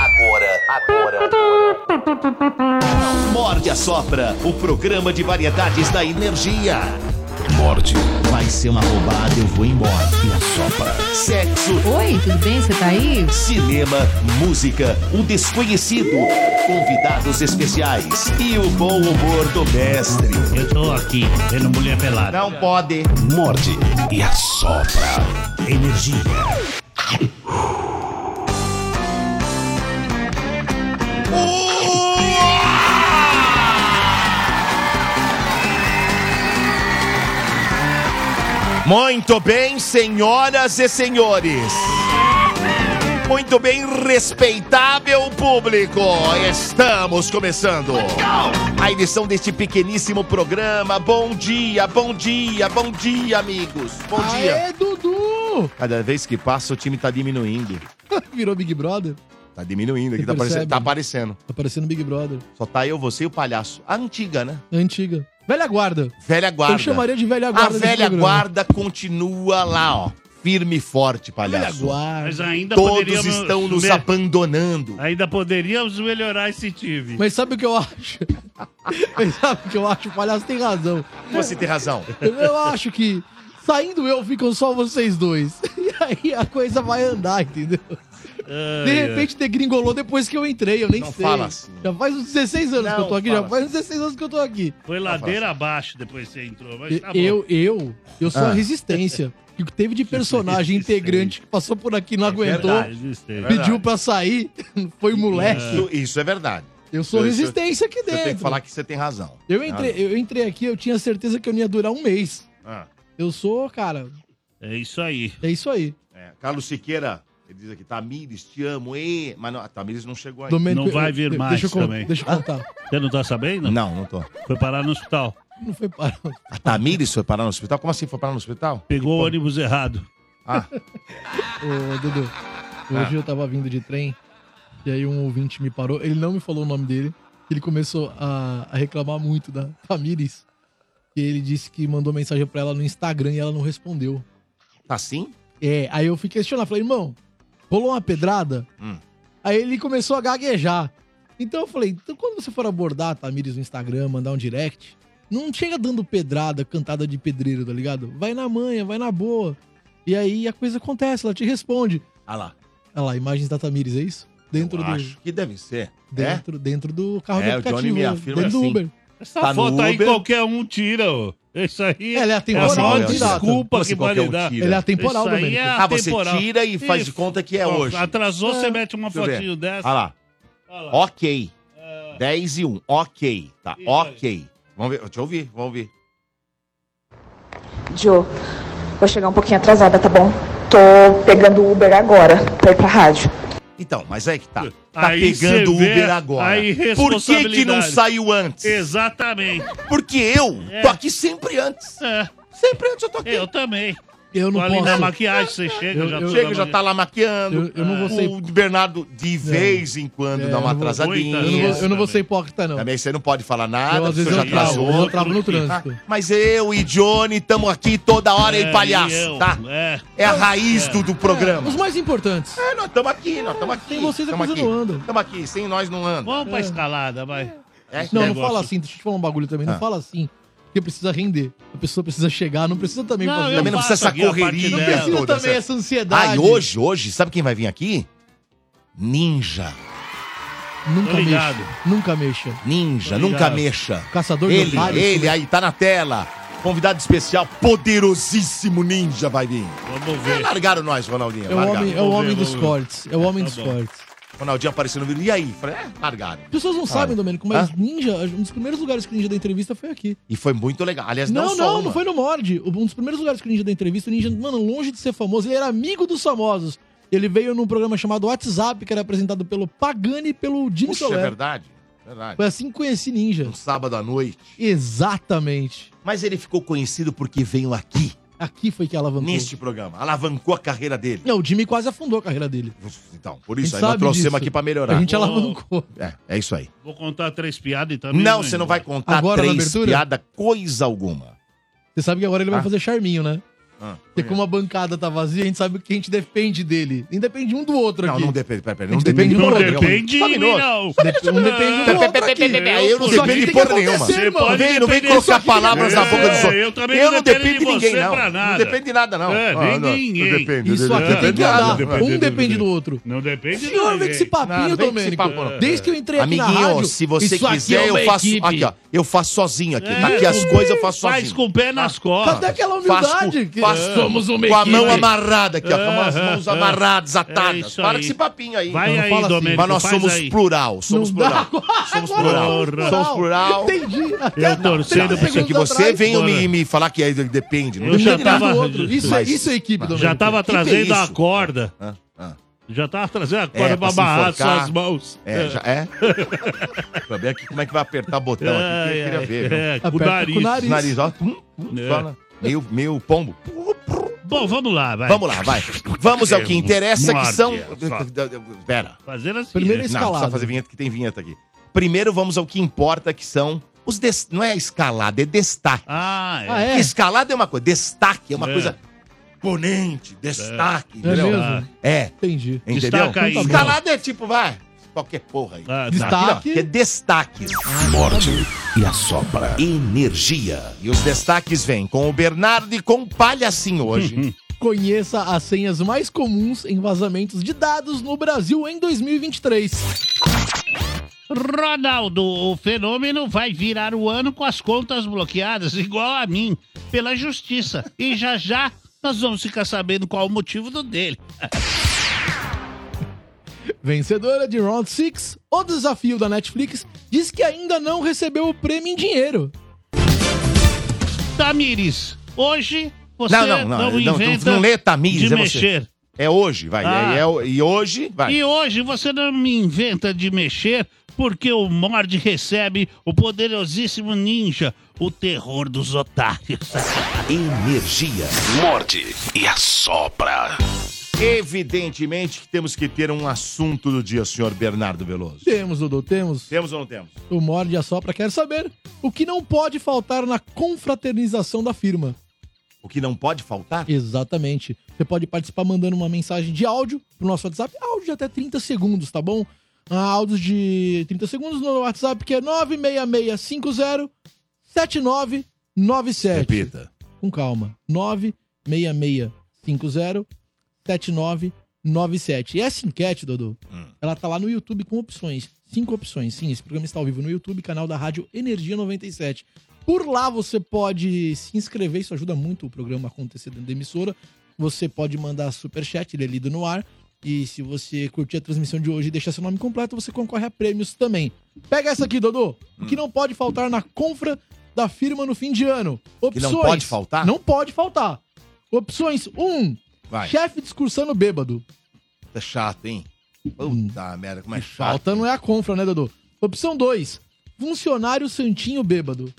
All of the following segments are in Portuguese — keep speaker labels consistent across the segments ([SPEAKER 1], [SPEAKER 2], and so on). [SPEAKER 1] Agora, agora. Morde a Sopra, o programa de variedades da energia.
[SPEAKER 2] Morde.
[SPEAKER 1] Vai ser uma roubada, eu vou embora.
[SPEAKER 2] E a sopra.
[SPEAKER 1] Sexo,
[SPEAKER 3] Oi, tudo bem? Você tá aí?
[SPEAKER 1] cinema, música, o desconhecido, convidados especiais e o bom humor do mestre.
[SPEAKER 4] Eu tô aqui vendo mulher pelada.
[SPEAKER 1] Não pode.
[SPEAKER 2] Morde. E a sopra.
[SPEAKER 4] Energia.
[SPEAKER 1] Muito bem, senhoras e senhores. Muito bem, respeitável público. Estamos começando a edição deste pequeníssimo programa. Bom dia, bom dia, bom dia, amigos. Bom dia.
[SPEAKER 5] Aê, Dudu!
[SPEAKER 1] Cada vez que passa, o time tá diminuindo.
[SPEAKER 5] Virou Big Brother?
[SPEAKER 1] Tá diminuindo aqui,
[SPEAKER 5] Você
[SPEAKER 1] tá aparecendo,
[SPEAKER 5] percebe?
[SPEAKER 1] tá aparecendo.
[SPEAKER 5] Tá parecendo Big Brother.
[SPEAKER 1] Só tá eu, você e o palhaço. A antiga, né?
[SPEAKER 5] A É antiga. Velha guarda.
[SPEAKER 1] Velha guarda.
[SPEAKER 5] Eu chamaria de velha
[SPEAKER 1] A
[SPEAKER 5] guarda. desse
[SPEAKER 1] velha
[SPEAKER 5] programa.
[SPEAKER 1] guarda continua lá, ó. Firme e forte,
[SPEAKER 5] Velha
[SPEAKER 1] palhaço.
[SPEAKER 5] guarda.
[SPEAKER 4] Mas ainda
[SPEAKER 1] Todos
[SPEAKER 4] poderíamos...
[SPEAKER 1] estão nos
[SPEAKER 4] me-
[SPEAKER 1] abandonando.
[SPEAKER 4] Ainda poderíamos melhorar esse time.
[SPEAKER 5] Mas sabe o que eu acho? Mas sabe o que eu acho? O palhaço tem razão.
[SPEAKER 1] Você tem razão.
[SPEAKER 5] Eu, eu acho que saindo eu ficam só vocês dois. E aí a coisa vai andar, entendeu? De repente degringolou depois que eu entrei, eu nem
[SPEAKER 1] Não
[SPEAKER 5] sei.
[SPEAKER 1] fala assim.
[SPEAKER 5] Já faz uns 16 anos que
[SPEAKER 1] Não
[SPEAKER 5] eu tô aqui,
[SPEAKER 1] fala assim.
[SPEAKER 5] já faz uns 16 anos que eu tô aqui.
[SPEAKER 4] Foi ladeira abaixo depois que você entrou. Mas tá bom.
[SPEAKER 5] Eu, eu, eu sou
[SPEAKER 1] Ah.
[SPEAKER 5] a resistência. E O que teve de personagem
[SPEAKER 4] Resistência.
[SPEAKER 5] integrante que passou por aqui, não aguentou,
[SPEAKER 1] É verdade. é
[SPEAKER 4] Resistente.
[SPEAKER 1] verdade.
[SPEAKER 5] pediu pra sair, foi um moleque.
[SPEAKER 1] Isso, isso é verdade.
[SPEAKER 5] Eu sou
[SPEAKER 1] Isso-
[SPEAKER 5] resistência aqui
[SPEAKER 1] Eu tenho que
[SPEAKER 5] dentro.
[SPEAKER 1] falar que você tem razão.
[SPEAKER 5] Eu entrei, eu entrei aqui, eu tinha certeza que eu não ia durar um mês.
[SPEAKER 1] Ah,
[SPEAKER 5] Eu sou, cara,
[SPEAKER 4] É isso aí.
[SPEAKER 5] é isso aí.
[SPEAKER 1] é. Carlos Siqueira, ele diz aqui, Tamires, te amo, e... Mas não, a Tamires não chegou aí.
[SPEAKER 5] Domênico-
[SPEAKER 4] Não vai
[SPEAKER 5] eu-
[SPEAKER 4] vir
[SPEAKER 5] eu-
[SPEAKER 4] mais
[SPEAKER 5] deixa eu con-
[SPEAKER 4] também.
[SPEAKER 5] Deixa eu contar.
[SPEAKER 4] Você não tá sabendo?
[SPEAKER 1] Não, não tô.
[SPEAKER 4] Foi parar no hospital.
[SPEAKER 5] Não foi para.
[SPEAKER 1] A Tamires foi parar no hospital? Como assim foi parar no hospital?
[SPEAKER 4] Pegou o ônibus errado.
[SPEAKER 1] Ah,
[SPEAKER 5] Ô, Dudu, hoje eu tava vindo de trem e aí um ouvinte me parou. Ele não me falou o nome dele. Ele começou a, a reclamar muito da Tamires. E ele disse que mandou mensagem pra ela no Instagram e ela não respondeu.
[SPEAKER 1] tá assim?
[SPEAKER 5] É, aí eu fui questionar. Falei, irmão, rolou uma pedrada?
[SPEAKER 1] Hum.
[SPEAKER 5] Aí ele começou a gaguejar. Então eu falei, então quando você for abordar a Tamires no Instagram, mandar um direct, não chega dando pedrada, cantada de pedreiro, tá ligado? Vai na manha, vai na boa. E aí a coisa acontece, ela te responde.
[SPEAKER 1] Ah lá.
[SPEAKER 5] Olha lá, imagens da Tamires, é isso? Dentro
[SPEAKER 1] Eu
[SPEAKER 5] do.
[SPEAKER 1] acho que deve ser. É?
[SPEAKER 5] Dentro, dentro do carro
[SPEAKER 1] É, o
[SPEAKER 5] do aplicativo.
[SPEAKER 1] Johnny me
[SPEAKER 5] né?
[SPEAKER 1] afirma
[SPEAKER 5] dentro do
[SPEAKER 1] assim.
[SPEAKER 5] Uber.
[SPEAKER 4] Essa
[SPEAKER 1] Tá no
[SPEAKER 4] foto aí
[SPEAKER 1] Uber.
[SPEAKER 4] qualquer um tira, ô. Isso aí
[SPEAKER 5] Ela é
[SPEAKER 4] é a
[SPEAKER 5] atemporal,
[SPEAKER 4] maior
[SPEAKER 1] assim, Olha,
[SPEAKER 5] pirata.
[SPEAKER 4] desculpa
[SPEAKER 1] Você
[SPEAKER 4] que pode
[SPEAKER 1] qualquer um
[SPEAKER 4] dar.
[SPEAKER 1] tira.
[SPEAKER 5] Ela é atemporal,
[SPEAKER 4] Isso aí
[SPEAKER 5] Domênico.
[SPEAKER 4] é
[SPEAKER 1] Ah, você
[SPEAKER 4] atemporal.
[SPEAKER 1] tira e faz de
[SPEAKER 4] Isso.
[SPEAKER 1] conta que é
[SPEAKER 4] Ó,
[SPEAKER 1] hoje.
[SPEAKER 4] Atrasou, você
[SPEAKER 5] É.
[SPEAKER 4] mete uma
[SPEAKER 1] Deixa eu ver.
[SPEAKER 4] fotinho dessa.
[SPEAKER 1] Ah lá.
[SPEAKER 4] Olha lá.
[SPEAKER 1] Ok.
[SPEAKER 4] É.
[SPEAKER 1] 10 e 1. Ok. Tá.
[SPEAKER 4] Isso
[SPEAKER 1] Ok. Vamos ver. Deixa eu ouvir. Vamos ouvir.
[SPEAKER 6] Jô, vou chegar um pouquinho atrasada, tá bom? Tô pegando o Uber agora pra ir pra rádio.
[SPEAKER 1] Então, mas aí que tá. Tá
[SPEAKER 4] Aí
[SPEAKER 1] pegando o
[SPEAKER 4] cê vê
[SPEAKER 1] Uber agora.
[SPEAKER 4] a
[SPEAKER 1] Por que que não
[SPEAKER 4] irresponsabilidade.
[SPEAKER 1] saiu antes?
[SPEAKER 4] Exatamente.
[SPEAKER 1] Porque eu
[SPEAKER 4] É.
[SPEAKER 1] tô aqui sempre antes.
[SPEAKER 4] É,
[SPEAKER 1] Sempre antes eu tô aqui.
[SPEAKER 4] eu também.
[SPEAKER 5] Eu
[SPEAKER 4] Tô
[SPEAKER 5] não
[SPEAKER 4] ali na
[SPEAKER 5] posso.
[SPEAKER 4] maquiagem, você chega,
[SPEAKER 5] Eu-
[SPEAKER 4] já
[SPEAKER 5] eu-
[SPEAKER 4] tô
[SPEAKER 1] Chega,
[SPEAKER 4] na
[SPEAKER 1] já tá lá maquiando.
[SPEAKER 5] Eu- eu não vou ser-
[SPEAKER 1] O Bernardo, de vez em quando,
[SPEAKER 5] É,
[SPEAKER 1] dá uma
[SPEAKER 5] eu não vou-
[SPEAKER 1] atrasadinha.
[SPEAKER 5] Eu não vou, eu não vou
[SPEAKER 4] Também.
[SPEAKER 5] ser hipócrita, não.
[SPEAKER 1] Também você não pode falar nada,
[SPEAKER 5] Eu, às
[SPEAKER 1] porque
[SPEAKER 5] vezes
[SPEAKER 1] você
[SPEAKER 5] eu
[SPEAKER 1] já
[SPEAKER 4] já
[SPEAKER 5] atravo,
[SPEAKER 1] atrasou.
[SPEAKER 4] travo,
[SPEAKER 5] eu travo no
[SPEAKER 1] tá?
[SPEAKER 5] trânsito.
[SPEAKER 1] Mas eu e Johnny estamos aqui toda hora, eu e palhaço,
[SPEAKER 4] e eu,
[SPEAKER 1] tá?
[SPEAKER 4] É.
[SPEAKER 1] É a raiz do, do programa.
[SPEAKER 5] Os mais importantes.
[SPEAKER 1] É, nós estamos aqui, nós estamos aqui.
[SPEAKER 5] Sem vocês a
[SPEAKER 1] tamo
[SPEAKER 5] coisa
[SPEAKER 1] aqui.
[SPEAKER 5] não anda.
[SPEAKER 1] Estamos aqui, sem nós não anda.
[SPEAKER 4] Vamos pra escalada, vai.
[SPEAKER 1] É,
[SPEAKER 5] Não,
[SPEAKER 1] é,
[SPEAKER 5] não
[SPEAKER 4] negócio.
[SPEAKER 5] fala assim, deixa eu te falar um bagulho também.
[SPEAKER 1] Ah.
[SPEAKER 5] Não fala assim, porque precisa render. A pessoa precisa chegar, não precisa também
[SPEAKER 4] Não,
[SPEAKER 5] fazer. um
[SPEAKER 4] eu
[SPEAKER 1] Também não
[SPEAKER 4] faço
[SPEAKER 1] precisa essa
[SPEAKER 4] aqui a parte
[SPEAKER 1] correria
[SPEAKER 4] dela.
[SPEAKER 5] Precisa
[SPEAKER 1] toda,
[SPEAKER 5] também
[SPEAKER 1] essa-
[SPEAKER 5] essa ansiedade.
[SPEAKER 1] Ah, e hoje, hoje, sabe quem vai vir aqui? Ninja.
[SPEAKER 5] Nunca
[SPEAKER 4] Tô ligado.
[SPEAKER 5] mexa. Nunca mexa.
[SPEAKER 1] Ninja,
[SPEAKER 4] Tô
[SPEAKER 1] nunca
[SPEAKER 4] ligado.
[SPEAKER 1] mexa.
[SPEAKER 5] Caçador de
[SPEAKER 1] Ele,
[SPEAKER 5] otários.
[SPEAKER 1] ele, aí, tá na tela. Convidado especial, poderosíssimo ninja vai vir.
[SPEAKER 4] Vamos
[SPEAKER 1] É,
[SPEAKER 4] ver.
[SPEAKER 1] largaram nós, Ronaldinho.
[SPEAKER 5] É o
[SPEAKER 1] largaram.
[SPEAKER 5] homem, é o
[SPEAKER 4] Vamos ver,
[SPEAKER 5] homem
[SPEAKER 4] vamos
[SPEAKER 5] dos
[SPEAKER 4] ver.
[SPEAKER 5] cortes. É o homem
[SPEAKER 4] Tá
[SPEAKER 5] dos
[SPEAKER 4] bom.
[SPEAKER 5] cortes.
[SPEAKER 1] Ronaldinho apareceu no vídeo. E aí? Falei, é, largaram.
[SPEAKER 5] As pessoas não
[SPEAKER 1] Ah.
[SPEAKER 5] sabem, Domênico, mas Ninja, um dos primeiros lugares que o Ninja da entrevista foi aqui.
[SPEAKER 1] E foi muito legal. Aliás, não,
[SPEAKER 5] Não, não,
[SPEAKER 1] só
[SPEAKER 5] não,
[SPEAKER 1] uma.
[SPEAKER 5] foi no Mord. Um dos primeiros lugares que o Ninja da entrevista, o Ninja, mano, longe de ser famoso, ele era amigo dos famosos. Ele veio num programa chamado WhatsApp, que era apresentado pelo Pagani e pelo Dino
[SPEAKER 1] Puxa, é
[SPEAKER 5] Soler.
[SPEAKER 1] verdade. Verdade.
[SPEAKER 5] Foi assim que conheci Ninja.
[SPEAKER 1] Um sábado à noite.
[SPEAKER 5] Exatamente.
[SPEAKER 1] Mas ele ficou conhecido porque veio aqui,
[SPEAKER 5] Aqui foi que alavancou.
[SPEAKER 1] neste programa. Alavancou a carreira dele.
[SPEAKER 5] Não, o Jimmy quase afundou a carreira dele.
[SPEAKER 1] Então, por isso,
[SPEAKER 5] A gente
[SPEAKER 1] aí nós
[SPEAKER 5] sabe
[SPEAKER 1] trouxemos
[SPEAKER 5] disso.
[SPEAKER 1] aqui pra melhorar.
[SPEAKER 5] A
[SPEAKER 4] Pô.
[SPEAKER 5] gente alavancou.
[SPEAKER 1] É, é isso aí.
[SPEAKER 4] Vou contar três piadas e também. né?
[SPEAKER 1] Não, você não vai contar
[SPEAKER 5] Agora na
[SPEAKER 1] três
[SPEAKER 5] abertura?
[SPEAKER 1] piada coisa alguma.
[SPEAKER 5] Você sabe que agora ele vai
[SPEAKER 1] Ah.
[SPEAKER 5] fazer charminho, né?
[SPEAKER 1] Ah,
[SPEAKER 5] Porque como a bancada tá vazia, a gente sabe que a gente depende dele. Independe um do outro
[SPEAKER 1] não,
[SPEAKER 5] aqui.
[SPEAKER 1] não depende. Pera, pera,
[SPEAKER 5] A gente depende
[SPEAKER 1] do
[SPEAKER 5] um do
[SPEAKER 4] Não
[SPEAKER 5] Falou,
[SPEAKER 4] depende de mim,
[SPEAKER 1] Dominou.
[SPEAKER 4] não.
[SPEAKER 5] Dep- um depende do
[SPEAKER 4] Pera,
[SPEAKER 5] outro aqui.
[SPEAKER 1] Aí eu não
[SPEAKER 5] Só que
[SPEAKER 1] dependo de
[SPEAKER 5] tem
[SPEAKER 1] porra
[SPEAKER 5] que
[SPEAKER 1] nenhuma.
[SPEAKER 5] acontecer,
[SPEAKER 4] É Você
[SPEAKER 5] irmão.
[SPEAKER 1] Não
[SPEAKER 4] pode
[SPEAKER 1] vem, não vem
[SPEAKER 4] depender
[SPEAKER 1] colocar
[SPEAKER 4] só de
[SPEAKER 1] palavras na
[SPEAKER 4] você.
[SPEAKER 1] boca dos outros.
[SPEAKER 4] Eu também
[SPEAKER 1] eu
[SPEAKER 4] não
[SPEAKER 1] não
[SPEAKER 4] dependo
[SPEAKER 1] dependo
[SPEAKER 4] de
[SPEAKER 1] de ninguém,
[SPEAKER 4] você
[SPEAKER 1] não.
[SPEAKER 4] pra
[SPEAKER 1] Não
[SPEAKER 4] nada.
[SPEAKER 1] depende de nada, não.
[SPEAKER 4] É,
[SPEAKER 1] Ah,
[SPEAKER 4] nem
[SPEAKER 1] não.
[SPEAKER 4] ninguém.
[SPEAKER 1] Não depende,
[SPEAKER 5] Isso
[SPEAKER 1] não
[SPEAKER 5] aqui tem
[SPEAKER 1] depende
[SPEAKER 5] que
[SPEAKER 1] de nada.
[SPEAKER 5] andar.
[SPEAKER 4] depende,
[SPEAKER 5] Um depende
[SPEAKER 4] depende.
[SPEAKER 5] do outro.
[SPEAKER 4] Não depende de
[SPEAKER 5] Senhor, vem com esse
[SPEAKER 4] ninguém.
[SPEAKER 1] Não,
[SPEAKER 5] papinho,
[SPEAKER 1] não vem com esse
[SPEAKER 5] Domênico.
[SPEAKER 1] papo, não.
[SPEAKER 5] Desde que eu entrei aqui na
[SPEAKER 1] Amiguinho,
[SPEAKER 5] rádio,
[SPEAKER 1] se você
[SPEAKER 5] isso aqui
[SPEAKER 1] quiser,
[SPEAKER 5] é uma
[SPEAKER 1] eu faço.
[SPEAKER 5] equipe.
[SPEAKER 1] Aqui, ó. Eu faço sozinho aqui.
[SPEAKER 4] É.
[SPEAKER 1] Tá aqui as coisas, eu faço
[SPEAKER 4] Faz
[SPEAKER 1] sozinho. Tá.
[SPEAKER 4] com o pé nas costas.
[SPEAKER 5] Cadê aquela
[SPEAKER 1] Faço,
[SPEAKER 5] humildade? É. que-
[SPEAKER 1] faço
[SPEAKER 5] Somos uma
[SPEAKER 1] com a mão
[SPEAKER 5] equipe.
[SPEAKER 1] amarrada aqui, ó. Com as mãos
[SPEAKER 4] É, é, é.
[SPEAKER 1] amarradas, atadas.
[SPEAKER 4] isso
[SPEAKER 1] Para
[SPEAKER 4] aí.
[SPEAKER 1] com esse papinho aí.
[SPEAKER 4] Vai
[SPEAKER 5] Não,
[SPEAKER 4] aí,
[SPEAKER 5] fala assim.
[SPEAKER 4] Domênico.
[SPEAKER 1] Mas nós
[SPEAKER 4] faz
[SPEAKER 1] somos
[SPEAKER 4] aí.
[SPEAKER 1] plural, somos
[SPEAKER 5] Não dá.
[SPEAKER 1] plural. Somos
[SPEAKER 5] Agora
[SPEAKER 1] plural.
[SPEAKER 5] somos
[SPEAKER 4] Somos
[SPEAKER 1] Somos plural.
[SPEAKER 5] Entendi.
[SPEAKER 4] Eu torcendo pra
[SPEAKER 1] É que você veio me, me falar que aí depende. Não
[SPEAKER 4] Eu já
[SPEAKER 1] depende nada.
[SPEAKER 4] tava-
[SPEAKER 5] Isso, é,
[SPEAKER 1] Mas-
[SPEAKER 5] isso é equipe, Domênico.
[SPEAKER 4] Já tava
[SPEAKER 1] que que é
[SPEAKER 4] trazendo a
[SPEAKER 1] isso?
[SPEAKER 4] corda.
[SPEAKER 1] Ah, ah.
[SPEAKER 4] Já tava trazendo a
[SPEAKER 1] É,
[SPEAKER 4] corda
[SPEAKER 1] pra
[SPEAKER 4] pra
[SPEAKER 1] se
[SPEAKER 4] amarrar
[SPEAKER 1] enforcar.
[SPEAKER 4] suas mãos.
[SPEAKER 1] É, já é. Pra ver aqui como é que vai apertar o botão aqui, que eu queria
[SPEAKER 4] Ai,
[SPEAKER 1] ver. viu?
[SPEAKER 4] ai, é, com o
[SPEAKER 5] Aperta
[SPEAKER 4] nariz.
[SPEAKER 5] com o nariz.
[SPEAKER 1] Os Nariz, ó. Hum, hum,
[SPEAKER 4] É.
[SPEAKER 1] só lá. Meio, meio pombo.
[SPEAKER 4] Bom, vamos lá, vai.
[SPEAKER 1] Vamos lá, vai. Vamos ao que interessa, que são.
[SPEAKER 4] Morde,
[SPEAKER 1] Pera.
[SPEAKER 4] Fazendo assim.
[SPEAKER 5] Primeiro
[SPEAKER 4] né?
[SPEAKER 5] esse-
[SPEAKER 1] Não,
[SPEAKER 5] Escalada.
[SPEAKER 1] precisa fazer vinheta que tem vinheta aqui. Primeiro vamos ao que importa, que são os des... Não é escalada, é destaque.
[SPEAKER 4] Ah, é.
[SPEAKER 5] Ah, é?
[SPEAKER 1] Porque Escalada é uma coisa, destaque é uma
[SPEAKER 4] É.
[SPEAKER 1] coisa imponente, destaque,
[SPEAKER 5] É
[SPEAKER 1] entendeu?
[SPEAKER 5] mesmo?
[SPEAKER 1] É,
[SPEAKER 5] Entendi.
[SPEAKER 1] entendeu?
[SPEAKER 4] Destaca aí.
[SPEAKER 1] Escalada é tipo, vai, qualquer porra aí.
[SPEAKER 4] Ah, tá.
[SPEAKER 5] Destaque.
[SPEAKER 1] Aqui, ó, que é destaques.
[SPEAKER 2] morde e assopra.
[SPEAKER 1] Energia. E os destaques vêm com o Bernardo e com o Palhacinho
[SPEAKER 4] Uhum.
[SPEAKER 1] hoje.
[SPEAKER 5] Conheça as senhas mais comuns em vazamentos de dados no Brasil em 2023.
[SPEAKER 4] Ronaldo, o fenômeno vai virar o ano com as contas bloqueadas, igual a mim, pela justiça. E já já nós vamos ficar sabendo qual o motivo do dele.
[SPEAKER 5] Vencedora de Round 6, o desafio da Netflix, diz que ainda não recebeu o prêmio em dinheiro.
[SPEAKER 4] Tamires, hoje você
[SPEAKER 1] Não, não, não, não, tu
[SPEAKER 4] inventa
[SPEAKER 1] não lê Tamires,
[SPEAKER 4] de
[SPEAKER 1] é você.
[SPEAKER 4] mexer.
[SPEAKER 1] É hoje, vai.
[SPEAKER 4] Ah.
[SPEAKER 1] É- é o- e hoje, vai.
[SPEAKER 4] E hoje você não me inventa de mexer, porque o Mord recebe o poderosíssimo ninja, o terror dos otários.
[SPEAKER 2] Energia. Morde e assopra.
[SPEAKER 1] Evidentemente que temos que ter um assunto do dia, senhor Bernardo Veloso.
[SPEAKER 5] Temos, Dudu, temos.
[SPEAKER 1] Temos ou não temos?
[SPEAKER 5] O Morde a Sopra quer saber o que não pode faltar na confraternização da firma.
[SPEAKER 1] O que não pode faltar?
[SPEAKER 5] Exatamente. Você pode participar mandando uma mensagem de áudio pro nosso WhatsApp, áudio de até 30 segundos, tá bom? Ah, áudios de 30 segundos no WhatsApp que é 966507997.
[SPEAKER 1] Repita.
[SPEAKER 5] Com calma. 966507997. E essa enquete, Dodô,
[SPEAKER 1] Hum.
[SPEAKER 5] ela tá lá no YouTube com opções. Cinco opções. Sim, esse programa está ao vivo no YouTube, canal da Rádio Energia 97. Por lá você pode se inscrever, isso ajuda muito o programa a acontecer dentro da emissora. Você pode mandar superchat, ele é lido no ar. E se você curtir a transmissão de hoje e deixar seu nome completo, você concorre a prêmios também. Pega essa aqui, Dodô. O que
[SPEAKER 1] Hum.
[SPEAKER 5] não pode faltar na confra da firma no fim de ano.
[SPEAKER 1] Que
[SPEAKER 5] Opções.
[SPEAKER 1] não pode faltar?
[SPEAKER 5] Não pode faltar. Opções 1. Um,
[SPEAKER 1] Vai.
[SPEAKER 5] chefe discursando bêbado. Hum.
[SPEAKER 1] Tá chato, hein? Puta merda, como é
[SPEAKER 5] Que
[SPEAKER 1] chato.
[SPEAKER 5] falta não é a confra, né, Dodô? Opção 2. Funcionário santinho bêbado.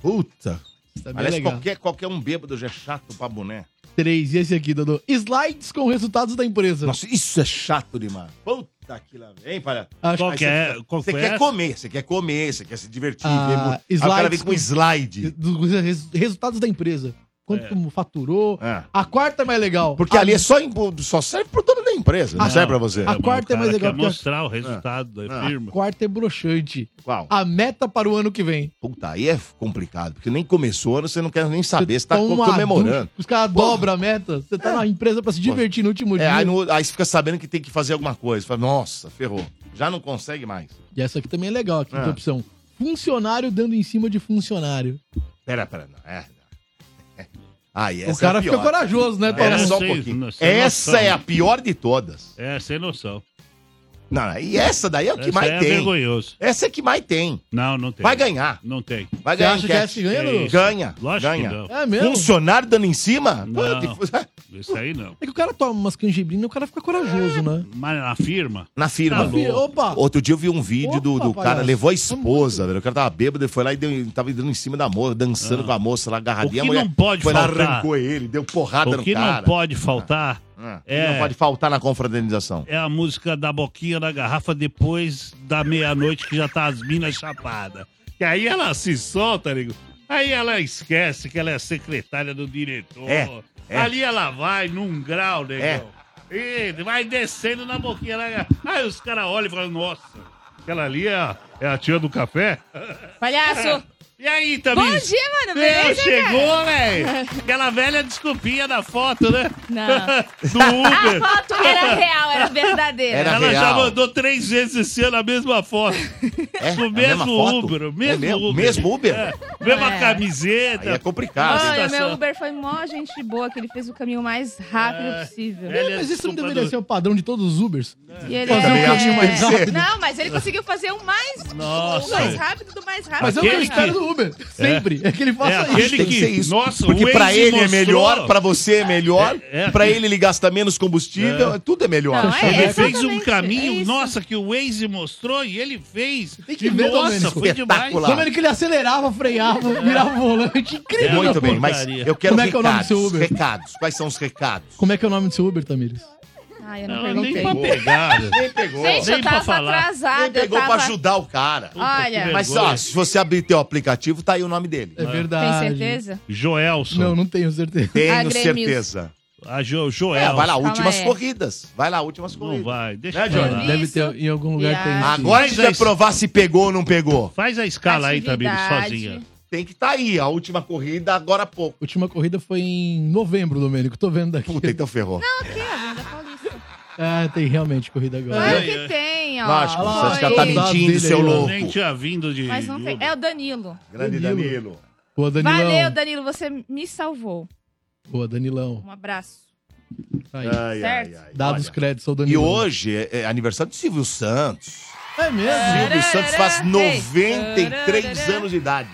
[SPEAKER 1] Puta.
[SPEAKER 5] Isso também é
[SPEAKER 1] Aliás,
[SPEAKER 5] legal.
[SPEAKER 1] qualquer, qualquer um bêbado já é chato pra boné.
[SPEAKER 5] 3. E esse aqui, Dodô? Slides com resultados da empresa.
[SPEAKER 1] Nossa, isso é chato demais. Puta que lá vem, palha.
[SPEAKER 5] Acho-
[SPEAKER 4] Qual que é? Qual
[SPEAKER 1] Você
[SPEAKER 4] que é
[SPEAKER 1] quer
[SPEAKER 4] essa?
[SPEAKER 1] comer, você quer comer, você quer se divertir.
[SPEAKER 5] Ah,
[SPEAKER 1] ver mu- Aí o cara vem
[SPEAKER 5] slides
[SPEAKER 4] um
[SPEAKER 1] com
[SPEAKER 5] com-
[SPEAKER 1] slide.
[SPEAKER 5] Dos res- resultados da empresa. Quanto como faturou.
[SPEAKER 1] É.
[SPEAKER 5] A quarta é mais legal.
[SPEAKER 1] Porque ali é só, em- só serve pro dono da empresa, não,
[SPEAKER 5] Ah,
[SPEAKER 1] serve pra você.
[SPEAKER 5] a-
[SPEAKER 4] mas
[SPEAKER 5] quarta
[SPEAKER 4] o
[SPEAKER 5] é
[SPEAKER 4] cara
[SPEAKER 5] mais legal
[SPEAKER 4] Quer
[SPEAKER 5] porque-
[SPEAKER 4] mostrar o resultado da
[SPEAKER 1] Ah.
[SPEAKER 5] A
[SPEAKER 4] firma.
[SPEAKER 5] quarta é broxante.
[SPEAKER 1] Qual?
[SPEAKER 5] A meta para o ano que vem.
[SPEAKER 1] Puta, aí é complicado, porque nem começou o ano, você não quer nem saber, você tá
[SPEAKER 5] Toma uma
[SPEAKER 1] comemorando.
[SPEAKER 5] ducha, um Os caras dobram a meta. Você tá na empresa pra se divertir no último
[SPEAKER 1] É,
[SPEAKER 5] dia.
[SPEAKER 1] aí, no- aí você fica sabendo que tem que fazer alguma coisa. Fala, nossa, ferrou. Já não consegue mais.
[SPEAKER 5] E essa aqui também é legal, a quinta
[SPEAKER 1] Ah.
[SPEAKER 5] opção. Funcionário dando em cima de funcionário.
[SPEAKER 1] Pera, pera, não. É. Aí, é
[SPEAKER 5] o cara fica
[SPEAKER 1] pior.
[SPEAKER 5] corajoso, né,
[SPEAKER 1] Pera
[SPEAKER 5] Paulo?
[SPEAKER 1] só um
[SPEAKER 4] Sem-
[SPEAKER 1] pouquinho.
[SPEAKER 4] sem
[SPEAKER 1] Essa
[SPEAKER 4] noção.
[SPEAKER 1] é a pior de todas.
[SPEAKER 4] É, sem noção.
[SPEAKER 1] Não, e essa daí é o que
[SPEAKER 4] Essa
[SPEAKER 1] mais
[SPEAKER 4] é
[SPEAKER 1] tem.
[SPEAKER 4] vergonhoso.
[SPEAKER 1] Essa é que mais tem.
[SPEAKER 4] Não, não tem.
[SPEAKER 1] Vai ganhar.
[SPEAKER 4] Não tem.
[SPEAKER 1] Vai
[SPEAKER 5] Você
[SPEAKER 1] ganhar
[SPEAKER 5] acha que
[SPEAKER 1] enquete.
[SPEAKER 5] essa ganha,
[SPEAKER 4] É
[SPEAKER 5] Lu?
[SPEAKER 4] isso.
[SPEAKER 1] Ganha.
[SPEAKER 4] Lógico
[SPEAKER 1] ganha.
[SPEAKER 4] que não.
[SPEAKER 5] É mesmo?
[SPEAKER 1] Funcionário dando em cima?
[SPEAKER 4] Não.
[SPEAKER 1] Pô,
[SPEAKER 4] Isso aí não.
[SPEAKER 5] É que o cara toma umas canjibrinas e o cara fica
[SPEAKER 1] É.
[SPEAKER 5] corajoso, né?
[SPEAKER 4] Mas na firma...
[SPEAKER 1] Na firma.
[SPEAKER 4] Tá
[SPEAKER 5] Fih,
[SPEAKER 4] louco.
[SPEAKER 5] Opa!
[SPEAKER 1] Outro dia eu vi um vídeo do,
[SPEAKER 5] Opa,
[SPEAKER 1] do cara,
[SPEAKER 5] palhaço.
[SPEAKER 1] levou a esposa, velho. O cara tava bêbado, ele foi lá e deu, tava dando em cima da moça, dançando com a moça lá,
[SPEAKER 4] Ah. O que
[SPEAKER 1] agarradinha. a mulher
[SPEAKER 4] não pode
[SPEAKER 1] foi lá,
[SPEAKER 4] faltar?
[SPEAKER 1] arrancou ele, deu porrada
[SPEAKER 4] O
[SPEAKER 1] no
[SPEAKER 4] que
[SPEAKER 1] cara.
[SPEAKER 4] não pode faltar
[SPEAKER 1] Ah, o que
[SPEAKER 4] É.
[SPEAKER 1] não pode faltar na confraternização.
[SPEAKER 4] é a música da boquinha da garrafa depois da meia-noite que já tá as minas chapadas. Que aí ela se solta, amigo. Aí ela esquece que ela é secretária do diretor.
[SPEAKER 1] É,
[SPEAKER 4] Ali ela vai num grau, negão. E vai descendo na boquinha. né? Ah, é Ela...
[SPEAKER 1] É
[SPEAKER 4] Aí os caras olham e falam, nossa, aquela ali é, a- é a tia do café?
[SPEAKER 7] Palhaço!
[SPEAKER 4] E aí,
[SPEAKER 7] Bom
[SPEAKER 4] também?
[SPEAKER 7] dia, mano!
[SPEAKER 4] Meu,
[SPEAKER 7] Beleza, cara?
[SPEAKER 4] chegou, velho! Aquela velha desculpinha da foto, né?
[SPEAKER 7] Não.
[SPEAKER 4] Do Uber.
[SPEAKER 7] A foto era real, era verdadeira.
[SPEAKER 1] Era-
[SPEAKER 4] Ela já
[SPEAKER 1] real.
[SPEAKER 4] mandou três vezes esse ano a mesma foto.
[SPEAKER 1] É?
[SPEAKER 4] Do
[SPEAKER 1] A mesma
[SPEAKER 4] mesmo
[SPEAKER 1] foto?
[SPEAKER 4] Uber.
[SPEAKER 1] É
[SPEAKER 4] o Mesmo
[SPEAKER 1] mesmo?
[SPEAKER 4] Uber.
[SPEAKER 1] Mesmo Uber?
[SPEAKER 4] É, mesma
[SPEAKER 7] É.
[SPEAKER 1] Aí
[SPEAKER 4] camiseta.
[SPEAKER 1] é complicado. hein?
[SPEAKER 7] Mano,
[SPEAKER 4] sensação.
[SPEAKER 7] meu Uber foi mó gente boa, que ele fez o caminho mais rápido
[SPEAKER 4] É.
[SPEAKER 7] possível.
[SPEAKER 4] Velha
[SPEAKER 5] Mas isso não
[SPEAKER 4] desculpa
[SPEAKER 5] deveria
[SPEAKER 4] do-
[SPEAKER 5] ser o padrão de todos os Ubers?
[SPEAKER 7] E ele
[SPEAKER 5] Fazer
[SPEAKER 1] um
[SPEAKER 7] é-
[SPEAKER 1] caminho mais rápido.
[SPEAKER 7] Não, mas ele conseguiu fazer um mais,
[SPEAKER 4] Nossa.
[SPEAKER 7] o mais rápido do mais rápido.
[SPEAKER 5] Mas é eu
[SPEAKER 4] Aquele
[SPEAKER 5] quero a história
[SPEAKER 4] que-
[SPEAKER 5] do Uber. Sempre. É, que ele
[SPEAKER 4] É
[SPEAKER 5] faça isso.
[SPEAKER 4] aquele
[SPEAKER 1] Tem
[SPEAKER 4] que.
[SPEAKER 1] que ser isso.
[SPEAKER 4] Nossa,
[SPEAKER 1] Porque
[SPEAKER 4] o
[SPEAKER 1] pra
[SPEAKER 4] Waze
[SPEAKER 1] ele é
[SPEAKER 4] mostrou-
[SPEAKER 1] melhor, pra você é melhor,
[SPEAKER 4] É, é.
[SPEAKER 1] pra ele ele gasta menos combustível, tudo é melhor.
[SPEAKER 7] Não, é,
[SPEAKER 4] Ele fez um
[SPEAKER 7] exatamente, é
[SPEAKER 4] caminho,
[SPEAKER 7] isso.
[SPEAKER 4] nossa, que o Waze mostrou e ele fez.
[SPEAKER 5] Tem que ver,
[SPEAKER 4] nossa,
[SPEAKER 5] Domênico.
[SPEAKER 4] foi demais.
[SPEAKER 1] Espetacular.
[SPEAKER 5] Como ele que ele acelerava, freava, virava um- o volante. Incrível.
[SPEAKER 1] Muito
[SPEAKER 4] uma
[SPEAKER 1] bem, mas
[SPEAKER 4] porcaria.
[SPEAKER 1] eu quero
[SPEAKER 5] Como é que é o nome do
[SPEAKER 1] recados.
[SPEAKER 5] seu Uber?
[SPEAKER 1] recados. Quais são os recados?
[SPEAKER 5] Como é que é o nome do seu Uber, Tamires?
[SPEAKER 7] Ai, eu não,
[SPEAKER 4] Não, nem
[SPEAKER 7] perguntei.
[SPEAKER 4] pra pegar.
[SPEAKER 1] Quem pegou?
[SPEAKER 7] Gente,
[SPEAKER 4] Nem
[SPEAKER 7] eu
[SPEAKER 4] pra
[SPEAKER 7] tava
[SPEAKER 4] falar.
[SPEAKER 7] atrasada.
[SPEAKER 1] Quem pegou
[SPEAKER 7] eu tava...
[SPEAKER 1] pra ajudar o cara?
[SPEAKER 7] Olha,
[SPEAKER 4] Que
[SPEAKER 1] Mas
[SPEAKER 4] vergonha.
[SPEAKER 1] ó, se você abrir teu aplicativo, tá aí o nome dele.
[SPEAKER 5] É
[SPEAKER 7] tem
[SPEAKER 5] verdade.
[SPEAKER 7] certeza?
[SPEAKER 4] Joelson.
[SPEAKER 5] Não, não tenho certeza.
[SPEAKER 1] Tenho
[SPEAKER 7] Grêmio.
[SPEAKER 1] certeza.
[SPEAKER 4] A jo
[SPEAKER 1] É,
[SPEAKER 4] Joelson.
[SPEAKER 1] vai lá,
[SPEAKER 7] Calma
[SPEAKER 1] últimas
[SPEAKER 7] aí.
[SPEAKER 1] corridas. Vai lá, últimas
[SPEAKER 4] Não
[SPEAKER 1] corridas.
[SPEAKER 4] vai, deixa
[SPEAKER 1] Né,
[SPEAKER 4] eu falar.
[SPEAKER 7] Johnny?
[SPEAKER 5] Deve
[SPEAKER 7] Isso.
[SPEAKER 5] ter em algum lugar
[SPEAKER 7] E
[SPEAKER 5] tem.
[SPEAKER 7] aí?
[SPEAKER 5] isso.
[SPEAKER 1] Agora a gente vai
[SPEAKER 4] Mas é isso.
[SPEAKER 1] provar se pegou ou não pegou.
[SPEAKER 4] Faz a escala aí, Tamir,
[SPEAKER 7] Atividade.
[SPEAKER 4] sozinha.
[SPEAKER 1] Tem que tá aí, a última corrida agora há pouco.
[SPEAKER 5] Última corrida foi em novembro, Domênico. Tô vendo daqui.
[SPEAKER 1] Puta, então ferrou.
[SPEAKER 5] Ah, tem realmente corrida agora.
[SPEAKER 7] Claro
[SPEAKER 4] é.
[SPEAKER 7] que tem, ó.
[SPEAKER 1] Lógico,
[SPEAKER 5] Ah,
[SPEAKER 1] você
[SPEAKER 7] Foi.
[SPEAKER 1] já tá
[SPEAKER 5] ele.
[SPEAKER 1] mentindo, seu
[SPEAKER 5] Dele aí, ó.
[SPEAKER 1] louco.
[SPEAKER 4] Nem tinha vindo de.
[SPEAKER 7] Mas não tem. É o Danilo.
[SPEAKER 1] Grande
[SPEAKER 5] Danilo.
[SPEAKER 1] Danilo.
[SPEAKER 5] Boa, Danilão.
[SPEAKER 7] Valeu, Danilo, você me salvou.
[SPEAKER 5] Boa, Danilão.
[SPEAKER 7] Um abraço.
[SPEAKER 5] Tá aí.
[SPEAKER 1] Ai, ai,
[SPEAKER 7] Certo.
[SPEAKER 1] ai.
[SPEAKER 5] Dá os
[SPEAKER 1] Olha,
[SPEAKER 5] créditos ao
[SPEAKER 1] E
[SPEAKER 5] Danilão.
[SPEAKER 1] hoje é é aniversário do Silvio Santos.
[SPEAKER 5] É mesmo?
[SPEAKER 1] Silvio Santos faz
[SPEAKER 7] Ei.
[SPEAKER 1] 93 anos de idade.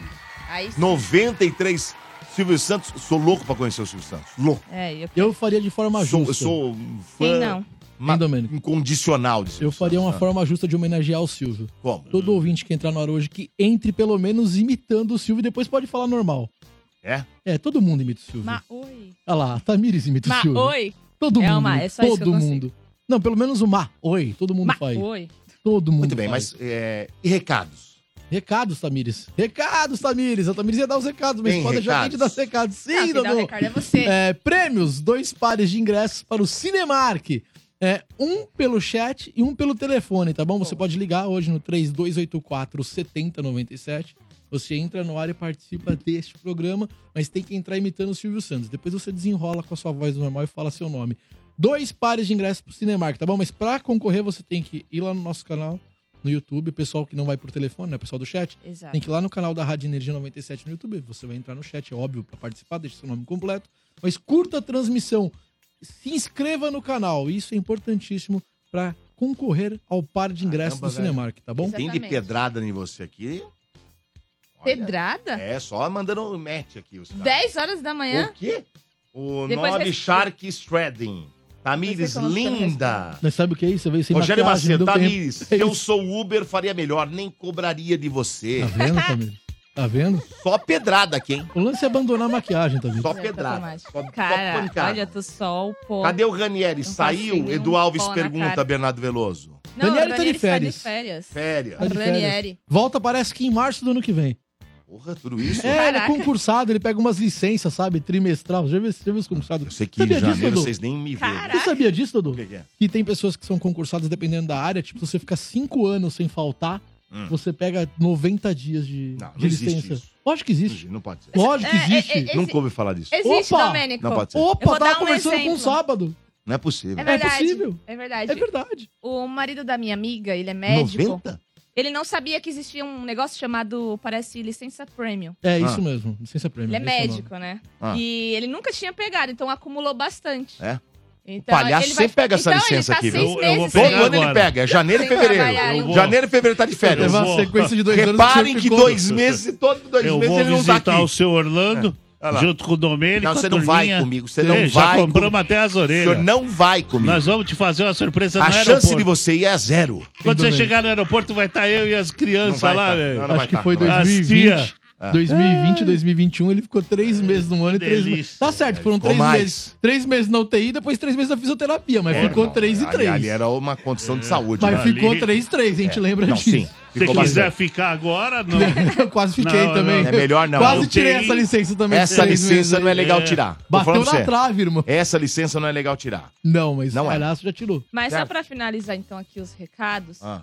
[SPEAKER 7] Aí sim.
[SPEAKER 1] 93. Silvio Santos, sou louco pra conhecer o Silvio Santos. Louco.
[SPEAKER 7] É, eu...
[SPEAKER 5] Eu faria de forma
[SPEAKER 1] Sou,
[SPEAKER 5] justa.
[SPEAKER 1] sou um fã
[SPEAKER 7] Quem não?
[SPEAKER 1] ma-
[SPEAKER 5] Hein, Domênico?
[SPEAKER 1] incondicional de Silvio
[SPEAKER 5] Eu faria uma
[SPEAKER 1] Santos.
[SPEAKER 5] forma justa de homenagear o Silvio.
[SPEAKER 1] Como?
[SPEAKER 5] Todo ouvinte que entrar no ar hoje que entre pelo menos imitando o Silvio e depois pode falar normal.
[SPEAKER 1] É?
[SPEAKER 5] É, todo mundo imita o Silvio.
[SPEAKER 7] Ma oi.
[SPEAKER 5] Olha lá, a Tamires imita
[SPEAKER 7] Ma
[SPEAKER 5] o Silvio.
[SPEAKER 7] oi.
[SPEAKER 5] Todo
[SPEAKER 7] É
[SPEAKER 5] mundo.
[SPEAKER 7] uma, é só isso
[SPEAKER 5] todo
[SPEAKER 7] que eu consigo.
[SPEAKER 5] mundo. Não, pelo menos o Ma. Oi, todo mundo
[SPEAKER 7] Ma
[SPEAKER 5] faz.
[SPEAKER 7] oi.
[SPEAKER 5] Todo mundo
[SPEAKER 1] Muito bem,
[SPEAKER 5] faz.
[SPEAKER 1] mas é, e recados?
[SPEAKER 5] Recados, Tamires. Recados, Tamires. A Tamires ia dar os recados, mas
[SPEAKER 1] Tem
[SPEAKER 5] pode já quem te
[SPEAKER 1] recados?
[SPEAKER 5] dar os recados.
[SPEAKER 7] Não,
[SPEAKER 5] Sim,
[SPEAKER 7] quem dá o
[SPEAKER 5] Dodô.
[SPEAKER 7] recado é você.
[SPEAKER 5] É, prêmios, dois pares de ingressos para o Cinemark. É, um pelo chat e um pelo telefone, tá bom? Você pode ligar hoje no 3284 7097. Você entra no ar e participa deste programa, mas tem que entrar imitando o Silvio Santos. Depois você desenrola com a sua voz normal e fala seu nome. Dois pares de ingressos pro Cinemark, tá bom? Mas pra concorrer, você tem que ir lá no nosso canal, no YouTube, pessoal que não vai por telefone, né? Pessoal do chat,
[SPEAKER 7] Exato.
[SPEAKER 5] tem que ir lá no canal da Rádio Energia 97 no YouTube. Você vai entrar no chat, é óbvio, pra participar, deixa seu nome completo. Mas curta a transmissão. Se inscreva no canal. Isso é importantíssimo pra concorrer ao par de ingressos
[SPEAKER 1] Caramba,
[SPEAKER 5] do Cinemark, tá bom?
[SPEAKER 7] Exato.
[SPEAKER 1] Tem de
[SPEAKER 7] Exatamente.
[SPEAKER 1] pedrada em você aqui. Olha,
[SPEAKER 7] Pedrada?
[SPEAKER 1] É, só mandando um match aqui. Os caras.
[SPEAKER 7] 10 horas da manhã?
[SPEAKER 1] O quê? O
[SPEAKER 7] Depois
[SPEAKER 1] nome
[SPEAKER 7] você-
[SPEAKER 1] Shark Shredding. Tamires,
[SPEAKER 7] Não sei como que eu
[SPEAKER 1] linda.
[SPEAKER 5] Mas sabe o que é isso? Você veio sem
[SPEAKER 1] Rogério
[SPEAKER 5] maquiagem,
[SPEAKER 1] Macedo, tá
[SPEAKER 5] não deu
[SPEAKER 1] Tamires, se
[SPEAKER 5] É
[SPEAKER 1] eu
[SPEAKER 5] isso.
[SPEAKER 1] sou Uber, faria melhor. Nem cobraria de você.
[SPEAKER 5] tempo. Tá vendo, Tamir? Tá vendo?
[SPEAKER 1] Só pedrada aqui, hein?
[SPEAKER 5] O lance é abandonar a maquiagem, Tamir.
[SPEAKER 1] Só
[SPEAKER 7] Zé
[SPEAKER 1] pedrada.
[SPEAKER 7] Tomate.
[SPEAKER 1] Só, só
[SPEAKER 7] tá Cara,
[SPEAKER 1] pancada.
[SPEAKER 7] olha, tu sol, pô.
[SPEAKER 1] Cadê o Ranieri?
[SPEAKER 7] Não
[SPEAKER 1] Saiu?
[SPEAKER 7] consigo,
[SPEAKER 1] Edu
[SPEAKER 7] um
[SPEAKER 1] Alves
[SPEAKER 7] pó na
[SPEAKER 1] pergunta,
[SPEAKER 7] cara.
[SPEAKER 1] Bernardo Veloso.
[SPEAKER 7] Não,
[SPEAKER 5] Daniele tá de
[SPEAKER 7] Daniele está de
[SPEAKER 5] férias.
[SPEAKER 7] férias.
[SPEAKER 1] Férias.
[SPEAKER 5] Tá de férias.
[SPEAKER 7] Ranieri.
[SPEAKER 5] Volta, parece que em março do ano que vem.
[SPEAKER 1] Porra, tudo isso?
[SPEAKER 5] É, ele é
[SPEAKER 7] Caraca.
[SPEAKER 5] concursado, ele pega umas licenças, sabe? Trimestral. Já viu, já viu os
[SPEAKER 1] Eu
[SPEAKER 5] concursados?
[SPEAKER 1] sei que em
[SPEAKER 5] Sabia disso,
[SPEAKER 1] janeiro
[SPEAKER 5] Dudu?
[SPEAKER 1] vocês nem me veem.
[SPEAKER 7] Cara.
[SPEAKER 5] Você sabia disso, Dudu?
[SPEAKER 1] O que que é?
[SPEAKER 5] que tem pessoas que são concursadas dependendo da área. Tipo, se você ficar cinco anos sem faltar,
[SPEAKER 1] Hum.
[SPEAKER 5] você pega 90 dias de,
[SPEAKER 1] Não, não
[SPEAKER 5] de
[SPEAKER 1] existe
[SPEAKER 5] licença.
[SPEAKER 1] isso.
[SPEAKER 5] Lógico que existe.
[SPEAKER 1] Não pode ser.
[SPEAKER 5] Lógico que
[SPEAKER 7] É, é,
[SPEAKER 5] existe.
[SPEAKER 7] é, é-
[SPEAKER 1] Nunca ouvi falar disso.
[SPEAKER 7] Existe,
[SPEAKER 5] Opa!
[SPEAKER 7] Domênico.
[SPEAKER 1] Não pode ser.
[SPEAKER 5] Opa,
[SPEAKER 7] Eu vou
[SPEAKER 5] tava
[SPEAKER 7] dar um
[SPEAKER 5] conversando com o
[SPEAKER 7] exemplo.
[SPEAKER 5] sábado.
[SPEAKER 1] Não é possível.
[SPEAKER 7] É verdade.
[SPEAKER 5] possível.
[SPEAKER 7] É verdade.
[SPEAKER 5] É verdade.
[SPEAKER 7] O marido da minha amiga, ele é médico.
[SPEAKER 1] 90?
[SPEAKER 7] Ele não sabia que existia um negócio chamado, parece, licença premium.
[SPEAKER 5] É
[SPEAKER 1] Ah.
[SPEAKER 5] isso mesmo. Licença prêmio.
[SPEAKER 7] Ele é médico, né?
[SPEAKER 1] Ah.
[SPEAKER 7] E ele nunca tinha pegado, então acumulou bastante.
[SPEAKER 1] É?
[SPEAKER 7] Então,
[SPEAKER 1] Palhaço
[SPEAKER 7] ele vai-
[SPEAKER 1] sempre pega essa
[SPEAKER 7] então,
[SPEAKER 1] licença
[SPEAKER 7] ele tá
[SPEAKER 1] aqui, viu?
[SPEAKER 7] seis
[SPEAKER 4] Eu- eu vou
[SPEAKER 7] meses
[SPEAKER 4] pegar
[SPEAKER 7] sem-
[SPEAKER 1] Todo ano ele
[SPEAKER 4] agora.
[SPEAKER 1] pega. É janeiro e
[SPEAKER 7] Sem
[SPEAKER 1] fevereiro.
[SPEAKER 7] trabalhar
[SPEAKER 4] Eu vou.
[SPEAKER 1] Janeiro e fevereiro tá de férias.
[SPEAKER 5] Levar
[SPEAKER 4] Eu
[SPEAKER 5] uma
[SPEAKER 4] vou-
[SPEAKER 5] sequência de dois anos.
[SPEAKER 1] Reparem
[SPEAKER 5] sempre
[SPEAKER 1] que
[SPEAKER 5] conta.
[SPEAKER 1] dois meses, todo dois
[SPEAKER 4] Eu
[SPEAKER 1] meses
[SPEAKER 4] vou
[SPEAKER 1] ele não tá
[SPEAKER 4] visitar
[SPEAKER 1] aqui. É.
[SPEAKER 4] o seu Orlando,
[SPEAKER 1] Olha lá.
[SPEAKER 4] junto com o Domênico.
[SPEAKER 1] Não,
[SPEAKER 4] a
[SPEAKER 1] você não vai
[SPEAKER 4] turminha.
[SPEAKER 1] comigo, você não
[SPEAKER 4] Ei, Já
[SPEAKER 1] vai
[SPEAKER 4] compramos até as
[SPEAKER 1] O senhor
[SPEAKER 4] orelhas.
[SPEAKER 1] não vai comigo.
[SPEAKER 4] Nós vamos te fazer uma surpresa
[SPEAKER 1] A
[SPEAKER 4] no
[SPEAKER 1] chance de
[SPEAKER 4] aeroporto.
[SPEAKER 1] você ir é zero.
[SPEAKER 4] Quando você
[SPEAKER 5] Domênico.
[SPEAKER 4] chegar no aeroporto, vai estar eu e as crianças
[SPEAKER 1] vai
[SPEAKER 4] lá,
[SPEAKER 1] tá.
[SPEAKER 4] velho.
[SPEAKER 1] Não, não.
[SPEAKER 5] Acho
[SPEAKER 1] vai
[SPEAKER 5] que
[SPEAKER 1] tá, Ah.
[SPEAKER 5] foi
[SPEAKER 1] não vai
[SPEAKER 4] tá.
[SPEAKER 5] 2020.
[SPEAKER 4] As tia.
[SPEAKER 5] né?
[SPEAKER 7] Ah.
[SPEAKER 5] 2020, 2021, ele ficou
[SPEAKER 1] É.
[SPEAKER 5] três meses num ano e três meses.
[SPEAKER 4] delícia.
[SPEAKER 5] Tá certo, foram
[SPEAKER 1] Ficou
[SPEAKER 5] três
[SPEAKER 1] mais.
[SPEAKER 5] meses. Três meses na UTI, depois três meses na fisioterapia, mas
[SPEAKER 1] É,
[SPEAKER 5] ficou
[SPEAKER 1] não,
[SPEAKER 5] três e
[SPEAKER 1] ali-
[SPEAKER 5] três.
[SPEAKER 1] Ali era uma condição de saúde.
[SPEAKER 5] Mas
[SPEAKER 1] né? É.
[SPEAKER 4] Ali-
[SPEAKER 5] ficou 3-3, a gente lembra
[SPEAKER 1] Não,
[SPEAKER 5] disso.
[SPEAKER 1] sim.
[SPEAKER 4] Se
[SPEAKER 1] Ficou
[SPEAKER 4] quiser
[SPEAKER 1] bastante.
[SPEAKER 4] ficar É, agora, não.
[SPEAKER 5] Eu quase fiquei
[SPEAKER 4] Não,
[SPEAKER 5] também.
[SPEAKER 4] não.
[SPEAKER 1] É melhor não.
[SPEAKER 5] Quase
[SPEAKER 1] Eu
[SPEAKER 5] tirei
[SPEAKER 4] tenho-
[SPEAKER 5] essa licença também. de
[SPEAKER 1] Essa
[SPEAKER 5] três meses
[SPEAKER 1] licença
[SPEAKER 5] aí.
[SPEAKER 1] não é legal
[SPEAKER 4] É.
[SPEAKER 1] tirar. Tô
[SPEAKER 5] Bateu
[SPEAKER 1] falando pra
[SPEAKER 5] na
[SPEAKER 1] você.
[SPEAKER 5] trave, irmão.
[SPEAKER 1] Essa licença não é legal tirar.
[SPEAKER 5] Não, mas
[SPEAKER 1] Não
[SPEAKER 5] o
[SPEAKER 1] é.
[SPEAKER 5] palhaço já tirou.
[SPEAKER 7] Mas só
[SPEAKER 1] Certo.
[SPEAKER 7] pra finalizar, então, aqui os recados.
[SPEAKER 1] Ah.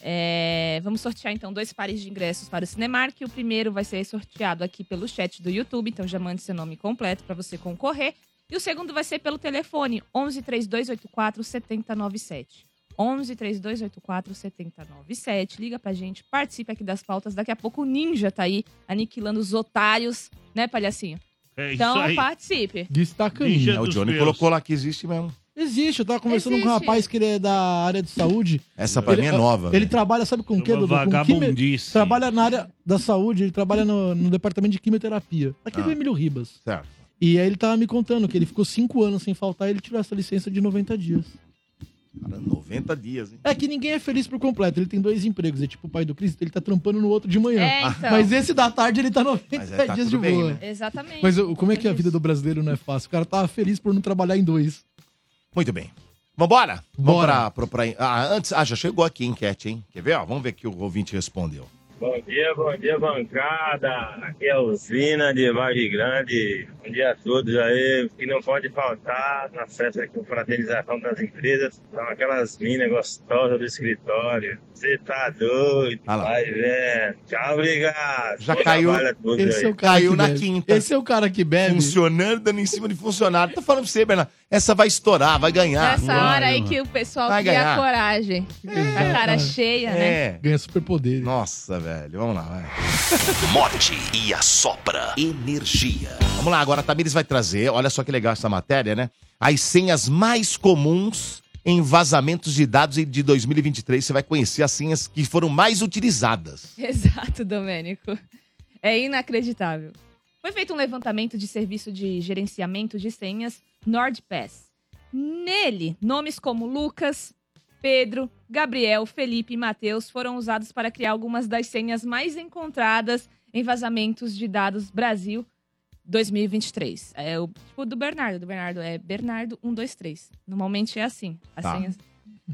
[SPEAKER 7] é, Vamos sortear, então, dois pares de ingressos para o Cinemark. O primeiro vai ser sorteado aqui pelo chat do YouTube. Então já mande seu nome completo pra você concorrer. E o segundo vai ser pelo telefone. 11 3284 7097. 11 3284 7097. Liga pra gente, participe aqui das pautas. Daqui a pouco o Ninja tá aí aniquilando os otários, né, palhacinho?
[SPEAKER 4] É isso
[SPEAKER 7] Então
[SPEAKER 4] aí.
[SPEAKER 7] participe.
[SPEAKER 5] Destacando.
[SPEAKER 4] Ninja
[SPEAKER 1] É, o
[SPEAKER 4] dos
[SPEAKER 1] Johnny
[SPEAKER 4] meus.
[SPEAKER 1] colocou lá que existe mesmo.
[SPEAKER 5] Existe, eu tava conversando com um
[SPEAKER 7] Existe.
[SPEAKER 5] rapaz que ele é da área de saúde.
[SPEAKER 1] Essa pra
[SPEAKER 5] Ele-
[SPEAKER 1] mim é nova.
[SPEAKER 5] Ele
[SPEAKER 1] velho.
[SPEAKER 5] trabalha, sabe com o quê,
[SPEAKER 4] Uma
[SPEAKER 5] Dudu? Com quimio...
[SPEAKER 4] vagabundice.
[SPEAKER 5] Trabalha na área da saúde, ele trabalha no, no departamento de quimioterapia. Aqui é do
[SPEAKER 1] Ah.
[SPEAKER 5] Emílio Ribas.
[SPEAKER 1] Certo.
[SPEAKER 5] E aí ele tava me contando que ele ficou cinco anos sem faltar e ele tirou essa licença de 90 dias.
[SPEAKER 1] Cara, 90 dias, hein?
[SPEAKER 5] É que ninguém é feliz por completo. Ele tem dois empregos. É tipo o pai do Cris, ele tá trampando no outro de manhã.
[SPEAKER 7] É, então.
[SPEAKER 5] Mas esse da tarde ele tá 90
[SPEAKER 1] Mas aí tá
[SPEAKER 5] dias de
[SPEAKER 1] tudo bem,
[SPEAKER 5] boa.
[SPEAKER 1] né?
[SPEAKER 7] Exatamente.
[SPEAKER 5] Mas o- como é que a
[SPEAKER 7] Isso.
[SPEAKER 5] vida do brasileiro não é fácil? O cara tá feliz por não trabalhar em dois.
[SPEAKER 1] Muito bem. Vambora? Vamos pra,
[SPEAKER 5] Bora.
[SPEAKER 1] pro- pra- ah, antes, ah, já chegou aqui a enquete, hein? Quer ver? ó? vamos ver o que o ouvinte respondeu.
[SPEAKER 8] Bom dia, bom dia, bancada. Aqui é a usina de Vale Grande. Bom dia a todos aí. O que não pode faltar na festa aqui, fraternização das empresas, são aquelas minas gostosas do escritório. Você tá doido?
[SPEAKER 1] Ah lá.
[SPEAKER 8] Vai vendo. Tchau, obrigado.
[SPEAKER 1] Já
[SPEAKER 8] Bom
[SPEAKER 1] caiu-
[SPEAKER 8] trabalho a todos
[SPEAKER 5] Esse
[SPEAKER 8] aí.
[SPEAKER 5] é o cara
[SPEAKER 1] Caiu
[SPEAKER 5] que
[SPEAKER 1] na
[SPEAKER 5] bebe.
[SPEAKER 1] quinta.
[SPEAKER 5] Esse é o cara que bebe.
[SPEAKER 1] Funcionando, dando em cima de funcionário. Tô falando pra você, Bernardo. Essa vai estourar, vai ganhar.
[SPEAKER 7] Nessa
[SPEAKER 4] Vai,
[SPEAKER 7] hora aí
[SPEAKER 4] mano.
[SPEAKER 7] que o pessoal
[SPEAKER 1] Vai
[SPEAKER 7] cria
[SPEAKER 1] ganhar.
[SPEAKER 7] a coragem. Com a cara cheia, né?
[SPEAKER 1] É.
[SPEAKER 5] Ganha superpoder.
[SPEAKER 1] Nossa, velho. Vamos lá, vai.
[SPEAKER 2] Morde e assopra. Energia.
[SPEAKER 1] Vamos lá, agora a Tamires vai trazer. Olha só que legal essa matéria, né? As senhas mais comuns em vazamentos de dados de 2023. Você vai conhecer as senhas que foram mais utilizadas.
[SPEAKER 7] Exato, Domênico. É inacreditável. Foi feito um levantamento de serviço de gerenciamento de senhas NordPass. Nele, nomes como Lucas, Pedro, Gabriel, Felipe e Matheus foram usados para criar algumas das senhas mais encontradas em vazamentos de dados Brasil 2023. É o tipo do Bernardo. Do Bernardo é Bernardo 123. Normalmente é assim. As
[SPEAKER 1] Tá.
[SPEAKER 7] senhas.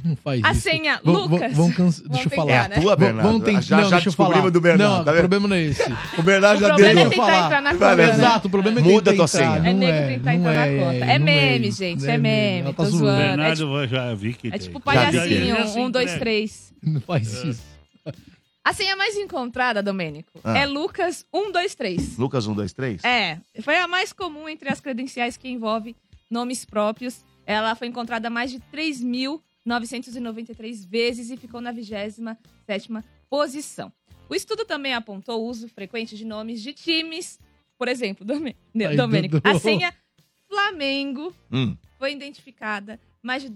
[SPEAKER 5] Não faz
[SPEAKER 7] A
[SPEAKER 5] isso.
[SPEAKER 7] senha
[SPEAKER 5] Vão- vão-
[SPEAKER 7] Lucas.
[SPEAKER 5] vão canse-
[SPEAKER 7] Vão
[SPEAKER 5] Deixa eu
[SPEAKER 7] tentar,
[SPEAKER 5] falar.
[SPEAKER 7] né?
[SPEAKER 1] É a tua,
[SPEAKER 5] Vão-
[SPEAKER 1] Bernardo?
[SPEAKER 5] vão tentar-
[SPEAKER 1] Já,
[SPEAKER 5] não,
[SPEAKER 1] já
[SPEAKER 5] deixa eu falar.
[SPEAKER 1] descobrimos do Bernardo,
[SPEAKER 5] Não,
[SPEAKER 1] tá
[SPEAKER 5] o
[SPEAKER 1] vendo?
[SPEAKER 5] problema não é esse.
[SPEAKER 1] O Bernardo
[SPEAKER 7] O
[SPEAKER 1] já
[SPEAKER 7] problema
[SPEAKER 1] deu.
[SPEAKER 7] é tentar entrar na
[SPEAKER 1] Vai,
[SPEAKER 7] conta.
[SPEAKER 1] né?
[SPEAKER 7] né?
[SPEAKER 5] Exato, o problema é
[SPEAKER 1] Muda
[SPEAKER 5] tentar
[SPEAKER 1] tua
[SPEAKER 5] entrar,
[SPEAKER 1] senha.
[SPEAKER 7] É
[SPEAKER 5] não
[SPEAKER 7] nego tentar
[SPEAKER 5] não
[SPEAKER 7] entrar na
[SPEAKER 5] é,
[SPEAKER 7] conta. É
[SPEAKER 5] não
[SPEAKER 7] meme, gente, é meme,
[SPEAKER 5] ela tá
[SPEAKER 7] tô zoando. Mano, é
[SPEAKER 4] Bernardo, eu já vi que
[SPEAKER 7] É
[SPEAKER 4] tem.
[SPEAKER 7] tipo
[SPEAKER 1] Já vi
[SPEAKER 7] palhacinho,
[SPEAKER 4] Já se
[SPEAKER 7] um, dois,
[SPEAKER 4] entrega.
[SPEAKER 7] três.
[SPEAKER 5] Não faz isso.
[SPEAKER 7] A senha mais encontrada, Domênico,
[SPEAKER 1] Ah.
[SPEAKER 7] é Lucas 123.
[SPEAKER 1] Lucas, um, dois, três?
[SPEAKER 7] É, foi a mais comum entre as credenciais que envolve nomes próprios. Ela foi encontrada mais de 3.993 vezes e ficou na 27ª posição. O estudo também apontou o uso frequente de nomes de times. Por exemplo, Domê-
[SPEAKER 5] Ai,
[SPEAKER 7] Domênico,
[SPEAKER 5] Dudu.
[SPEAKER 7] a senha Flamengo
[SPEAKER 1] Hum.
[SPEAKER 7] foi identificada mais de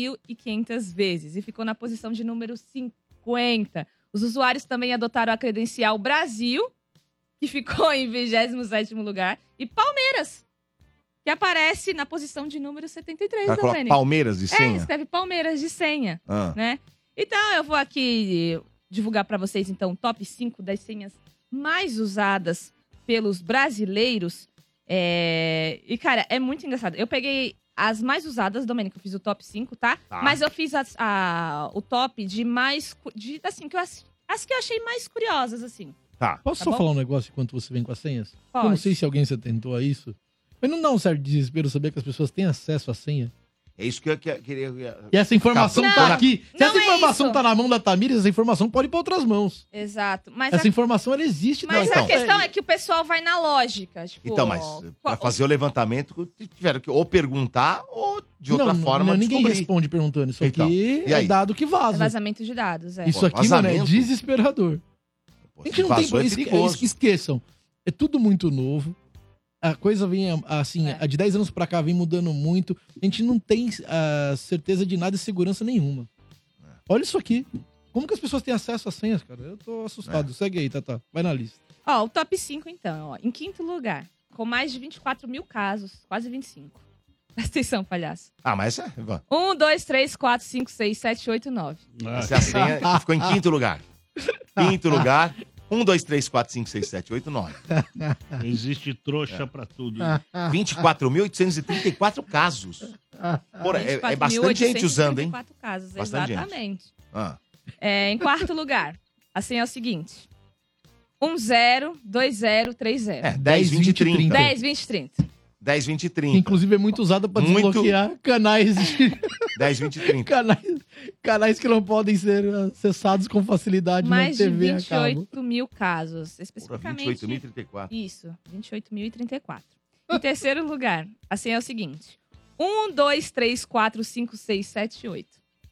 [SPEAKER 7] 2.500 vezes e ficou na posição de número 50. Os usuários também adotaram a credencial Brasil, que ficou em 27º lugar, e Palmeiras, que aparece na posição de número
[SPEAKER 1] O
[SPEAKER 7] 73
[SPEAKER 1] cara
[SPEAKER 7] da
[SPEAKER 1] coloca Palmeiras de
[SPEAKER 7] É,
[SPEAKER 1] senha.
[SPEAKER 7] escreve Palmeiras de senha,
[SPEAKER 1] Ah.
[SPEAKER 7] né? Então, eu vou aqui divulgar para vocês, então, o top 5 das senhas mais usadas pelos brasileiros. É, E, cara, é muito engraçado. Eu peguei as mais usadas, Domênico, eu fiz o top 5, tá?
[SPEAKER 1] Tá.
[SPEAKER 7] Mas eu fiz as- a- o top de mais. cu- De, assim, que eu, as, as que eu achei mais curiosas, assim.
[SPEAKER 5] Posso
[SPEAKER 7] Tá
[SPEAKER 5] só
[SPEAKER 7] bom?
[SPEAKER 5] falar um negócio enquanto você vem com as senhas? Eu não
[SPEAKER 7] Pode.
[SPEAKER 5] sei se alguém se atentou a isso. Mas não dá um certo desespero saber que as pessoas têm acesso à senha.
[SPEAKER 1] É isso que eu que- queria.
[SPEAKER 5] E essa informação
[SPEAKER 7] Não,
[SPEAKER 5] tá aqui. Se
[SPEAKER 7] não
[SPEAKER 5] essa
[SPEAKER 7] é
[SPEAKER 5] informação
[SPEAKER 7] isso.
[SPEAKER 5] tá na mão da Tamires, essa informação pode ir pra outras mãos.
[SPEAKER 7] Exato. Mas,
[SPEAKER 5] essa
[SPEAKER 7] a,
[SPEAKER 5] informação, ela existe.
[SPEAKER 7] mas
[SPEAKER 5] na
[SPEAKER 1] então.
[SPEAKER 7] a
[SPEAKER 5] nossa
[SPEAKER 7] questão
[SPEAKER 5] série.
[SPEAKER 7] é que o pessoal vai na lógica. Tipo,
[SPEAKER 1] Então, mas pra
[SPEAKER 7] qual-
[SPEAKER 1] fazer o levantamento, tiveram que ou perguntar ou de outra
[SPEAKER 5] Não, não,
[SPEAKER 1] forma
[SPEAKER 5] não, ninguém
[SPEAKER 1] descobrir.
[SPEAKER 5] responde perguntando. Isso
[SPEAKER 1] Então,
[SPEAKER 5] aqui
[SPEAKER 1] e
[SPEAKER 5] é
[SPEAKER 1] aí?
[SPEAKER 5] dado que
[SPEAKER 7] é
[SPEAKER 5] vaza.
[SPEAKER 7] vazamento de dados, é.
[SPEAKER 5] Isso aqui, mano, é
[SPEAKER 1] Vazamento?
[SPEAKER 5] desesperador.
[SPEAKER 1] Pô,
[SPEAKER 5] A
[SPEAKER 1] se
[SPEAKER 5] gente não tem
[SPEAKER 1] vazou, é
[SPEAKER 5] isso, que-
[SPEAKER 1] perigoso.
[SPEAKER 5] isso que esqueçam. É tudo muito novo. A coisa vem assim,
[SPEAKER 7] É.
[SPEAKER 5] a de 10 anos pra cá vem mudando muito. A gente não tem ah, certeza de nada e segurança nenhuma.
[SPEAKER 1] É.
[SPEAKER 5] Olha isso aqui. Como que as pessoas têm acesso às senhas, cara? Eu tô
[SPEAKER 1] É.
[SPEAKER 5] assustado. Segue aí, Tata. Vai na lista.
[SPEAKER 7] Ó, o top 5, então, ó. Em quinto lugar, com mais de 24 mil casos, quase 25. Presta atenção, palhaço.
[SPEAKER 1] Ah, mas essa, Ivan,
[SPEAKER 7] 1, 2, 3, 4, 5, 6, 7, 8, 9.
[SPEAKER 4] Ah,
[SPEAKER 1] essa é a senha que ficou em quinto lugar. Quinto lugar. 1, 2, 3, 4, 5, 6, 7, 8, 9.
[SPEAKER 4] Existe trouxa
[SPEAKER 1] É.
[SPEAKER 4] pra tudo.
[SPEAKER 1] 24.834 casos. Porra, é, é bastante gente usando, hein?
[SPEAKER 7] casos,
[SPEAKER 1] Bastante gente.
[SPEAKER 7] exatamente.
[SPEAKER 1] Ah,
[SPEAKER 7] É, em quarto lugar, a senha é o seguinte: 1, 0, 2, 0, 3, 0.
[SPEAKER 1] É, 10, 20 e 30.
[SPEAKER 7] 10, 20, 30.
[SPEAKER 1] 10, 20 e
[SPEAKER 5] Que,
[SPEAKER 1] 30.
[SPEAKER 5] inclusive é muito usada pra
[SPEAKER 1] Muito.
[SPEAKER 5] desbloquear canais, de-
[SPEAKER 1] 10, 20 e 30.
[SPEAKER 5] canais canais que não podem ser acessados com facilidade
[SPEAKER 7] Mais
[SPEAKER 5] na
[SPEAKER 7] de
[SPEAKER 5] TV a cabo.
[SPEAKER 7] 28 mil casos.
[SPEAKER 1] Porra,
[SPEAKER 7] Especificamente.
[SPEAKER 1] 28.034.
[SPEAKER 7] Isso, 28.034. Em terceiro lugar, a senha é o seguinte: 1, 2, 3, 4, 5, 6, 7, 8.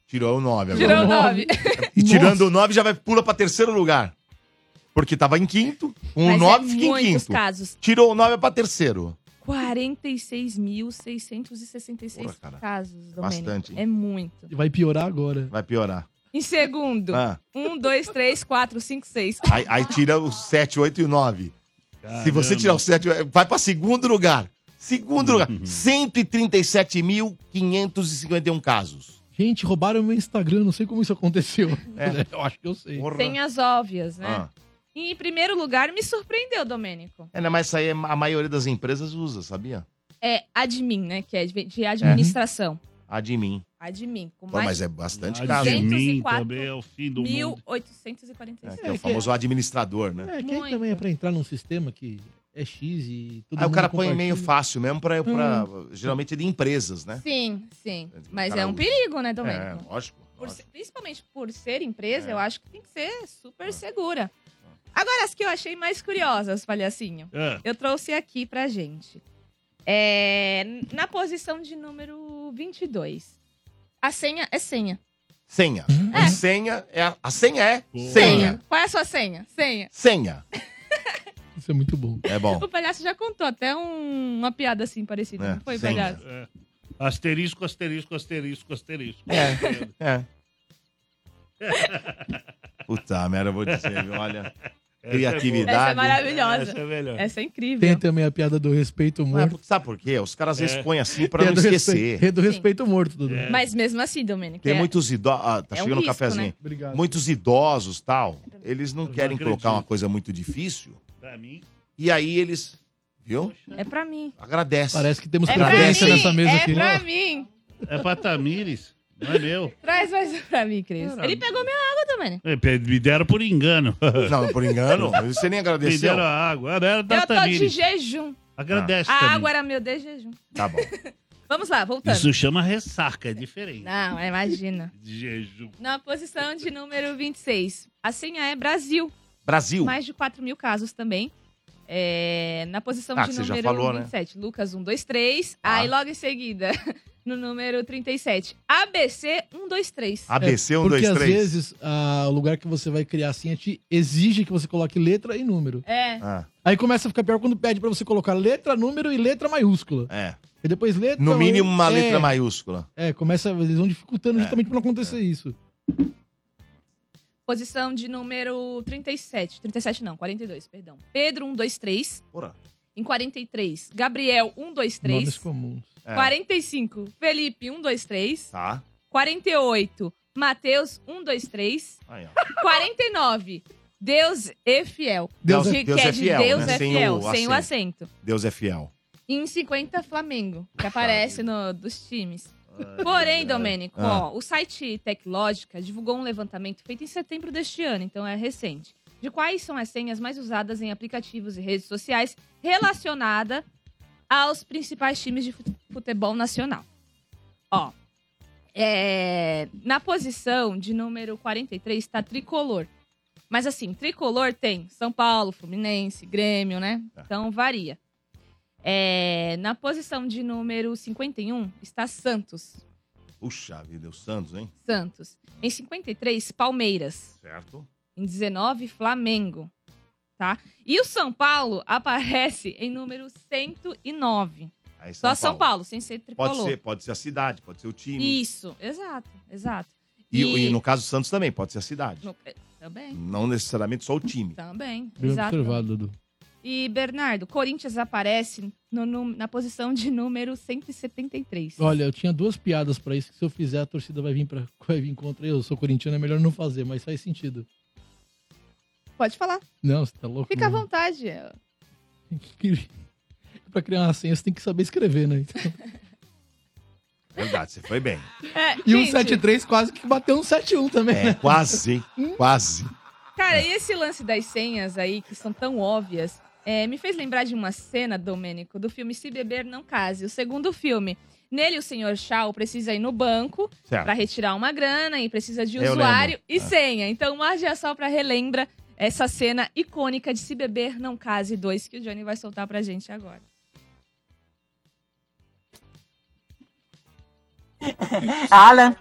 [SPEAKER 1] Tirou o 9 agora.
[SPEAKER 7] Tirou
[SPEAKER 5] nove.
[SPEAKER 7] 9.
[SPEAKER 1] É E tirando o 9 já vai pula pra terceiro lugar. Porque tava em quinto. Com o 9 fica em
[SPEAKER 7] é muitos
[SPEAKER 1] quinto.
[SPEAKER 7] casos.
[SPEAKER 1] Tirou o 9 é pra terceiro.
[SPEAKER 7] 46.666
[SPEAKER 1] Porra, cara.
[SPEAKER 7] casos, Domênico.
[SPEAKER 1] Bastante, hein?
[SPEAKER 7] É muito.
[SPEAKER 5] Vai piorar agora.
[SPEAKER 1] Vai piorar.
[SPEAKER 7] Em segundo,
[SPEAKER 1] Ah,
[SPEAKER 7] 1, 2, 3, 4, 5, 6.
[SPEAKER 1] aí, aí tira o 7, 8 e o 9. Se você
[SPEAKER 4] Caramba. Uhum.
[SPEAKER 1] tirar o 7, vai pra segundo lugar. Segundo lugar. 137.551 casos.
[SPEAKER 5] Gente, roubaram meu Instagram, não sei como isso aconteceu. Eu acho que eu sei.
[SPEAKER 1] É. Porra.
[SPEAKER 7] Tem as óbvias, né?
[SPEAKER 1] Ah.
[SPEAKER 7] E em primeiro lugar, me surpreendeu, Domênico.
[SPEAKER 1] É, né, mas isso aí é- a maioria das empresas usa, sabia?
[SPEAKER 7] É admin, né? Que é de- de administração.
[SPEAKER 1] Admin.
[SPEAKER 7] Admin. Com
[SPEAKER 1] Pô,
[SPEAKER 7] mais
[SPEAKER 1] mas é bastante
[SPEAKER 4] Ah,
[SPEAKER 1] caso.
[SPEAKER 4] de
[SPEAKER 1] hein?
[SPEAKER 7] 200.
[SPEAKER 4] mim
[SPEAKER 7] 104
[SPEAKER 4] também é o fim do mundo.
[SPEAKER 7] 1846.
[SPEAKER 1] É, que é o famoso administrador, né?
[SPEAKER 5] É, que aí
[SPEAKER 7] Muito.
[SPEAKER 5] também é pra entrar num sistema que é X e tudo
[SPEAKER 1] Aí o cara põe e-mail fácil mesmo pra, pra
[SPEAKER 5] Hum.
[SPEAKER 1] geralmente é de empresas, né?
[SPEAKER 7] Sim, sim.
[SPEAKER 1] O
[SPEAKER 7] Mas
[SPEAKER 1] cara
[SPEAKER 7] é um
[SPEAKER 1] usa.
[SPEAKER 7] perigo, né,
[SPEAKER 1] É,
[SPEAKER 7] Domênico?
[SPEAKER 1] lógico.
[SPEAKER 7] Por
[SPEAKER 1] lógico.
[SPEAKER 7] ser- principalmente por ser empresa,
[SPEAKER 1] É.
[SPEAKER 7] eu acho que tem que ser super
[SPEAKER 1] Ah.
[SPEAKER 7] segura. Agora, as que eu achei mais curiosas, palhacinho,
[SPEAKER 4] Ah,
[SPEAKER 7] eu trouxe aqui pra gente. É, n- na posição de número 22. A senha é senha.
[SPEAKER 1] Senha. A senha é a, a senha é
[SPEAKER 4] Boa.
[SPEAKER 1] senha.
[SPEAKER 7] Qual é a sua senha? Senha.
[SPEAKER 1] Senha.
[SPEAKER 5] Isso é muito bom.
[SPEAKER 1] É bom.
[SPEAKER 7] O palhaço já contou até um- uma piada assim parecida,
[SPEAKER 1] É,
[SPEAKER 7] não foi,
[SPEAKER 1] senha.
[SPEAKER 7] palhaço?
[SPEAKER 4] é. Asterisco, asterisco, asterisco, asterisco.
[SPEAKER 1] É. É.
[SPEAKER 7] é
[SPEAKER 1] Puta merda, eu vou dizer, viu? olha. Criatividade.
[SPEAKER 7] Essa é maravilhosa.
[SPEAKER 4] Essa é melhor.
[SPEAKER 7] Essa é incrível.
[SPEAKER 5] Tem também a piada do respeito
[SPEAKER 1] Ué,
[SPEAKER 5] morto.
[SPEAKER 1] por- sabe por quê? Os caras Ah, às vezes
[SPEAKER 4] É.
[SPEAKER 1] põem assim pra não
[SPEAKER 5] Tem a do
[SPEAKER 1] esquecer.
[SPEAKER 5] respeito- do respeito morto, Dudu.
[SPEAKER 4] É.
[SPEAKER 7] Mas mesmo assim, Domênico.
[SPEAKER 1] Tem
[SPEAKER 7] é-
[SPEAKER 1] muitos idosos. Ah, tá
[SPEAKER 7] É um
[SPEAKER 1] chegando o
[SPEAKER 7] risco,
[SPEAKER 1] cafezinho.
[SPEAKER 7] né?
[SPEAKER 5] Obrigado.
[SPEAKER 1] Muitos idosos tal, eles não
[SPEAKER 4] Eu não
[SPEAKER 1] querem colocar uma
[SPEAKER 4] acredito.
[SPEAKER 1] coisa muito difícil.
[SPEAKER 4] Pra mim,
[SPEAKER 1] E aí eles, viu?
[SPEAKER 7] é pra mim.
[SPEAKER 1] Agradece.
[SPEAKER 5] Parece que temos
[SPEAKER 7] É pra
[SPEAKER 5] preferência
[SPEAKER 1] Agradece
[SPEAKER 7] mim,
[SPEAKER 5] nessa mesa
[SPEAKER 7] é
[SPEAKER 5] aqui. né?
[SPEAKER 7] pra mim.
[SPEAKER 4] é pra Tamires, não é meu.
[SPEAKER 7] Traz mais um pra mim, Cris. Ele pegou minha água, né? Domênico.
[SPEAKER 4] É, pe- Me deram por engano.
[SPEAKER 1] Não, por engano, você nem
[SPEAKER 4] Me
[SPEAKER 1] agradeceu.
[SPEAKER 4] deram a água. Era da
[SPEAKER 7] Eu tô de
[SPEAKER 4] Tamires.
[SPEAKER 7] jejum.
[SPEAKER 4] Agradece,
[SPEAKER 7] A
[SPEAKER 4] Tamires.
[SPEAKER 7] água era meu de jejum.
[SPEAKER 1] Tá bom.
[SPEAKER 7] Vamos lá, voltando.
[SPEAKER 4] Isso chama ressaca, é diferente.
[SPEAKER 7] Não, imagina.
[SPEAKER 4] De jejum.
[SPEAKER 7] Na posição de número 26. A senha é Brasil.
[SPEAKER 1] Brasil.
[SPEAKER 7] Mais de 4 mil casos também. É, na posição
[SPEAKER 1] Ah,
[SPEAKER 7] de
[SPEAKER 1] que você já
[SPEAKER 7] número
[SPEAKER 1] falou, né?
[SPEAKER 7] 27. Lucas 1, 2, 3.
[SPEAKER 1] Ah.
[SPEAKER 7] Aí logo em seguida, no número 37. ABC 1, 2, 3.
[SPEAKER 1] ABC 1,
[SPEAKER 5] Porque
[SPEAKER 1] 2,
[SPEAKER 5] às
[SPEAKER 1] 3.
[SPEAKER 5] vezes ah, o lugar que você vai criar assim, a senha te exige que você coloque letra e número.
[SPEAKER 7] É.
[SPEAKER 1] Ah,
[SPEAKER 5] Aí começa a ficar pior quando pede pra você colocar letra, número e letra maiúscula.
[SPEAKER 1] é.
[SPEAKER 5] E depois letra.
[SPEAKER 1] No mínimo uma
[SPEAKER 5] é,
[SPEAKER 1] letra maiúscula. É.
[SPEAKER 5] É, começa, eles vão dificultando justamente pra não acontecer isso.
[SPEAKER 7] Posição de número 37. 37 não, 42, perdão. Pedro 1, 2, 3.
[SPEAKER 1] Porra.
[SPEAKER 7] Em 43, Gabriel, 1, 2,
[SPEAKER 5] Nomes
[SPEAKER 7] 3.
[SPEAKER 5] comuns.
[SPEAKER 1] É,
[SPEAKER 7] 45, Felipe, 1, 2, 3.
[SPEAKER 1] Tá.
[SPEAKER 7] 48, Matheus, 1, 2, 3.
[SPEAKER 1] Aí, ó.
[SPEAKER 7] 49, Deus é fiel.
[SPEAKER 1] Deus-
[SPEAKER 7] que,
[SPEAKER 1] Deus
[SPEAKER 7] que
[SPEAKER 1] é
[SPEAKER 7] é de
[SPEAKER 1] fiel,
[SPEAKER 7] Deus
[SPEAKER 1] né?
[SPEAKER 7] é
[SPEAKER 1] Sem
[SPEAKER 7] fiel,
[SPEAKER 1] o
[SPEAKER 7] sem o acento.
[SPEAKER 1] Deus é fiel.
[SPEAKER 7] E em 50, Flamengo, que aparece no, dos times. Porém, Domênico,
[SPEAKER 1] Ah.
[SPEAKER 7] ó, o site Teclógica divulgou um levantamento feito em setembro deste ano, então é recente, de quais são as senhas mais usadas em aplicativos e redes sociais relacionada aos principais times de fut- futebol nacional. Ó, é, na posição de número 43 está tá tricolor. Mas assim, tricolor tem São Paulo, Fluminense, Grêmio, né?
[SPEAKER 1] Tá.
[SPEAKER 7] Então varia. É, na posição de número 51 está Santos.
[SPEAKER 1] Puxa vida, é o Santos, hein?
[SPEAKER 7] Santos. Em 53, Palmeiras.
[SPEAKER 1] Certo.
[SPEAKER 7] Em 19, Flamengo. Tá? E o São Paulo aparece em número 109.
[SPEAKER 1] Aí
[SPEAKER 7] Só São Paulo, sem ser tricolor.
[SPEAKER 1] É Pode ser, pode ser a cidade, pode ser o time.
[SPEAKER 7] Isso, exato, exato.
[SPEAKER 1] E, e no caso Hum. do Santos também, pode ser a cidade.
[SPEAKER 7] no- é, Também,
[SPEAKER 1] Não necessariamente só o time.
[SPEAKER 7] também.
[SPEAKER 5] Bem
[SPEAKER 7] exato.
[SPEAKER 5] observado, Dudu.
[SPEAKER 7] E, Bernardo, Corinthians aparece no nu- na posição de número 173.
[SPEAKER 5] Olha, eu tinha duas piadas pra isso, que se eu fizer, a torcida vai vir, pra, vai vir contra. Eu sou corintiano, é melhor não fazer, mas faz sentido.
[SPEAKER 7] Pode falar,
[SPEAKER 5] Não, você tá louco?
[SPEAKER 7] fica à
[SPEAKER 5] não. É
[SPEAKER 7] vontade.
[SPEAKER 5] Pra criar uma senha, você tem que saber escrever, né? Então,
[SPEAKER 1] Verdade, você foi bem.
[SPEAKER 7] É,
[SPEAKER 5] E um
[SPEAKER 7] gente,
[SPEAKER 5] 7-3 quase que bateu um 7-1 também,
[SPEAKER 1] É,
[SPEAKER 5] né?
[SPEAKER 1] quase, hein? quase.
[SPEAKER 7] Cara, e esse lance das senhas aí, que são tão óbvias, é, me fez lembrar de uma cena, Domênico, do filme Se Beber Não Case, o segundo filme. Nele, o senhor Shaw precisa ir no banco
[SPEAKER 1] Certo.
[SPEAKER 7] para retirar uma grana e precisa de
[SPEAKER 1] Eu
[SPEAKER 7] usuário e
[SPEAKER 1] lembro. Ah.
[SPEAKER 7] senha. Então, o Argia Sol pra relembra essa cena icônica de Se Beber Não Case 2, que o Johnny vai soltar pra gente agora.
[SPEAKER 9] Alan,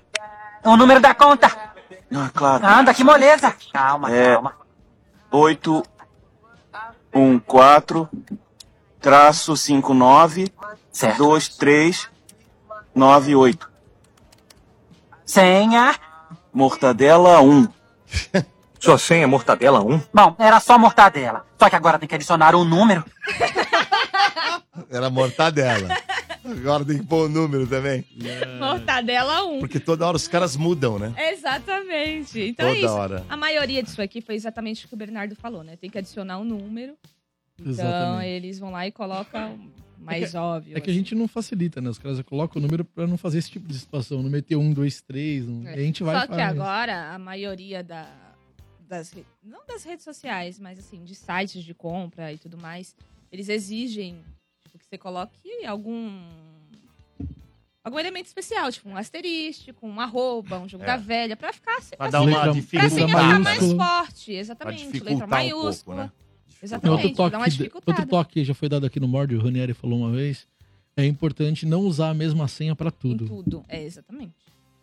[SPEAKER 9] o número da conta. Ah, claro. É, Anda, que moleza. Calma, calma.
[SPEAKER 10] 8 1 4 traço 5 9
[SPEAKER 9] Certo.
[SPEAKER 10] 2 3 9 8
[SPEAKER 9] Senha.
[SPEAKER 10] mortadela 1
[SPEAKER 2] Sua senha é mortadela 1?
[SPEAKER 9] Bom, era só mortadela. Só que agora tem que adicionar um número.
[SPEAKER 1] Era mortadela. Agora tem que pôr o número também.
[SPEAKER 7] Mortadela 1.
[SPEAKER 1] Porque toda hora os caras mudam, né?
[SPEAKER 7] Exatamente. Então é
[SPEAKER 1] toda
[SPEAKER 7] isso.
[SPEAKER 1] hora.
[SPEAKER 7] A maioria disso aqui foi exatamente o que o Bernardo falou, né? Tem que adicionar um número. Então
[SPEAKER 5] Exatamente.
[SPEAKER 7] eles vão lá e colocam mais óbvio. assim.
[SPEAKER 5] É que a gente não facilita, né? Os caras já colocam o número pra não fazer esse tipo de situação. Não meter um, dois, três. um-
[SPEAKER 7] É.
[SPEAKER 5] A gente vai
[SPEAKER 7] Só
[SPEAKER 5] e
[SPEAKER 7] que
[SPEAKER 5] faz.
[SPEAKER 7] agora a maioria da- das re- não das redes sociais, mas assim, de sites de compra e tudo mais, eles exigem tipo, que você coloque algum algum elemento especial, tipo um asterístico, um arroba, um jogo
[SPEAKER 1] É.
[SPEAKER 7] da velha, pra ficar assim,
[SPEAKER 1] Pra dar uma
[SPEAKER 5] Letra-
[SPEAKER 7] pra
[SPEAKER 5] letra
[SPEAKER 7] senha
[SPEAKER 1] dificuldade.
[SPEAKER 7] ficar
[SPEAKER 1] né?
[SPEAKER 7] mais
[SPEAKER 5] maiúscula.
[SPEAKER 7] forte,
[SPEAKER 1] Pra
[SPEAKER 7] exatamente, letra
[SPEAKER 1] dificultar um pouco,
[SPEAKER 7] maiúscula.
[SPEAKER 1] né?
[SPEAKER 5] Não,
[SPEAKER 7] Exatamente.
[SPEAKER 5] outro toque,
[SPEAKER 7] dá uma
[SPEAKER 5] que-
[SPEAKER 7] dificultada.
[SPEAKER 5] outro toque que já foi dado aqui no Mord, o Ranieri falou uma vez. É importante não usar a mesma senha pra
[SPEAKER 7] em
[SPEAKER 5] tudo.
[SPEAKER 7] tudo. É, exatamente.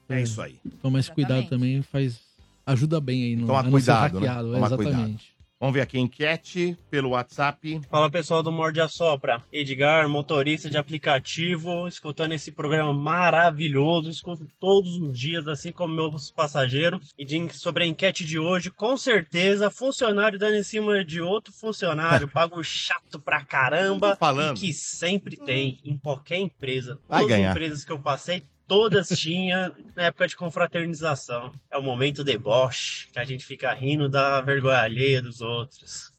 [SPEAKER 1] É isso aí.
[SPEAKER 5] Então, mas cuidado
[SPEAKER 7] Exatamente.
[SPEAKER 5] também faz. Ajuda bem aí no
[SPEAKER 1] Tomar
[SPEAKER 5] a não
[SPEAKER 1] cuidado,
[SPEAKER 5] ser
[SPEAKER 1] né?
[SPEAKER 5] hackeado.
[SPEAKER 1] Tomar
[SPEAKER 5] Exatamente.
[SPEAKER 1] Vamos ver aqui a enquete pelo WhatsApp.
[SPEAKER 11] Fala pessoal do Morde a Sopra, Edgar, motorista de aplicativo, escutando esse programa maravilhoso, escuto todos os dias, assim como meus passageiros. E de- sobre a enquete de hoje, com certeza, funcionário dando em cima de outro funcionário, pago chato pra caramba,
[SPEAKER 1] Falando.
[SPEAKER 11] que sempre tem em qualquer empresa.
[SPEAKER 1] Vai
[SPEAKER 11] todas
[SPEAKER 1] ganhar.
[SPEAKER 11] as empresas que eu passei, todas tinham na época de confraternização. É o momento deboche, que a gente fica rindo da vergonha alheia dos outros.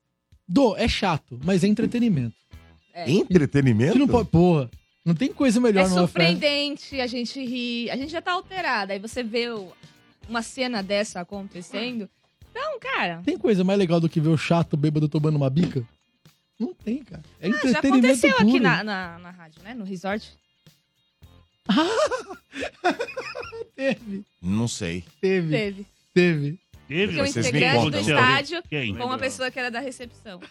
[SPEAKER 5] Do, é chato, mas é entretenimento.
[SPEAKER 7] É.
[SPEAKER 1] Então,
[SPEAKER 5] Você
[SPEAKER 1] Entretenimento?
[SPEAKER 5] não pode. Porra, não tem coisa melhor né?
[SPEAKER 7] É
[SPEAKER 5] numa oferta.
[SPEAKER 7] surpreendente, a gente ri, a gente já tá alterada. Aí você vê o- uma cena dessa acontecendo. Então, cara,
[SPEAKER 5] Tem coisa mais legal do que ver o chato bêbado tomando uma bica? Não tem, cara. É
[SPEAKER 7] ah, já
[SPEAKER 5] entretenimento
[SPEAKER 7] aconteceu
[SPEAKER 5] puro.
[SPEAKER 7] aqui na, na, na rádio, né? No resort.
[SPEAKER 5] Teve,
[SPEAKER 1] Não sei.
[SPEAKER 5] teve,
[SPEAKER 7] Teve.
[SPEAKER 5] teve.
[SPEAKER 4] Teve?
[SPEAKER 7] Porque um
[SPEAKER 1] vocês me
[SPEAKER 7] integrante do
[SPEAKER 1] contam, então.
[SPEAKER 7] estádio
[SPEAKER 4] Quem?
[SPEAKER 7] com uma pessoa que era da recepção.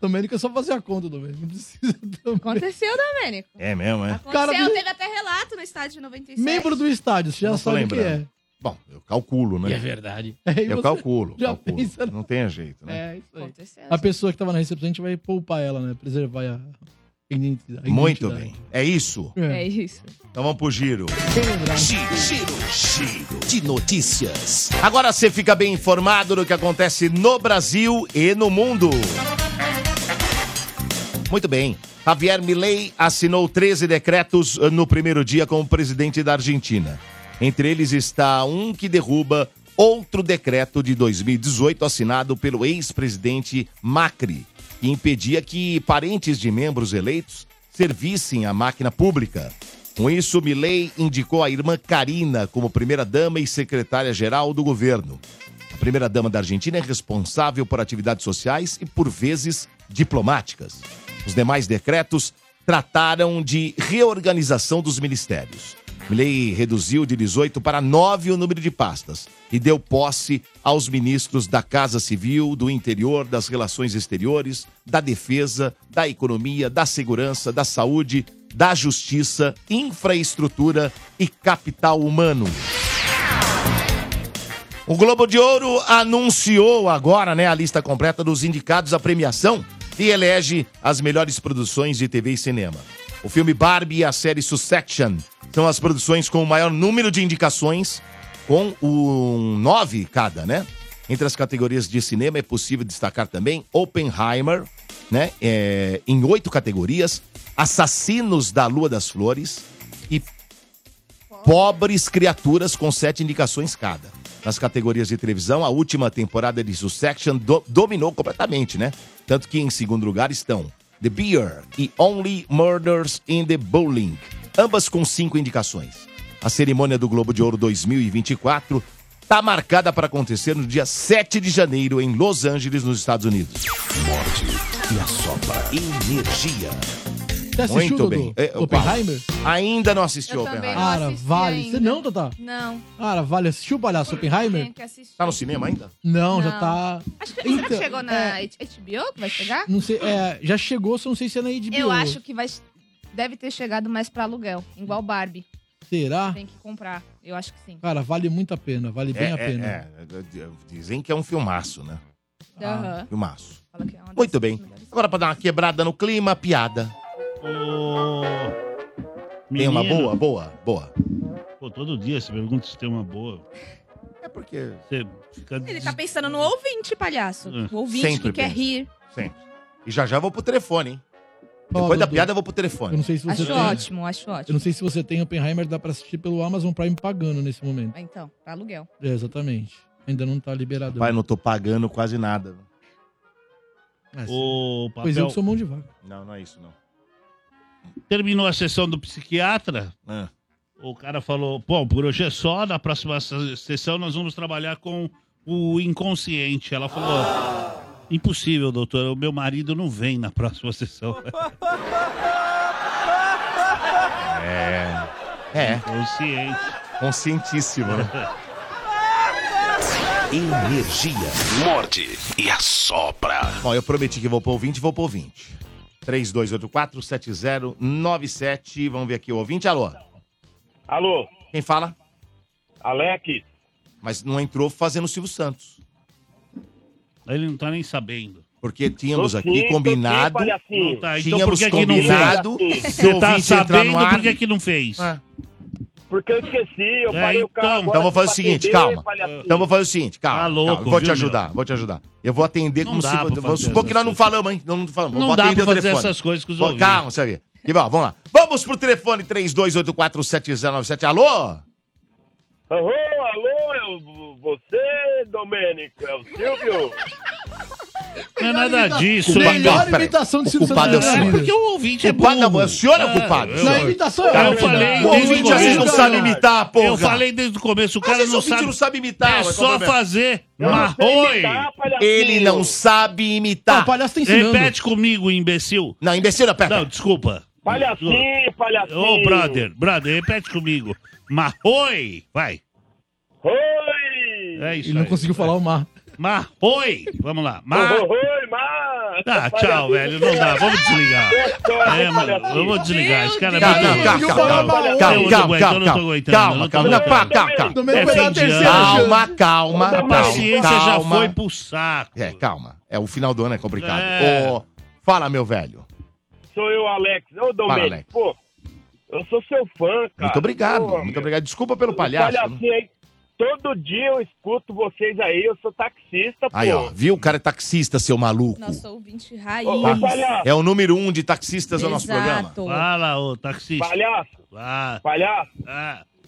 [SPEAKER 5] Domênico é só fazer a conta, Domênico. Não precisa também.
[SPEAKER 7] Aconteceu, Domênico.
[SPEAKER 1] É mesmo, é?
[SPEAKER 7] Aconteceu,
[SPEAKER 5] Cara do-
[SPEAKER 7] teve até relato no estádio de 97.
[SPEAKER 5] Membro do estádio, você já
[SPEAKER 1] Não tô
[SPEAKER 5] sabe o que é.
[SPEAKER 1] lembrando. Bom, eu calculo, né?
[SPEAKER 5] verdade. É, e
[SPEAKER 1] Eu
[SPEAKER 5] você-
[SPEAKER 1] calculo.
[SPEAKER 5] já
[SPEAKER 1] calculo.
[SPEAKER 5] pensa-
[SPEAKER 1] Não tem jeito, né?
[SPEAKER 5] É, isso aí.
[SPEAKER 7] Aconteceu.
[SPEAKER 5] A pessoa que tava na recepção, a gente vai poupar ela, né? Preservar a identidade. a
[SPEAKER 1] Muito bem.
[SPEAKER 5] identidade.
[SPEAKER 1] É isso.
[SPEAKER 7] É
[SPEAKER 5] É.
[SPEAKER 7] isso.
[SPEAKER 1] Então vamos pro giro.
[SPEAKER 5] Sem lembrar.
[SPEAKER 2] Giro, giro, giro de notícias.
[SPEAKER 1] Agora você fica bem informado do que acontece no Brasil e no mundo. Muito bem. Javier Milei assinou 13 decretos eh, no primeiro dia como presidente da Argentina. Entre eles está um que derruba outro decreto de 2018 assinado pelo ex-presidente Macri, que impedia que parentes de membros eleitos servissem à máquina pública. Com isso, Milei indicou a irmã Karina como primeira-dama e secretária-geral do governo. A primeira-dama da Argentina é responsável por atividades sociais e, por vezes, diplomáticas. Os demais decretos trataram de reorganização dos ministérios. Milley reduziu de 18 para 9 o número de pastas e deu posse aos ministros da Casa Civil, do Interior, das Relações Exteriores, da Defesa, da Economia, da Segurança, da Saúde, da Justiça, Infraestrutura e Capital Humano. O Globo de Ouro anunciou agora, né, a lista completa dos indicados à premiação e elege as melhores produções de TV e cinema. O filme Barbie e a série Succession são as produções com o maior número de indicações, com um nove cada, né? Entre as categorias de cinema é possível destacar também Oppenheimer, né? é, em oito categorias, Assassinos da Lua das Flores e Pobres Criaturas com sete indicações cada. Nas categorias de televisão, a última temporada de Succession do- dominou completamente, né? Tanto que em segundo lugar estão The Beer e Only Murders in the Bowling, ambas com cinco indicações. A cerimônia do Globo de Ouro 2024 está tá marcada para acontecer no dia 7 de janeiro em Los Angeles, nos Estados Unidos. Morte e a sopra energia.
[SPEAKER 5] Você assistiu,
[SPEAKER 1] Muito
[SPEAKER 5] Dudu?
[SPEAKER 1] bem. É, o
[SPEAKER 5] Oppenheimer?
[SPEAKER 1] Ainda não assisti
[SPEAKER 7] Eu também
[SPEAKER 1] Oppenheimer.
[SPEAKER 7] não
[SPEAKER 5] Cara,
[SPEAKER 7] assisti
[SPEAKER 5] vale.
[SPEAKER 7] ainda.
[SPEAKER 5] Você não, Tata?
[SPEAKER 7] Não.
[SPEAKER 5] Cara, vale. Assistiu o palhaço Oppenheimer?
[SPEAKER 7] Tem que assistir.
[SPEAKER 1] Tá no cinema ainda?
[SPEAKER 5] Não, já
[SPEAKER 7] Não.
[SPEAKER 5] tá. é.
[SPEAKER 7] Acho que, será que chegou na HBO que vai chegar?
[SPEAKER 5] Não sei, é, já chegou, só não sei se é na HBO.
[SPEAKER 7] Eu acho que vai, deve ter chegado mais pra aluguel, igual Barbie.
[SPEAKER 5] Será?
[SPEAKER 7] Tem que comprar. Eu acho que sim.
[SPEAKER 5] Cara, vale muito a pena, vale bem
[SPEAKER 1] É,
[SPEAKER 5] a
[SPEAKER 1] é,
[SPEAKER 5] pena.
[SPEAKER 1] é. Dizem que é um filmaço, né?
[SPEAKER 5] é
[SPEAKER 7] Aham.
[SPEAKER 1] Filmaço. Muito bem. Agora, para dar uma quebrada no clima, piada. Tem uma
[SPEAKER 4] Menino.
[SPEAKER 1] boa, boa, boa.
[SPEAKER 4] Pô, todo dia você pergunta se tem uma boa.
[SPEAKER 1] É porque.
[SPEAKER 4] Você fica.
[SPEAKER 7] Ele tá pensando no ouvinte, palhaço.
[SPEAKER 1] Hum.
[SPEAKER 7] O ouvinte
[SPEAKER 1] Sempre
[SPEAKER 7] que quer
[SPEAKER 1] penso.
[SPEAKER 7] rir.
[SPEAKER 1] Sempre. E já já eu vou pro telefone, hein? Depois da piada eu vou pro telefone.
[SPEAKER 5] Eu não sei se você
[SPEAKER 7] Acho
[SPEAKER 5] tem.
[SPEAKER 7] ótimo, acho ótimo.
[SPEAKER 5] Eu não sei se você tem Oppenheimer, dá pra assistir pelo Amazon Prime pagando nesse momento.
[SPEAKER 7] Ah, Então, pra aluguel.
[SPEAKER 5] É, exatamente. Ainda não tá liberado.
[SPEAKER 1] Pai, não tô pagando quase nada.
[SPEAKER 4] O papel...
[SPEAKER 5] Pois é, eu que sou mão de vaca.
[SPEAKER 1] Não, não é isso, não.
[SPEAKER 4] Terminou a sessão do psiquiatra.
[SPEAKER 1] Ah.
[SPEAKER 4] O cara falou: Bom, por hoje é só. Na próxima se- sessão nós vamos trabalhar com o inconsciente. Ela falou: Impossível, doutor. O meu marido não vem na próxima sessão.
[SPEAKER 1] É. É.
[SPEAKER 4] Consciente.
[SPEAKER 1] Conscientíssimo, né? Energia.
[SPEAKER 2] Morde e assopra.
[SPEAKER 1] Bom, eu prometi que vou pro ouvinte, vou pro ouvinte. 3284-7097. Vamos ver aqui o ouvinte. Alô?
[SPEAKER 12] Alô?
[SPEAKER 1] Quem fala?
[SPEAKER 12] Alec.
[SPEAKER 1] Mas não entrou fazendo o Silvio Santos.
[SPEAKER 4] Ele não tá nem sabendo.
[SPEAKER 1] Porque tínhamos
[SPEAKER 4] Tô
[SPEAKER 1] aqui
[SPEAKER 4] sim, tô sim,
[SPEAKER 1] combinado.
[SPEAKER 4] palhacinho. Não tá, então por
[SPEAKER 1] tínhamos
[SPEAKER 4] que que não fez?
[SPEAKER 1] combinado. se o
[SPEAKER 4] Você tá
[SPEAKER 1] ouvinte entrar
[SPEAKER 4] sabendo
[SPEAKER 1] no ar.
[SPEAKER 4] por que, que não fez?
[SPEAKER 12] Porque eu esqueci, eu
[SPEAKER 1] É,
[SPEAKER 12] parei o carro.
[SPEAKER 1] Então vou fazer o seguinte, calma.
[SPEAKER 12] assim.
[SPEAKER 1] Então vou fazer o seguinte, calma.
[SPEAKER 4] Tá louco,
[SPEAKER 1] calma. Eu Vou te
[SPEAKER 4] viu,
[SPEAKER 1] ajudar, vou te ajudar. Eu vou atender
[SPEAKER 4] Não
[SPEAKER 1] como
[SPEAKER 4] dá
[SPEAKER 1] se.
[SPEAKER 4] pra
[SPEAKER 1] eu Vou
[SPEAKER 4] fazer
[SPEAKER 1] supor que
[SPEAKER 4] essas
[SPEAKER 1] nós não falamos, hein? Não, não falamos.
[SPEAKER 4] Não
[SPEAKER 1] vou
[SPEAKER 4] dá pra
[SPEAKER 1] atender o
[SPEAKER 4] fazer
[SPEAKER 1] telefone.
[SPEAKER 4] essas coisas com os
[SPEAKER 1] Vou-
[SPEAKER 4] ouvintes.
[SPEAKER 1] Calma, sabe? E bom, vamos lá. Vamos pro telefone 32847097. Alô?
[SPEAKER 12] Alô, alô, é o- você, Domênico, é o Silvio?
[SPEAKER 4] Não é nada disso,
[SPEAKER 1] Melhor
[SPEAKER 4] Peraí.
[SPEAKER 1] imitação de Silvio O culpado Santos. é o senhor.
[SPEAKER 4] É porque o ouvinte é
[SPEAKER 1] Culpado
[SPEAKER 4] burro.
[SPEAKER 1] não, o senhor é o culpado.
[SPEAKER 4] eu-
[SPEAKER 1] Não, a imitação é
[SPEAKER 4] Cara, eu
[SPEAKER 1] ótima.
[SPEAKER 4] falei
[SPEAKER 1] O
[SPEAKER 4] desde
[SPEAKER 1] ouvinte às vezes
[SPEAKER 4] começo.
[SPEAKER 1] não sabe imitar, porra.
[SPEAKER 4] Eu falei desde o começo, o cara
[SPEAKER 1] esse
[SPEAKER 4] não
[SPEAKER 1] ouvinte
[SPEAKER 4] sabe.
[SPEAKER 1] não sabe imitar,
[SPEAKER 4] É
[SPEAKER 1] mas
[SPEAKER 4] só
[SPEAKER 1] tudo bem.
[SPEAKER 4] fazer
[SPEAKER 1] Eu não sei
[SPEAKER 4] marroi.
[SPEAKER 1] imitar, palhacinho. Ele não sabe imitar. Ah, o palhaço tá ensinando.
[SPEAKER 4] Repete comigo, imbecil.
[SPEAKER 1] Não, imbecil não, pera.
[SPEAKER 4] Não, desculpa.
[SPEAKER 12] Palhacinho, palhacinho.
[SPEAKER 4] Ô, brother, brother, repete comigo. Marroi. Vai.
[SPEAKER 12] Oi!
[SPEAKER 4] É isso
[SPEAKER 5] Ele não
[SPEAKER 4] aí.
[SPEAKER 5] conseguiu falar o mar.
[SPEAKER 4] Marroi. Vamos lá. Mar...
[SPEAKER 12] Oi, Mar!
[SPEAKER 4] Tá, tchau, velho. Não dá. Vamos desligar. É, mano, eu vou desligar. Esse cara é
[SPEAKER 1] Calma,
[SPEAKER 4] muito-
[SPEAKER 1] calma, calma, calma, calma,
[SPEAKER 4] Eu não tô
[SPEAKER 1] calma,
[SPEAKER 4] aguentando,
[SPEAKER 1] calma,
[SPEAKER 4] eu não tô
[SPEAKER 1] calma,
[SPEAKER 4] aguentando, É eu
[SPEAKER 1] calma,
[SPEAKER 4] não tô
[SPEAKER 1] calma, não, pá,
[SPEAKER 4] aguentando.
[SPEAKER 1] calma, calma.
[SPEAKER 4] Também vai dar a terceira
[SPEAKER 1] Calma,
[SPEAKER 4] chance.
[SPEAKER 1] calma,
[SPEAKER 4] A
[SPEAKER 1] calma.
[SPEAKER 4] paciência já
[SPEAKER 1] calma.
[SPEAKER 4] foi pro saco.
[SPEAKER 1] É, calma. É, o final do ano é complicado.
[SPEAKER 12] É.
[SPEAKER 1] Ô, fala, meu velho.
[SPEAKER 12] Sou eu, Alex. Ô, Domênico,
[SPEAKER 1] Alex.
[SPEAKER 12] pô, eu sou seu fã, cara.
[SPEAKER 1] Muito obrigado,
[SPEAKER 12] Pô,
[SPEAKER 1] muito obrigado. Desculpa pelo palhaço. né?
[SPEAKER 12] Palhacinho aí. Todo dia eu escuto vocês aí, eu sou taxista, pô.
[SPEAKER 1] Aí, ó, viu? O cara é taxista, seu maluco. Tá?
[SPEAKER 7] Nossa, ouvinte raiz.
[SPEAKER 12] Ô, palhaço.
[SPEAKER 1] É o número um de taxistas do nosso
[SPEAKER 7] Exato.
[SPEAKER 1] programa.
[SPEAKER 4] Fala, ô, taxista.
[SPEAKER 12] Palhaço, palhaço,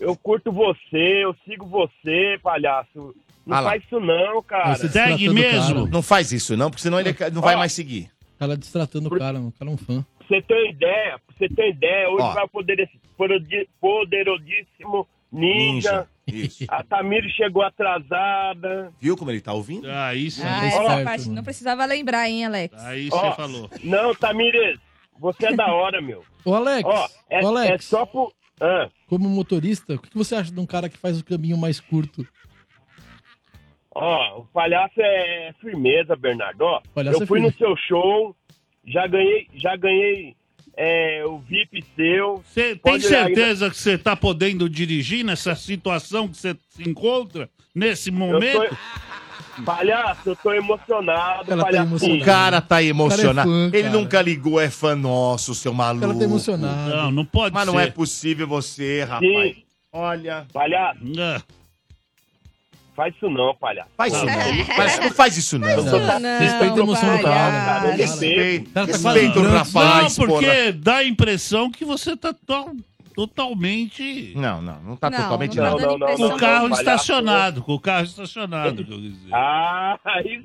[SPEAKER 12] eu curto você, eu sigo você, palhaço. Não
[SPEAKER 1] Ah lá.
[SPEAKER 12] faz isso não, cara.
[SPEAKER 1] Não faz isso, não, porque senão ele não vai mais seguir.
[SPEAKER 5] O cara é destratando o cara, mano. O cara é um fã.
[SPEAKER 12] Pra você ter ideia, pra você ter ideia, hoje
[SPEAKER 5] Ó.
[SPEAKER 12] vai o poder- poderodi- poderodíssimo Ninja. A Tamir chegou atrasada.
[SPEAKER 1] Viu como ele tá ouvindo?
[SPEAKER 4] Ah, isso.
[SPEAKER 1] é
[SPEAKER 7] Ah, essa parte não precisava lembrar, hein, Alex?
[SPEAKER 4] Aí
[SPEAKER 12] você Ó, falou. Não, Tamires, você é da hora, meu.
[SPEAKER 5] Ô, Alex.
[SPEAKER 12] Ó, é,
[SPEAKER 5] ô, Alex.
[SPEAKER 12] é só pro... Ah,
[SPEAKER 5] Como motorista, o que você acha de um cara que faz o caminho mais curto?
[SPEAKER 12] ó, o palhaço é firmeza, Bernardo. Ó,
[SPEAKER 5] Palhaço
[SPEAKER 12] eu
[SPEAKER 5] é
[SPEAKER 12] fui no
[SPEAKER 5] firme.
[SPEAKER 12] seu show, já ganhei, já ganhei é, o VIP seu.
[SPEAKER 4] Você Tem
[SPEAKER 12] Pode-
[SPEAKER 4] certeza que você tá podendo dirigir nessa situação que você se encontra nesse momento?
[SPEAKER 12] né? Palhaço, eu tô emocionado, palhaço.
[SPEAKER 1] O cara tá emocionado.
[SPEAKER 4] O cara é fã,
[SPEAKER 1] ele
[SPEAKER 4] cara.
[SPEAKER 1] nunca ligou, é fã nosso, seu
[SPEAKER 12] tá
[SPEAKER 1] maluco.
[SPEAKER 5] emocionado.
[SPEAKER 4] Não, não pode
[SPEAKER 1] Mas não
[SPEAKER 4] ser.
[SPEAKER 1] é possível você, rapaz. Olha.
[SPEAKER 12] Palhaço. Faz isso não, palhaço.
[SPEAKER 1] Faz isso não. Faz- não faz isso não.
[SPEAKER 12] Faz isso não, Respeita a emoção do palhaço. cara, cara.
[SPEAKER 1] Respeita.
[SPEAKER 12] Cara, tá
[SPEAKER 1] Respeita o
[SPEAKER 12] falando.
[SPEAKER 1] rapaz,
[SPEAKER 4] não, porque
[SPEAKER 1] porra.
[SPEAKER 4] dá a impressão que você tá tão totalmente.
[SPEAKER 1] Não, não, não tá
[SPEAKER 4] Não,
[SPEAKER 1] totalmente
[SPEAKER 4] não tá
[SPEAKER 1] não.
[SPEAKER 4] dando Não, não, impressão. não, não,
[SPEAKER 1] o
[SPEAKER 4] não,
[SPEAKER 1] carro
[SPEAKER 4] palhaço.
[SPEAKER 1] estacionado, com o carro estacionado.
[SPEAKER 4] que eu quis dizer.
[SPEAKER 12] Ah, aí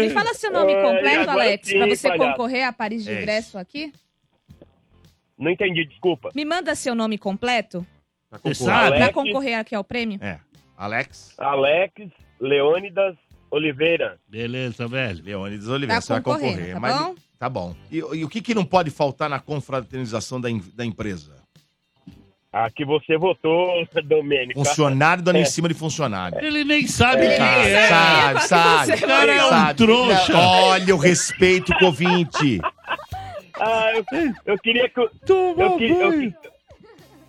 [SPEAKER 12] Ah.
[SPEAKER 7] Me fala seu nome
[SPEAKER 12] É,
[SPEAKER 7] completo,
[SPEAKER 12] agora
[SPEAKER 7] Alex,
[SPEAKER 12] sim,
[SPEAKER 7] pra você
[SPEAKER 12] palhaço.
[SPEAKER 7] concorrer a Paris de
[SPEAKER 12] É isso.
[SPEAKER 7] ingresso aqui.
[SPEAKER 12] Não entendi, desculpa.
[SPEAKER 7] Me manda seu nome completo
[SPEAKER 1] Você
[SPEAKER 7] pra
[SPEAKER 12] Alex,
[SPEAKER 7] concorrer aqui ao prêmio.
[SPEAKER 1] É. Alex?
[SPEAKER 12] Alex Leônidas Oliveira.
[SPEAKER 4] Beleza, velho.
[SPEAKER 1] Leônidas Oliveira,
[SPEAKER 12] Tá
[SPEAKER 1] você vai
[SPEAKER 12] concorrendo,
[SPEAKER 1] concorrer.
[SPEAKER 12] tá
[SPEAKER 1] mas-
[SPEAKER 12] bom?
[SPEAKER 1] Tá bom. E, e o que, que não pode faltar na confraternização da, em- da empresa?
[SPEAKER 12] Ah, que você votou, Domênico.
[SPEAKER 1] Funcionário dando
[SPEAKER 12] É.
[SPEAKER 1] em cima de funcionário.
[SPEAKER 4] Ele nem sabe
[SPEAKER 12] Ele
[SPEAKER 4] quem
[SPEAKER 12] nem
[SPEAKER 4] é.
[SPEAKER 1] Sabe, sabe.
[SPEAKER 4] O cara é um
[SPEAKER 1] sabe.
[SPEAKER 4] trouxa.
[SPEAKER 1] Olha o respeito com o ouvinte.
[SPEAKER 12] Ah, eu, eu queria que. eu- eu, que- eu que-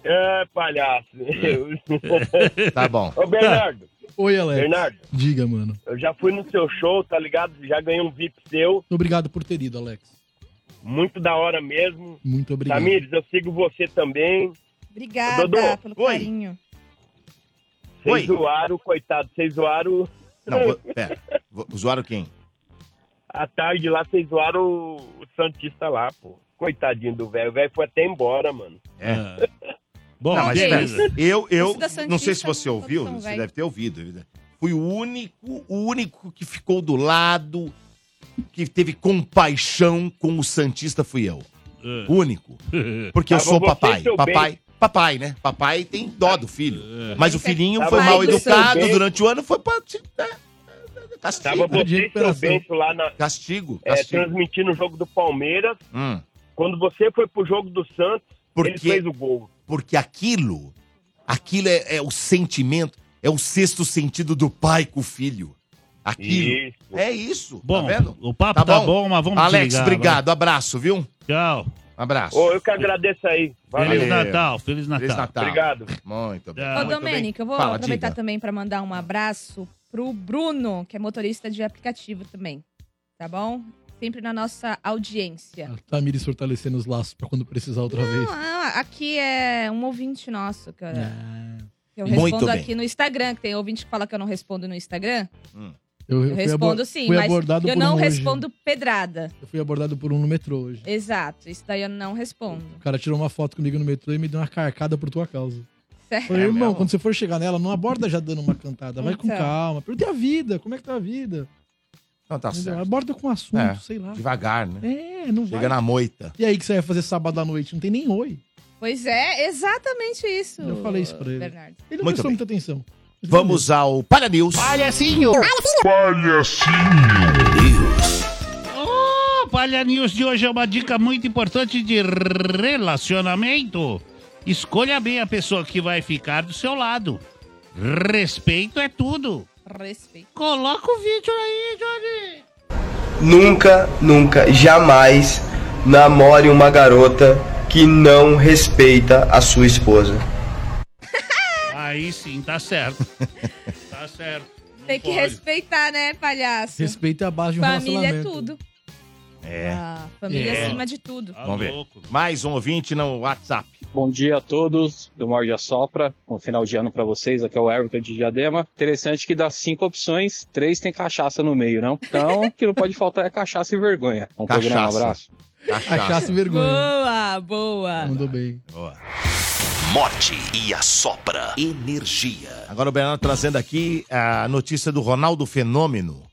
[SPEAKER 12] É, palhaço.
[SPEAKER 1] Tá bom.
[SPEAKER 12] Ô, Bernardo.
[SPEAKER 5] Oi, Alex.
[SPEAKER 12] Bernardo,
[SPEAKER 5] Diga, mano.
[SPEAKER 12] eu já fui no seu show, tá ligado? Já ganhei um VIP seu.
[SPEAKER 5] Obrigado por ter ido, Alex.
[SPEAKER 12] Muito da hora mesmo.
[SPEAKER 5] Muito obrigado.
[SPEAKER 12] Tamires, eu sigo você também.
[SPEAKER 7] Obrigada
[SPEAKER 12] Dodô,
[SPEAKER 7] pelo
[SPEAKER 12] oi.
[SPEAKER 7] carinho.
[SPEAKER 12] Vocês
[SPEAKER 1] Oi.
[SPEAKER 12] zoaram, coitado, vocês zoaram.
[SPEAKER 1] Não, vou- é. pera. Vou- Zoaram quem?
[SPEAKER 12] À tarde lá, vocês zoaram o, o Santista lá, pô. Coitadinho do velho. O velho foi até embora, mano.
[SPEAKER 1] É.
[SPEAKER 4] Bom,
[SPEAKER 1] não, mas
[SPEAKER 4] beleza.
[SPEAKER 1] pera, eu, eu
[SPEAKER 12] Isso da
[SPEAKER 1] não
[SPEAKER 12] Santista, é um
[SPEAKER 1] sei se você ouviu,
[SPEAKER 12] todos são
[SPEAKER 1] você
[SPEAKER 12] velhos.
[SPEAKER 1] deve ter ouvido. evidente. Fui o único, o único que ficou do lado, que teve compaixão com o Santista, fui eu. Único. Porque eu
[SPEAKER 12] Tava
[SPEAKER 1] sou
[SPEAKER 12] você e
[SPEAKER 1] papai.
[SPEAKER 12] seu
[SPEAKER 1] Papai,
[SPEAKER 12] bem.
[SPEAKER 1] papai, né? Papai tem dó do filho. Mas o filhinho
[SPEAKER 12] Tava
[SPEAKER 1] foi mal
[SPEAKER 12] você e seu
[SPEAKER 1] educado
[SPEAKER 12] bem.
[SPEAKER 1] durante o ano, foi pra. Castigo.
[SPEAKER 12] Tava você e seu Bento lá na,
[SPEAKER 1] Castigo,
[SPEAKER 12] é,
[SPEAKER 1] castigo.
[SPEAKER 12] transmitindo o jogo do Palmeiras.
[SPEAKER 1] Hum.
[SPEAKER 12] Quando você foi pro jogo do Santos, ele
[SPEAKER 1] Porque-
[SPEAKER 12] fez o gol.
[SPEAKER 1] Porque aquilo, aquilo é, é o sentimento, é o sexto sentido do pai com o filho. Aquilo. É isso.
[SPEAKER 4] Bom,
[SPEAKER 1] tá vendo?
[SPEAKER 4] o papo tá, bom? mas vamos
[SPEAKER 1] Alex,
[SPEAKER 4] desligar,
[SPEAKER 1] obrigado. Abraço, viu? Um
[SPEAKER 4] Tchau.
[SPEAKER 1] Abraço.
[SPEAKER 12] Ô, eu que agradeço aí. Valeu.
[SPEAKER 4] Feliz Natal, Feliz Natal.
[SPEAKER 1] Tá. Feliz Natal.
[SPEAKER 12] Obrigado.
[SPEAKER 1] Muito bem.
[SPEAKER 5] Ah,
[SPEAKER 7] Ô,
[SPEAKER 1] muito
[SPEAKER 7] Domênico,
[SPEAKER 1] bem.
[SPEAKER 7] eu vou
[SPEAKER 1] Fala,
[SPEAKER 7] aproveitar
[SPEAKER 1] diga.
[SPEAKER 7] também pra mandar um abraço pro Bruno, que é motorista de aplicativo também. Tá bom? Sempre na nossa
[SPEAKER 5] Ah,
[SPEAKER 7] audiência.
[SPEAKER 5] Tamires fortalecendo Tá os laços pra quando precisar outra vez.
[SPEAKER 7] Não, ah, aqui é um ouvinte nosso, cara. Eu
[SPEAKER 5] Ah, Muito
[SPEAKER 7] respondo
[SPEAKER 5] bem.
[SPEAKER 7] aqui no Instagram, que tem ouvinte que fala que eu não respondo no Instagram.
[SPEAKER 5] Eu,
[SPEAKER 7] Eu
[SPEAKER 5] fui
[SPEAKER 7] respondo
[SPEAKER 5] abor-
[SPEAKER 7] sim,
[SPEAKER 5] fui
[SPEAKER 7] mas
[SPEAKER 5] abordado
[SPEAKER 7] eu
[SPEAKER 5] por
[SPEAKER 7] não
[SPEAKER 5] um hoje.
[SPEAKER 7] respondo pedrada.
[SPEAKER 5] Eu fui abordado por um no metrô hoje.
[SPEAKER 7] Exato, isso daí eu não respondo.
[SPEAKER 5] O cara tirou uma foto comigo no metrô e me deu uma carcada por tua causa.
[SPEAKER 7] Certo?
[SPEAKER 1] É
[SPEAKER 5] Falei, irmão, quando você for chegar nela, não aborda já dando uma cantada. Vai com
[SPEAKER 7] Então.
[SPEAKER 5] calma. Perguntei a vida, como é que tá a vida?
[SPEAKER 1] Não, tá
[SPEAKER 5] Entendeu?
[SPEAKER 1] certo.
[SPEAKER 5] Aborda com um assunto,
[SPEAKER 1] É,
[SPEAKER 5] sei lá.
[SPEAKER 1] Devagar, né?
[SPEAKER 5] É, não
[SPEAKER 1] Chega
[SPEAKER 5] vai.
[SPEAKER 1] na moita.
[SPEAKER 5] E aí que você vai fazer sábado à noite? Não tem nem oi.
[SPEAKER 7] Pois é, exatamente isso.
[SPEAKER 5] Eu falei isso pra ele.
[SPEAKER 7] Bernardo.
[SPEAKER 5] Ele não
[SPEAKER 1] Muito
[SPEAKER 5] prestou
[SPEAKER 1] bem.
[SPEAKER 5] muita atenção.
[SPEAKER 1] Vamos ao Palha News.
[SPEAKER 4] Palhacinho.
[SPEAKER 1] Palhacinho.
[SPEAKER 4] O Ah, Palha News de hoje é uma dica muito importante de relacionamento. Escolha bem a pessoa que vai ficar do seu lado. Respeito é tudo.
[SPEAKER 7] Respeito.
[SPEAKER 4] Coloca o vídeo aí, Johnny.
[SPEAKER 13] Nunca, nunca, jamais namore uma garota que não respeita a sua esposa.
[SPEAKER 4] Aí sim, tá certo. tá certo. Não
[SPEAKER 7] Tem que
[SPEAKER 4] pode.
[SPEAKER 7] respeitar, né, palhaço?
[SPEAKER 5] Respeito é a base de um
[SPEAKER 7] Família é
[SPEAKER 5] relacionamento.
[SPEAKER 7] tudo.
[SPEAKER 1] É.
[SPEAKER 7] Ah, família
[SPEAKER 1] É.
[SPEAKER 7] acima de tudo.
[SPEAKER 14] Tá
[SPEAKER 1] Vamos ver. Mais um ouvinte no WhatsApp.
[SPEAKER 15] Bom dia a todos do Morde a Sopra. Um final de ano pra vocês. Aqui é o Everton de Diadema. Interessante que das cinco opções, três tem cachaça no meio, não? Então, o que não pode faltar é cachaça e vergonha. Um
[SPEAKER 1] Cachaça.
[SPEAKER 15] programa, um abraço.
[SPEAKER 5] Cachaça e vergonha.
[SPEAKER 7] Boa, boa.
[SPEAKER 5] Mandou bem.
[SPEAKER 2] Morde e assopra energia.
[SPEAKER 1] Agora o Bernardo trazendo aqui a notícia do Ronaldo Fenômeno.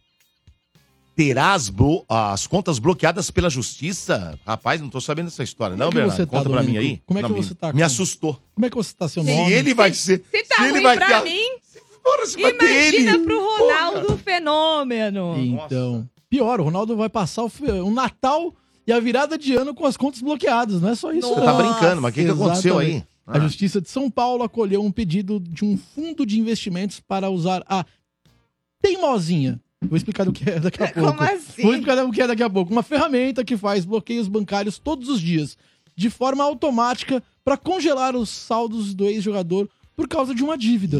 [SPEAKER 1] Terá as, blo- as contas bloqueadas pela justiça? Rapaz, não tô sabendo essa história. Não,
[SPEAKER 5] que
[SPEAKER 1] Bernardo,
[SPEAKER 5] você tá,
[SPEAKER 1] conta pra mim
[SPEAKER 5] Domênico?
[SPEAKER 1] aí.
[SPEAKER 5] Como é que
[SPEAKER 1] Não,
[SPEAKER 5] você
[SPEAKER 1] me-
[SPEAKER 5] tá,
[SPEAKER 1] Me
[SPEAKER 5] cara?
[SPEAKER 1] assustou.
[SPEAKER 5] Como é que você tá, seu
[SPEAKER 1] Se
[SPEAKER 5] nome?
[SPEAKER 1] ele vai ser...
[SPEAKER 7] Se tá
[SPEAKER 1] se ele
[SPEAKER 7] ruim
[SPEAKER 1] vai ter-
[SPEAKER 7] pra mim,
[SPEAKER 1] se vai ter
[SPEAKER 7] imagina
[SPEAKER 1] ele.
[SPEAKER 7] pro Ronaldo Fenômeno.
[SPEAKER 5] Então, pior, o Ronaldo vai passar o, fe- o Natal e a virada de ano com as contas bloqueadas, não é só isso.
[SPEAKER 1] Você
[SPEAKER 5] não.
[SPEAKER 1] tá brincando, mas o que que aconteceu
[SPEAKER 5] Exatamente.
[SPEAKER 1] aí? Ah.
[SPEAKER 5] A Justiça de São Paulo acolheu um pedido de um fundo de investimentos para usar a teimosinha. Vou explicar o que é daqui a pouco.
[SPEAKER 16] assim?
[SPEAKER 5] Vou explicar o que é daqui a pouco. Uma ferramenta que faz bloqueios bancários todos os dias, de forma automática, para congelar os saldos do ex-jogador por causa de uma dívida.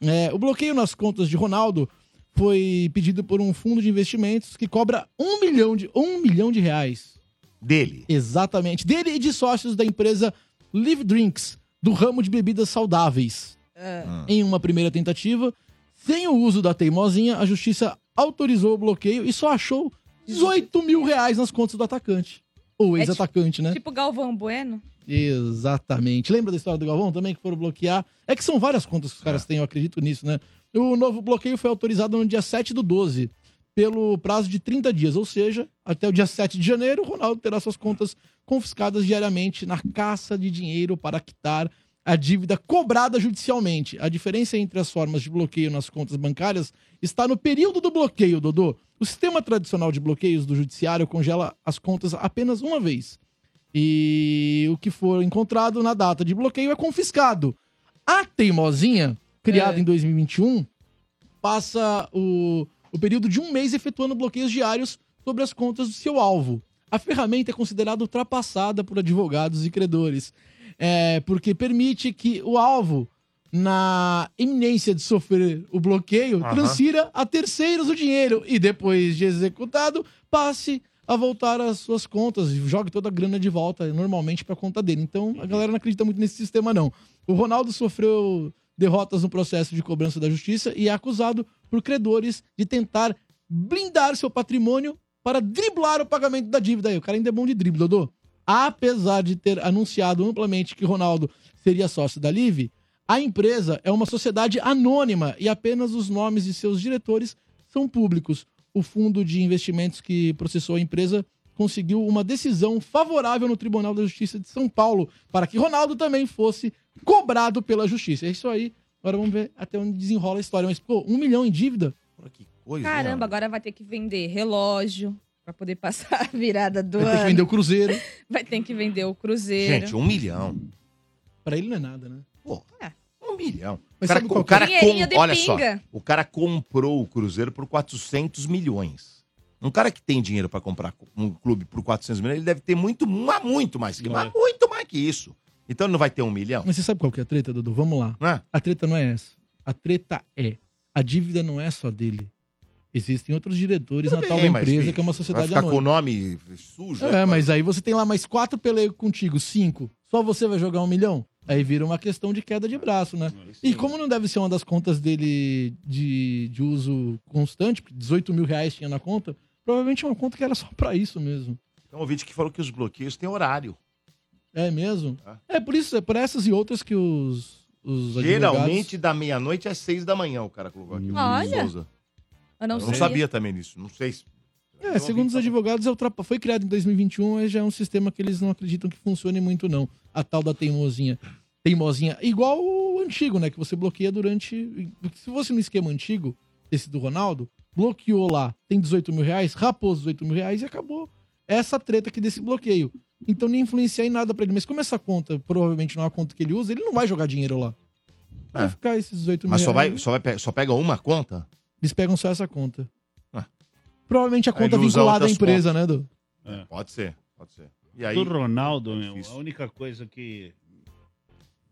[SPEAKER 5] É, o bloqueio nas contas de Ronaldo foi pedido por um fundo de investimentos que cobra um milhão de, um milhão de reais.
[SPEAKER 1] Dele.
[SPEAKER 5] Exatamente. Dele e de sócios da empresa Live Drinks, do ramo de bebidas saudáveis.
[SPEAKER 7] É.
[SPEAKER 5] Em uma primeira tentativa, sem o uso da teimosinha, a justiça autorizou o bloqueio e só achou 18 mil reais nas contas do atacante. O
[SPEAKER 7] É
[SPEAKER 5] ex-atacante, né?
[SPEAKER 7] Tipo Galvão Bueno.
[SPEAKER 5] Exatamente. Lembra da história do Galvão também, que foram bloquear? É que são várias contas que os caras têm, eu acredito nisso, né? O novo bloqueio foi autorizado no dia 7 do 12, pelo prazo de 30 dias, ou seja, até o dia 7 de janeiro, o Ronaldo terá suas contas confiscadas diariamente na caça de dinheiro para quitar a dívida cobrada judicialmente. A diferença entre as formas de bloqueio nas contas bancárias está no período do bloqueio, Dodô. O sistema tradicional de bloqueios do judiciário congela as contas apenas uma vez e o que for encontrado na data de bloqueio é confiscado. A teimosinha, criada em 2021, passa o, o período de um mês efetuando bloqueios diários sobre as contas do seu alvo. A ferramenta é considerada ultrapassada por advogados e credores, é, porque permite que o alvo, na iminência de sofrer o bloqueio,
[SPEAKER 16] Aham.
[SPEAKER 5] transfira a terceiros o dinheiro e, depois de executado, passe a voltar às suas contas e jogue toda a grana de volta, normalmente, para conta dele. Então, a galera não acredita muito nesse sistema, não. O Ronaldo sofreu derrotas no processo de cobrança da justiça e é acusado por credores de tentar blindar seu patrimônio para driblar o pagamento da dívida. Aí, o cara ainda é bom de drible, Dodô. Apesar de ter anunciado amplamente que Ronaldo seria sócio da Live, a empresa é uma sociedade anônima e apenas os nomes de seus diretores são públicos. O fundo de investimentos que processou a empresa conseguiu uma decisão favorável no Tribunal da Justiça de São Paulo para que Ronaldo também fosse cobrado pela justiça. É isso aí. Agora vamos ver até onde desenrola a história. Mas, pô, um milhão em dívida?
[SPEAKER 1] Pois é.
[SPEAKER 7] Caramba, agora vai ter que vender relógio pra poder passar a virada do
[SPEAKER 5] Vai ter que
[SPEAKER 7] ano.
[SPEAKER 5] vender o Cruzeiro.
[SPEAKER 7] Vai ter que vender o Cruzeiro.
[SPEAKER 1] Gente, um milhão.
[SPEAKER 5] Pra ele não é nada, né?
[SPEAKER 1] Pô,
[SPEAKER 7] É.
[SPEAKER 1] um milhão. o
[SPEAKER 5] Mas
[SPEAKER 1] cara,
[SPEAKER 5] sabe
[SPEAKER 1] o
[SPEAKER 5] qual
[SPEAKER 1] cara
[SPEAKER 7] que é? Dinheirinho
[SPEAKER 1] com-
[SPEAKER 7] de
[SPEAKER 1] olha
[SPEAKER 7] pinga.
[SPEAKER 1] só, o cara comprou o Cruzeiro por 400 milhões. Um cara que tem dinheiro pra comprar um clube por 400 milhões, ele deve ter muito, mas muito mais, mas muito mais que isso. Então ele não vai ter um milhão?
[SPEAKER 5] É. Mas você sabe qual que é a treta, Dudu? Vamos lá.
[SPEAKER 1] Né?
[SPEAKER 5] A treta não é essa. A treta é. A dívida não é só dele. Existem outros diretores
[SPEAKER 1] Tudo
[SPEAKER 5] na
[SPEAKER 1] bem,
[SPEAKER 5] tal da
[SPEAKER 1] mas,
[SPEAKER 5] empresa
[SPEAKER 1] filho,
[SPEAKER 5] que é uma sociedade
[SPEAKER 1] Vai ficar com o
[SPEAKER 5] anônima.
[SPEAKER 1] nome sujo?
[SPEAKER 5] É, mas aí você tem lá mais quatro peleiros contigo, cinco. Só você vai jogar um milhão? Aí vira uma questão de queda de braço, né? E como não deve ser uma das contas dele de, de uso constante, porque 18 mil reais tinha na conta, provavelmente é uma conta que era só pra isso mesmo.
[SPEAKER 1] Tem um ouvinte que falou que os bloqueios têm horário.
[SPEAKER 5] É mesmo? É por isso, é por essas e outras que os, os advogados...
[SPEAKER 1] Geralmente da meia-noite às seis da manhã, o cara colocou aqui. o
[SPEAKER 7] Olha.
[SPEAKER 1] Souza.
[SPEAKER 7] Eu não,
[SPEAKER 1] Eu não sabia também disso, não sei se...
[SPEAKER 5] É, segundo os advogados, é ultrapa- foi criado em 2021, mas já é um sistema que eles não acreditam que funcione muito, não. A tal da teimosinha. Teimosinha. Igual o antigo, né? Que você bloqueia durante. Se fosse no esquema antigo, esse do Ronaldo, bloqueou lá, tem 18 mil reais, rapou os 18 mil reais e acabou essa treta aqui desse bloqueio. Então nem influenciar em nada pra ele. Mas como essa conta provavelmente não é uma conta que ele usa, ele não vai jogar dinheiro lá. Vai
[SPEAKER 1] É.
[SPEAKER 5] ficar esses 18 mil
[SPEAKER 1] Mas só,
[SPEAKER 5] reais.
[SPEAKER 1] vai, só, vai, pe- só pega uma conta?
[SPEAKER 5] Eles pegam só essa conta.
[SPEAKER 1] Ah.
[SPEAKER 5] Provavelmente a
[SPEAKER 1] Aí
[SPEAKER 5] conta
[SPEAKER 1] ele usa
[SPEAKER 5] vinculada à
[SPEAKER 1] outras
[SPEAKER 5] empresa,
[SPEAKER 1] contas.
[SPEAKER 5] né, Du?
[SPEAKER 1] É, Pode ser, pode ser. E aí... é
[SPEAKER 4] Do Ronaldo, meu, a única coisa que.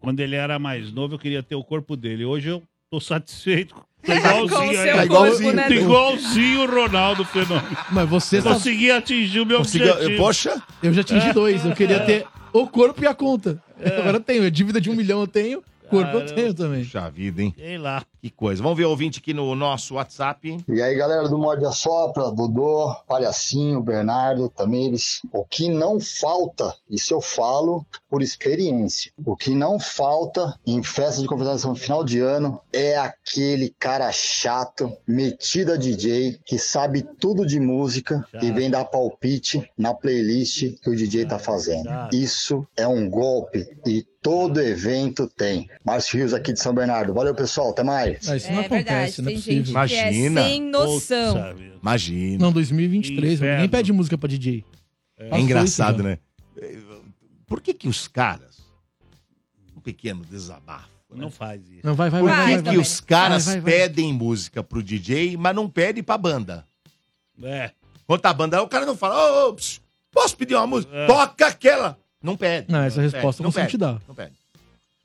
[SPEAKER 4] Quando ele era mais novo, eu queria ter o corpo dele. Hoje eu tô satisfeito. Tô
[SPEAKER 5] É Com o
[SPEAKER 4] igualzinho
[SPEAKER 5] seu
[SPEAKER 4] aí.
[SPEAKER 5] Tá igualzinho. corpo, né,
[SPEAKER 4] Tô
[SPEAKER 5] Du?
[SPEAKER 4] igualzinho o Ronaldo Fenômeno.
[SPEAKER 5] Mas você tá-
[SPEAKER 4] Consegui atingir o meu
[SPEAKER 5] Conseguiu-
[SPEAKER 4] objetivo.
[SPEAKER 5] Poxa. Eu já atingi dois. Eu queria ter o corpo e a conta.
[SPEAKER 4] É. Ah,
[SPEAKER 5] Agora eu tenho. A dívida de um milhão eu tenho, corpo eu
[SPEAKER 1] Caramba.
[SPEAKER 5] tenho também.
[SPEAKER 1] Puxa vida, hein?
[SPEAKER 4] Sei lá.
[SPEAKER 1] Que coisa. Vamos ver o ouvinte aqui no nosso
[SPEAKER 5] É
[SPEAKER 1] WhatsApp. É
[SPEAKER 17] E aí, galera do Morde a Sopra, Dodô, Palhacinho, Bernardo, Tamires. O que não falta, isso eu falo por experiência, o que não falta em festa de confraternização de final de ano é aquele cara chato, metido a DJ, que sabe tudo de música e vem dar palpite na playlist que o DJ tá fazendo. Isso é um golpe e todo evento tem. Márcio Rios aqui de São Bernardo. Valeu, pessoal. Até mais.
[SPEAKER 5] Ah, isso não acontece, não é possível.
[SPEAKER 1] Imagina.
[SPEAKER 5] Então,
[SPEAKER 7] noção.
[SPEAKER 1] Imagina.
[SPEAKER 5] Não, 2023. Ninguém pede música pra DJ.
[SPEAKER 1] É,
[SPEAKER 5] Passou
[SPEAKER 1] engraçado,
[SPEAKER 5] isso já.
[SPEAKER 1] né? Por que que os caras... Um pequeno desabafo.
[SPEAKER 4] Não faz isso.
[SPEAKER 5] Não, vai, vai,
[SPEAKER 1] Por
[SPEAKER 5] vai, vai,
[SPEAKER 1] que,
[SPEAKER 5] vai,
[SPEAKER 1] que
[SPEAKER 5] vai.
[SPEAKER 1] os caras
[SPEAKER 5] Vai, vai, vai.
[SPEAKER 1] pedem música pro DJ, mas não pedem pra banda?
[SPEAKER 4] É.
[SPEAKER 1] Quando tá a banda, o cara não fala, ô, ô, ps, posso pedir uma música? Toca aquela! Não pede.
[SPEAKER 5] Não, essa
[SPEAKER 1] pede,
[SPEAKER 5] resposta eu
[SPEAKER 1] não
[SPEAKER 5] consigo
[SPEAKER 1] pede,
[SPEAKER 5] te dar.
[SPEAKER 1] Não pede.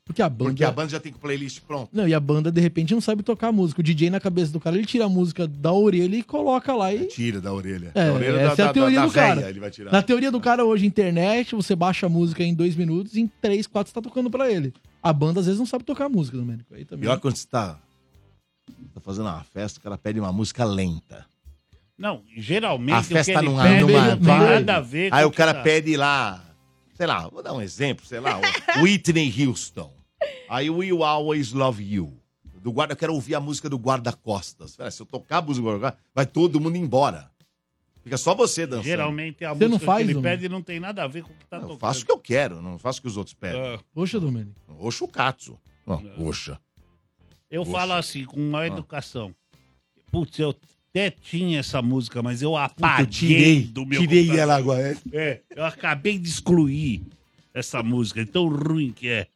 [SPEAKER 5] Porque a banda.
[SPEAKER 1] Porque a banda já tem com playlist pronto.
[SPEAKER 5] Não, e a banda, de repente, não sabe tocar a música. O DJ na cabeça do cara, ele tira a música da orelha e coloca lá e.
[SPEAKER 1] Tira da orelha.
[SPEAKER 5] É,
[SPEAKER 1] da orelha
[SPEAKER 5] essa
[SPEAKER 1] da,
[SPEAKER 5] é
[SPEAKER 1] da-
[SPEAKER 5] a teoria
[SPEAKER 1] da-
[SPEAKER 5] do
[SPEAKER 1] da
[SPEAKER 5] cara.
[SPEAKER 1] véia ele vai tirar.
[SPEAKER 5] Na teoria do cara hoje, internet, você baixa a música em dois minutos, em três, quatro, você tá tocando pra ele. A banda às vezes não sabe tocar música, né, Domênico. Aí também.
[SPEAKER 1] Pior quando você tá, tá fazendo uma festa, o cara pede uma música lenta.
[SPEAKER 4] Não, geralmente
[SPEAKER 1] A
[SPEAKER 4] o que
[SPEAKER 1] festa
[SPEAKER 4] ele
[SPEAKER 1] não,
[SPEAKER 4] pede
[SPEAKER 1] não,
[SPEAKER 4] não tem
[SPEAKER 1] vai.
[SPEAKER 4] nada a ver com
[SPEAKER 1] Aí o
[SPEAKER 4] que
[SPEAKER 1] cara
[SPEAKER 4] tá.
[SPEAKER 1] pede lá, sei lá, vou dar um exemplo, sei lá, o Whitney Houston. Aí o You Always Love You. Do guarda, eu quero ouvir a música do guarda-costas. Fala, Se eu tocar a música do guarda vai todo mundo embora. Fica só você dançando.
[SPEAKER 4] Geralmente é a
[SPEAKER 1] Você
[SPEAKER 4] música
[SPEAKER 1] não faz,
[SPEAKER 5] um.
[SPEAKER 4] que ele
[SPEAKER 1] homem?
[SPEAKER 4] pede não tem nada a ver com o que tá
[SPEAKER 1] Eu
[SPEAKER 4] tocando.
[SPEAKER 1] faço o que eu quero, não faço o que os outros pedem.
[SPEAKER 4] Ah.
[SPEAKER 5] Poxa, Domênico.
[SPEAKER 1] Oxa o Katsu. Não,
[SPEAKER 4] É.
[SPEAKER 1] oxa.
[SPEAKER 4] Eu
[SPEAKER 1] Poxa.
[SPEAKER 4] falo assim, com maior
[SPEAKER 1] Ah.
[SPEAKER 4] educação. Putz, eu até tinha essa música, mas eu apaguei
[SPEAKER 1] tirei,
[SPEAKER 4] do meu
[SPEAKER 1] tirei
[SPEAKER 4] computador.
[SPEAKER 1] ela agora.
[SPEAKER 4] É, eu acabei de excluir essa música, de tão ruim que é.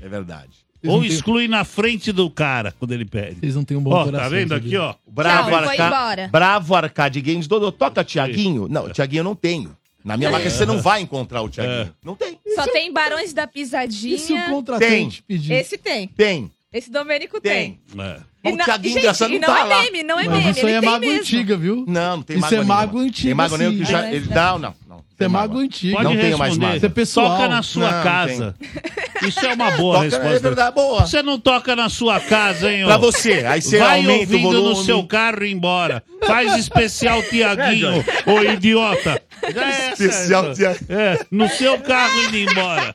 [SPEAKER 1] É verdade.
[SPEAKER 4] Ou exclui na frente do cara, quando ele pede.
[SPEAKER 5] Vocês não têm um
[SPEAKER 1] bom
[SPEAKER 4] ó, Tá
[SPEAKER 1] coração,
[SPEAKER 4] vendo
[SPEAKER 1] sabia?
[SPEAKER 4] aqui, ó?
[SPEAKER 1] Bravo,
[SPEAKER 4] Tchau, foi
[SPEAKER 1] Arca...
[SPEAKER 4] embora.
[SPEAKER 1] Bravo Arcade Games. Dodô, toca Tiaguinho. Não, Tiaguinho eu não tenho. Na minha marca você não vai encontrar o Tiaguinho. Não tem.
[SPEAKER 7] Só tem Barões da Pisadinha.
[SPEAKER 1] e se o contratante Tem. pedir?
[SPEAKER 7] Esse tem.
[SPEAKER 1] Tem.
[SPEAKER 7] Esse Domênico tem.
[SPEAKER 1] Mas
[SPEAKER 7] E
[SPEAKER 1] O
[SPEAKER 7] na-
[SPEAKER 1] Tiaguinho
[SPEAKER 7] gente,
[SPEAKER 1] engraçado
[SPEAKER 7] e
[SPEAKER 1] não,
[SPEAKER 7] não
[SPEAKER 1] tá
[SPEAKER 7] é
[SPEAKER 1] lá.
[SPEAKER 7] meme, não é Mas meme, isso aí ele é tem mágoa mesmo. antiga,
[SPEAKER 5] viu?
[SPEAKER 1] Não, não tem
[SPEAKER 5] Isso
[SPEAKER 1] mágoa
[SPEAKER 5] é
[SPEAKER 1] nenhuma.
[SPEAKER 5] mágoa antiga,
[SPEAKER 1] Tem mágoa nenhuma que
[SPEAKER 5] sim.
[SPEAKER 1] já... Ele, não, não, não.
[SPEAKER 5] Isso é mago antigo.
[SPEAKER 1] Não tenho mais mágoa.
[SPEAKER 5] Isso é pessoal.
[SPEAKER 4] Toca na sua
[SPEAKER 1] Não,
[SPEAKER 4] casa. Isso é uma boa
[SPEAKER 1] Toca- é
[SPEAKER 4] resposta.
[SPEAKER 1] verdade, boa.
[SPEAKER 4] Você não toca na sua casa, hein? ô?
[SPEAKER 1] Pra você, aí você
[SPEAKER 4] Vai
[SPEAKER 1] aumenta o
[SPEAKER 4] ouvindo no
[SPEAKER 1] volume.
[SPEAKER 4] seu carro e ir embora. Faz especial
[SPEAKER 1] É,
[SPEAKER 4] Tiaguinho, ô idiota. Já é essa,
[SPEAKER 1] Especial
[SPEAKER 4] essa. É, no seu carro indo embora.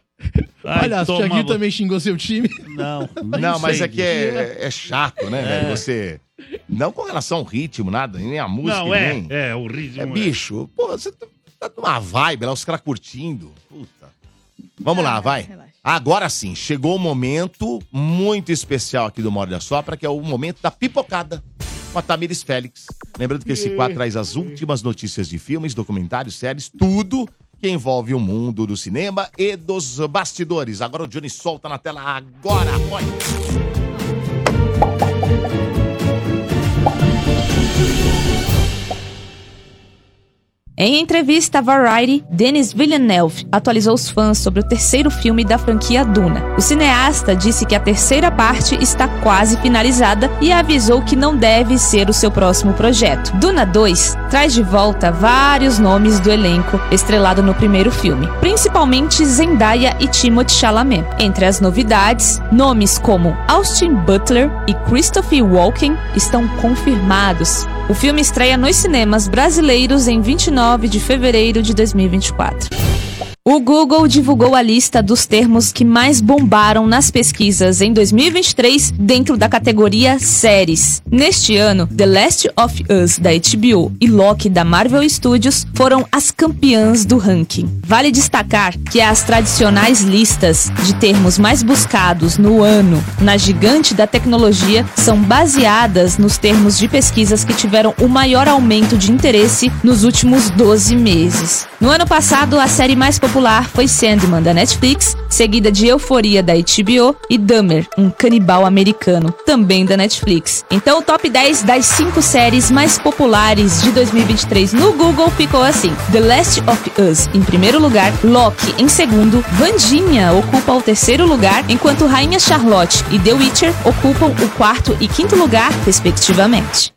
[SPEAKER 4] Vai
[SPEAKER 5] Olha, o
[SPEAKER 4] tomar
[SPEAKER 5] Thiaguinho
[SPEAKER 4] vo-
[SPEAKER 5] também xingou seu time.
[SPEAKER 4] Não,
[SPEAKER 1] Não, mas é que é, é chato, né, velho? Você. Não com relação ao ritmo, nada, nem a música.
[SPEAKER 4] Não, é,
[SPEAKER 1] nem...
[SPEAKER 4] é, o ritmo.
[SPEAKER 1] É
[SPEAKER 4] é.
[SPEAKER 1] bicho, pô, você tá tá numa vibe lá, os caras curtindo. Puta. Vamos lá, vai. Agora sim, chegou o momento muito especial aqui do Morde da Sopra, que é o momento da pipocada com a Tamires Félix. Lembrando que esse quadro traz as últimas notícias de filmes, documentários, séries, tudo que envolve o mundo do cinema e dos bastidores. Agora o Johnny solta na tela agora, olha.
[SPEAKER 7] Em entrevista à Variety, Denis Villeneuve atualizou os fãs sobre o terceiro filme da franquia Duna. O cineasta disse que a terceira parte está quase finalizada e avisou que não deve ser o seu próximo projeto. Duna 2 traz de volta vários nomes do elenco estrelado no primeiro filme, principalmente Zendaya e Timothée Chalamet. Entre as novidades, nomes como Austin Butler e Christopher Walken estão confirmados. O filme estreia nos cinemas brasileiros em 29 de fevereiro de 2024. O Google divulgou a lista dos termos que mais bombaram nas pesquisas em 2023 dentro da categoria séries. Neste ano, The Last of Us da HBO e Loki da Marvel Studios foram as campeãs do ranking. Vale destacar que as tradicionais listas de termos mais buscados no ano na gigante da tecnologia são baseadas nos termos de pesquisas que tiveram o maior aumento de interesse nos últimos 12 meses. No ano passado, a série mais popular foi Sandman da Netflix, seguida de Euforia da HBO e Dahmer, um canibal americano, também da Netflix. Então, o top 10 das 5 séries mais populares de 2023 no Google ficou assim: The Last of Us em primeiro lugar, Loki em segundo, Vandinha ocupa o terceiro lugar, enquanto Rainha Charlotte e The Witcher ocupam o quarto e quinto lugar, respectivamente.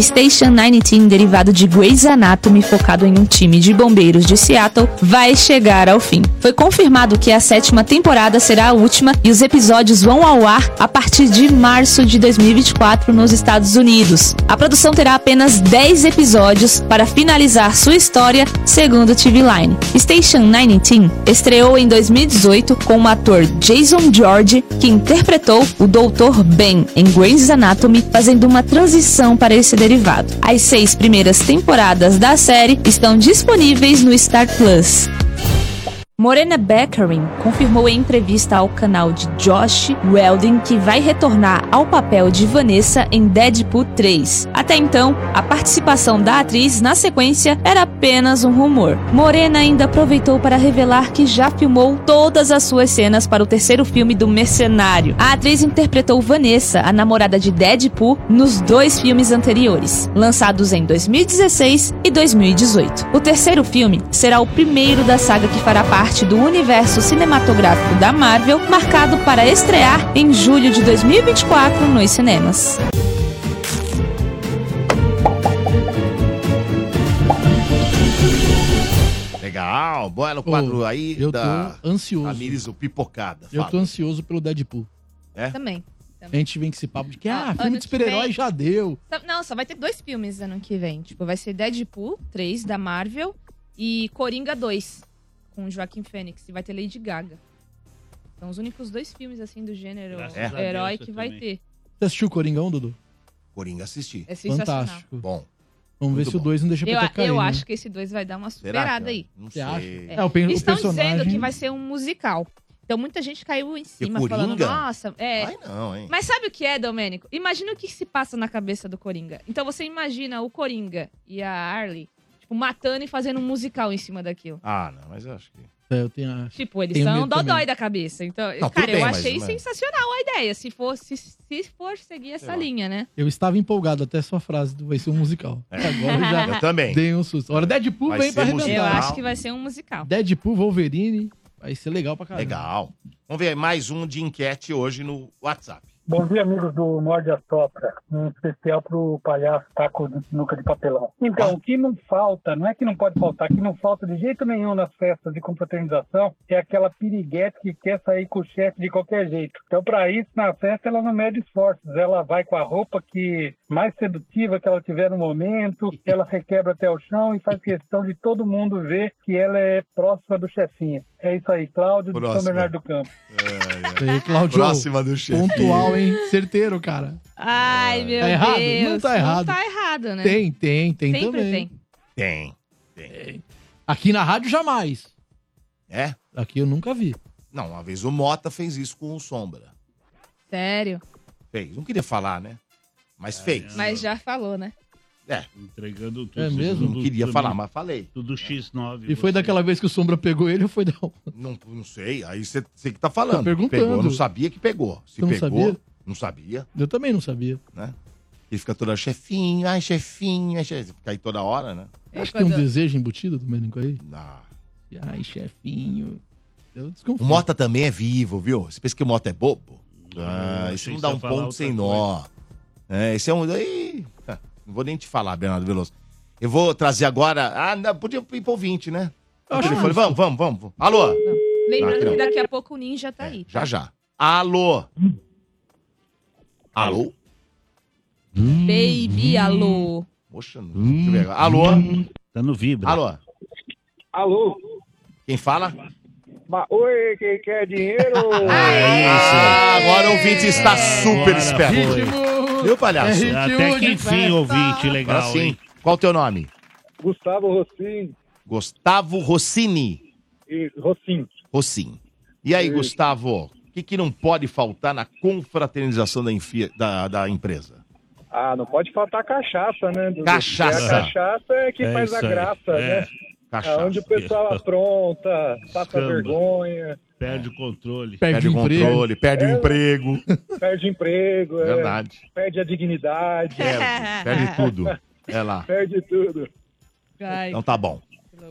[SPEAKER 7] Station 19, derivado de Grey's Anatomy, focado em um time de bombeiros de Seattle, vai chegar ao fim. Foi confirmado que a sétima temporada será a última e os episódios vão ao ar a partir de março de 2024 nos Estados Unidos. A produção terá apenas 10 episódios para finalizar sua história, segundo TV Line. Station 19 estreou em 2018 com o ator Jason George, que interpretou o Dr. Ben em Grey's Anatomy, fazendo uma transição para esse derivado. As seis primeiras temporadas da série estão disponíveis no Star Plus. Morena Baccarin confirmou em entrevista ao canal de Josh Weldon que vai retornar ao papel de Vanessa em Deadpool 3. Até então, a participação da atriz na sequência era apenas um rumor. Morena ainda aproveitou para revelar que já filmou todas as suas cenas para o terceiro filme do Mercenário. A atriz interpretou Vanessa, a namorada de Deadpool, nos dois filmes anteriores, lançados em 2016 e 2018. O terceiro filme será o primeiro da saga que fará parte do universo cinematográfico da Marvel, marcado para estrear em julho de 2024 nos cinemas.
[SPEAKER 1] Legal, bora o quadro aí
[SPEAKER 5] eu
[SPEAKER 1] da
[SPEAKER 5] tô ansioso.
[SPEAKER 1] Tamires, o Pipocada.
[SPEAKER 5] Eu
[SPEAKER 1] Fala.
[SPEAKER 5] tô ansioso pelo Deadpool.
[SPEAKER 1] É?
[SPEAKER 7] Também.
[SPEAKER 5] A gente vem com esse papo de que, ah,
[SPEAKER 7] Ó,
[SPEAKER 5] filme
[SPEAKER 7] ano
[SPEAKER 5] de
[SPEAKER 7] que
[SPEAKER 5] super-herói
[SPEAKER 7] vem-
[SPEAKER 5] já deu.
[SPEAKER 7] Só- Não, só Tá, vai ter dois filmes ano que vem. Tipo, vai ser Deadpool 3, da Marvel, e Coringa 2, com Joaquim Fênix. E vai ter Lady Gaga. São os únicos dois filmes, assim, do gênero
[SPEAKER 5] Graças a Deus,
[SPEAKER 7] herói
[SPEAKER 5] eu
[SPEAKER 7] que vai
[SPEAKER 5] também.
[SPEAKER 7] ter.
[SPEAKER 5] Você assistiu o Coringão, Dudu?
[SPEAKER 1] Coringa assisti.
[SPEAKER 7] É sensacional.
[SPEAKER 5] Fantástico.
[SPEAKER 1] Bom.
[SPEAKER 5] Vamos ver
[SPEAKER 1] Muito
[SPEAKER 5] se o
[SPEAKER 1] bom.
[SPEAKER 5] 2 não deixa
[SPEAKER 7] eu
[SPEAKER 5] pra cair.
[SPEAKER 7] eu
[SPEAKER 5] né?
[SPEAKER 7] acho que esse dois vai dar uma
[SPEAKER 5] Será,
[SPEAKER 7] superada
[SPEAKER 5] cara?
[SPEAKER 7] aí.
[SPEAKER 1] Não
[SPEAKER 5] Você acha?
[SPEAKER 1] sei.
[SPEAKER 7] É.
[SPEAKER 5] É, o pe- o
[SPEAKER 7] Estão dizendo
[SPEAKER 5] personagem-
[SPEAKER 7] que vai ser um musical. Então muita gente caiu em cima
[SPEAKER 1] Coringa?
[SPEAKER 7] falando, nossa, é.
[SPEAKER 1] Ai, não, hein?
[SPEAKER 7] Mas sabe o que é, Domênico? Imagina o que se passa na cabeça do Coringa. Então você imagina o Coringa e a Harley, tipo, matando e fazendo um musical em cima daquilo.
[SPEAKER 1] Ah, não, mas eu acho que.
[SPEAKER 5] É, eu tenho a...
[SPEAKER 7] Tipo, eles
[SPEAKER 5] Tenho
[SPEAKER 7] são
[SPEAKER 5] medo
[SPEAKER 7] dodói
[SPEAKER 5] também.
[SPEAKER 7] da cabeça. Então,
[SPEAKER 5] Não,
[SPEAKER 7] cara,
[SPEAKER 5] tudo bem,
[SPEAKER 7] eu
[SPEAKER 5] mas-
[SPEAKER 7] achei
[SPEAKER 5] mas-
[SPEAKER 7] sensacional a ideia, se for, se, se for seguir essa linha, né?
[SPEAKER 5] Eu estava empolgado até sua frase do vai ser um musical.
[SPEAKER 1] É.
[SPEAKER 5] Agora eu já
[SPEAKER 1] Eu também.
[SPEAKER 5] dei um susto. Olha, Deadpool
[SPEAKER 1] Vai
[SPEAKER 5] vem pra
[SPEAKER 1] ser
[SPEAKER 5] arrebentar.
[SPEAKER 7] Eu acho que vai ser um musical.
[SPEAKER 5] Deadpool, Wolverine, vai ser legal pra caramba.
[SPEAKER 1] Legal. Vamos ver mais um de enquete hoje no WhatsApp.
[SPEAKER 16] Bom dia, amigos do Morde a Sopra. Um especial pro palhaço Taco de Nuca de Papelão. Então, o que não falta, não é que não pode faltar, o que não falta de jeito nenhum nas festas de confraternização é aquela piriguete que quer sair com o chefe de qualquer jeito. Então, pra isso, na festa, ela não mede esforços. Ela vai com a roupa que mais sedutiva que ela tiver no momento, ela requebra até o chão e faz questão de todo mundo ver que ela é próxima do chefinho. É isso aí, Cláudio, de São
[SPEAKER 1] Próxima.
[SPEAKER 16] Bernardo do Campo.
[SPEAKER 5] E aí, Claudio,
[SPEAKER 1] Próxima do chefe.
[SPEAKER 5] Pontual, hein? Certeiro, cara.
[SPEAKER 7] Ai, meu
[SPEAKER 5] Tá errado?
[SPEAKER 7] Deus.
[SPEAKER 5] Não tá errado.
[SPEAKER 7] Não tá errado, né?
[SPEAKER 5] Tem, tem, tem
[SPEAKER 7] Sempre
[SPEAKER 5] também.
[SPEAKER 7] tem.
[SPEAKER 1] Tem.
[SPEAKER 5] Aqui na rádio, jamais.
[SPEAKER 1] É?
[SPEAKER 5] Aqui eu nunca vi.
[SPEAKER 1] Não, uma vez o Mota fez isso com o Sombra.
[SPEAKER 7] Sério.
[SPEAKER 1] Fez. Não queria falar, né?
[SPEAKER 5] É.
[SPEAKER 1] Mas fez.
[SPEAKER 7] Mas já falou, né?
[SPEAKER 1] É.
[SPEAKER 4] Entregando tudo.
[SPEAKER 5] É mesmo?
[SPEAKER 1] Não queria falar, mas falei.
[SPEAKER 4] Tudo X9.
[SPEAKER 5] E foi daquela vez que o Sombra pegou ele ou foi da outra?
[SPEAKER 1] Não, não sei, aí você você que tá falando.
[SPEAKER 5] Tô perguntando.
[SPEAKER 1] Pegou, eu não sabia que pegou. Se
[SPEAKER 5] Eu não
[SPEAKER 1] pegou,
[SPEAKER 5] sabia?
[SPEAKER 1] não sabia,
[SPEAKER 5] Eu também não sabia.
[SPEAKER 1] né? Ele fica toda chefinho, ai chefinho, ai chefinho. Fica aí toda hora, né?
[SPEAKER 5] Acho que tem um desejo embutido é do Menico aí. Ai, chefinho. Eu
[SPEAKER 1] O
[SPEAKER 5] desconfio.
[SPEAKER 1] Mota também é vivo, viu? Você pensa que o Mota é bobo? Ah,
[SPEAKER 4] eu
[SPEAKER 1] isso
[SPEAKER 4] Hum, achei
[SPEAKER 1] não dá
[SPEAKER 4] que
[SPEAKER 1] um
[SPEAKER 4] você ia falar
[SPEAKER 1] ponto sem nó. É, esse é um. Ih, ah, não vou nem te falar, Bernardo Veloso. Eu vou trazer agora. Ah, não, podia ir pro ouvinte, né?
[SPEAKER 7] acho
[SPEAKER 1] Ele falou, vamos, vamos, vamos. Alô?
[SPEAKER 7] Lembrando
[SPEAKER 1] Ah,
[SPEAKER 7] que
[SPEAKER 1] não.
[SPEAKER 7] daqui a pouco o Ninja tá aí.
[SPEAKER 1] Já, já. Alô? Alô?
[SPEAKER 5] Hum.
[SPEAKER 7] Baby, alô.
[SPEAKER 1] Poxa, não. Deixa eu ver agora. Alô?
[SPEAKER 4] Tá no vibra.
[SPEAKER 1] Alô?
[SPEAKER 18] Alô?
[SPEAKER 1] Quem fala?
[SPEAKER 18] Ba- Oi, quem quer dinheiro?
[SPEAKER 19] é
[SPEAKER 1] Ah, agora o ouvinte está super
[SPEAKER 4] É, Agora
[SPEAKER 1] esperto.
[SPEAKER 4] foi.
[SPEAKER 1] Viu, palhaço?
[SPEAKER 4] É ritmo Até que de enfim, festa. ouvinte legal,
[SPEAKER 1] Agora sim.
[SPEAKER 4] hein?
[SPEAKER 1] Qual o teu nome?
[SPEAKER 18] Gustavo Rossin.
[SPEAKER 1] Gustavo Rossini.
[SPEAKER 18] E Rossin.
[SPEAKER 1] Rossin. E aí,
[SPEAKER 18] Isso.
[SPEAKER 1] Gustavo, o que, que não pode faltar na confraternização da, enfi- da- da empresa?
[SPEAKER 18] Ah, não pode faltar cachaça, né? Dudu?
[SPEAKER 1] Cachaça.
[SPEAKER 18] Porque A cachaça é que
[SPEAKER 1] É
[SPEAKER 18] faz a
[SPEAKER 1] isso aí.
[SPEAKER 18] graça,
[SPEAKER 1] É.
[SPEAKER 18] né?
[SPEAKER 1] Cachaça.
[SPEAKER 18] É onde o pessoal apronta, passa
[SPEAKER 1] Escamba.
[SPEAKER 18] vergonha, É,
[SPEAKER 4] Perde o controle.
[SPEAKER 1] Perde o controle, perde o emprego.
[SPEAKER 18] perde emprego, é,
[SPEAKER 1] Verdade.
[SPEAKER 18] perde a dignidade.
[SPEAKER 1] Perde, perde tudo. É lá.
[SPEAKER 18] Perde tudo.
[SPEAKER 1] Então tá bom.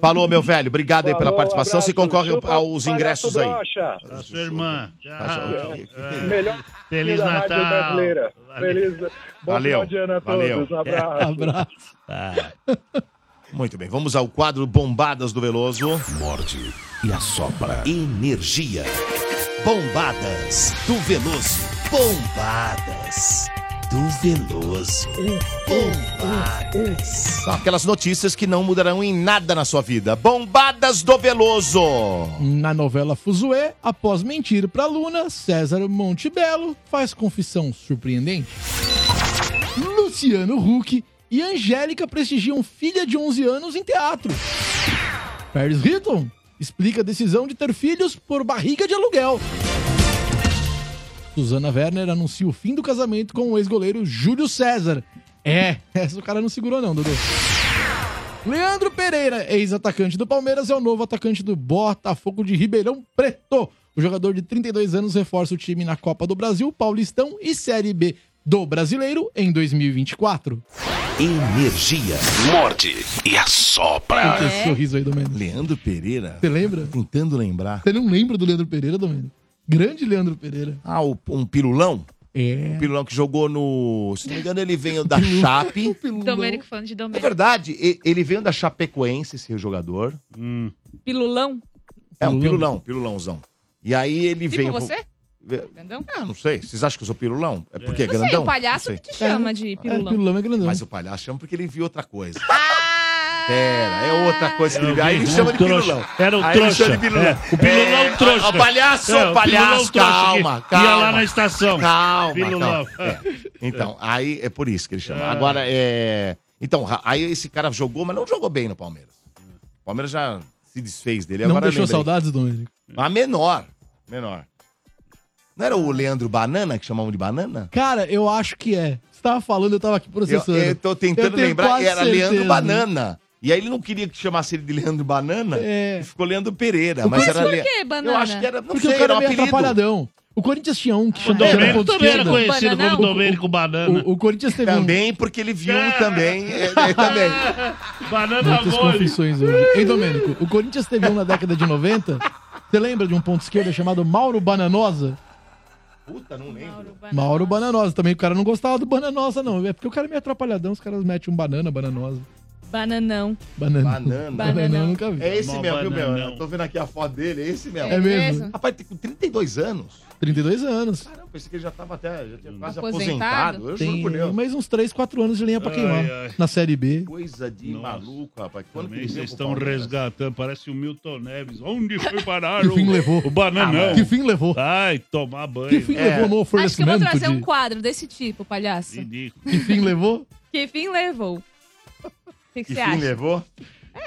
[SPEAKER 1] Falou, meu velho. Obrigado aí pela
[SPEAKER 18] Falou,
[SPEAKER 1] participação. Se
[SPEAKER 18] abraço.
[SPEAKER 1] concorre
[SPEAKER 18] Chupa,
[SPEAKER 1] aos ingressos aí. Tá
[SPEAKER 18] palhaço broxa.
[SPEAKER 4] Da sua irmã. Tchau. É.
[SPEAKER 18] Melhor
[SPEAKER 4] Feliz
[SPEAKER 18] da rádio
[SPEAKER 4] Natal.
[SPEAKER 18] brasileira.
[SPEAKER 4] Valeu.
[SPEAKER 18] Feliz. Bom
[SPEAKER 1] Valeu.
[SPEAKER 18] final de ano a todos.
[SPEAKER 1] Valeu. É.
[SPEAKER 18] Um abraço.
[SPEAKER 1] Muito bem, vamos ao quadro Bombadas do Veloso.
[SPEAKER 2] Morde e assopra. Energia. Bombadas do Veloso. Bombadas do Veloso.
[SPEAKER 20] Um,
[SPEAKER 2] Bombadas.
[SPEAKER 1] São aquelas notícias que não mudarão em nada na sua vida. Bombadas do Veloso.
[SPEAKER 5] Na novela Fuzuê, após mentir pra Luna, César Montebello faz confissão surpreendente. Luciano Huck e Angélica prestigiam filha de 11 anos em teatro. Paris Hilton explica a decisão de ter filhos por barriga de aluguel. Susana Werner anuncia o fim do casamento com o ex-goleiro Júlio César. É, essa o cara não segurou não, Dudu. Leandro Pereira, ex-atacante do Palmeiras, é o novo atacante do Botafogo de Ribeirão Preto. O jogador de 32 anos reforça o time na Copa do Brasil, Paulistão e Série B do Brasileiro em 2024.
[SPEAKER 2] Energia. Morde e assopra.
[SPEAKER 5] Esse sorriso aí, Domênico.
[SPEAKER 1] Leandro Pereira.
[SPEAKER 5] Você lembra?
[SPEAKER 1] Tentando lembrar.
[SPEAKER 5] Você não lembra do Leandro Pereira, Domênico? Grande Leandro Pereira.
[SPEAKER 1] Ah, o- um pirulão?
[SPEAKER 5] É.
[SPEAKER 1] Um pirulão que jogou no. Se não me engano, ele veio da Chape.
[SPEAKER 7] Domênico falando de
[SPEAKER 1] É
[SPEAKER 7] Domênico.
[SPEAKER 1] verdade, e- ele veio da Chapecoense, esse jogador.
[SPEAKER 18] Hum.
[SPEAKER 7] Pilulão.
[SPEAKER 1] É um pirulão, pirulãozão. E aí ele
[SPEAKER 7] Tipo
[SPEAKER 1] veio. pro-
[SPEAKER 7] você? Grandão?
[SPEAKER 1] Ah, não sei. Vocês acham que eu sou pirulão? É porque é
[SPEAKER 7] Não sei,
[SPEAKER 1] grandão?
[SPEAKER 7] o palhaço
[SPEAKER 1] Não
[SPEAKER 7] que te
[SPEAKER 1] sei.
[SPEAKER 7] chama de pirulão. É, pirulão
[SPEAKER 5] é grandão.
[SPEAKER 1] Mas o palhaço chama porque ele viu outra coisa.
[SPEAKER 7] Ah!
[SPEAKER 1] Pera, é outra coisa que ele viu. Aí ele
[SPEAKER 4] Era um
[SPEAKER 1] chama de
[SPEAKER 4] trouxa.
[SPEAKER 1] pirulão.
[SPEAKER 4] Era o
[SPEAKER 1] Aí ele
[SPEAKER 4] trouxa.
[SPEAKER 1] chama de pirulão.
[SPEAKER 4] É, o pirulão
[SPEAKER 1] É,
[SPEAKER 4] trouxa.
[SPEAKER 1] ó, ó, palhaço,
[SPEAKER 4] É, o pirulão
[SPEAKER 1] palhaço,
[SPEAKER 4] trouxa
[SPEAKER 1] calma,
[SPEAKER 4] que
[SPEAKER 1] calma.
[SPEAKER 4] Ia lá na estação.
[SPEAKER 1] Calma,
[SPEAKER 4] Pirulão.
[SPEAKER 1] calma. É. Então, aí é por isso que ele chama. Agora, é... Então, ra- aí esse cara jogou, mas não jogou bem no Palmeiras. O Palmeiras já se desfez dele.
[SPEAKER 5] Não
[SPEAKER 1] Agora
[SPEAKER 5] deixou
[SPEAKER 1] lembrei.
[SPEAKER 5] saudades, Domênico?
[SPEAKER 1] Mas Hum. menor. Menor. Não era o Leandro Banana que chamavam de banana?
[SPEAKER 5] Cara, eu acho que é. Você tava falando, eu tava aqui processando.
[SPEAKER 1] Eu, eu tô
[SPEAKER 5] Eu
[SPEAKER 1] tentando
[SPEAKER 5] tenho
[SPEAKER 1] lembrar.
[SPEAKER 5] quase
[SPEAKER 1] Era Leandro
[SPEAKER 5] certeza.
[SPEAKER 1] Banana. E aí ele não queria que chamasse ele de Leandro Banana.
[SPEAKER 5] É.
[SPEAKER 1] E ficou Leandro Pereira. Mas, era Le- Eu acho que era. Não
[SPEAKER 5] Porque
[SPEAKER 1] sei,
[SPEAKER 5] o cara
[SPEAKER 1] era
[SPEAKER 5] é
[SPEAKER 1] um
[SPEAKER 5] meio
[SPEAKER 1] apelido.
[SPEAKER 5] atrapalhadão. O Corinthians tinha um que
[SPEAKER 4] O
[SPEAKER 5] chamava
[SPEAKER 4] Domênico
[SPEAKER 5] ponta
[SPEAKER 4] também era
[SPEAKER 5] esquerda.
[SPEAKER 4] conhecido como
[SPEAKER 5] O-
[SPEAKER 4] Domênico Banana.
[SPEAKER 5] O, o Corinthians teve
[SPEAKER 1] Também porque ele viu também. é, é, também.
[SPEAKER 4] Banana
[SPEAKER 5] muitas
[SPEAKER 4] mole.
[SPEAKER 5] confissões hoje. Ei, Domênico, o Corinthians teve um na década de 90. Você lembra de um ponto esquerda chamado Mauro Bananosa?
[SPEAKER 1] Puta, não lembro.
[SPEAKER 5] Mauro Bananosa. Também o cara não gostava do Bananosa, não. É porque o cara é meio atrapalhadão, os caras metem um banana, bananosa.
[SPEAKER 7] Bananão.
[SPEAKER 5] Banana.
[SPEAKER 1] Banana.
[SPEAKER 5] Banana eu nunca vi.
[SPEAKER 1] É esse
[SPEAKER 5] Mó
[SPEAKER 1] mesmo, viu, meu?
[SPEAKER 5] bananão.
[SPEAKER 1] Eu tô vendo aqui a foto dele, é esse mesmo.
[SPEAKER 5] É mesmo?
[SPEAKER 1] Rapaz, tem com 32 anos.
[SPEAKER 5] 32 anos.
[SPEAKER 1] Caramba, pensei que ele já tava até já tinha quase
[SPEAKER 5] Hum. Aposentado?
[SPEAKER 1] aposentado. Eu juro
[SPEAKER 5] Tem
[SPEAKER 1] por Deus.
[SPEAKER 5] mais uns 3, 4 anos de lenha É pra
[SPEAKER 4] Ai,
[SPEAKER 5] queimar.
[SPEAKER 4] ai.
[SPEAKER 5] Na Série B.
[SPEAKER 1] Coisa de maluco, rapaz. Quando
[SPEAKER 4] Também
[SPEAKER 1] que
[SPEAKER 4] vocês estão resgatando, parece o Milton Neves. Onde foi parar
[SPEAKER 5] Que
[SPEAKER 4] o,
[SPEAKER 5] fim levou?
[SPEAKER 4] o bananão?
[SPEAKER 5] Ah, que fim levou?
[SPEAKER 4] Ai, tomar banho. É.
[SPEAKER 5] Que fim levou no
[SPEAKER 7] Acho que eu vou
[SPEAKER 5] oferecimento
[SPEAKER 7] trazer
[SPEAKER 5] de...
[SPEAKER 7] um quadro desse tipo, palhaço.
[SPEAKER 5] Que fim levou?
[SPEAKER 7] Que fim levou? O que que
[SPEAKER 5] Que fim
[SPEAKER 7] você acha?
[SPEAKER 1] levou?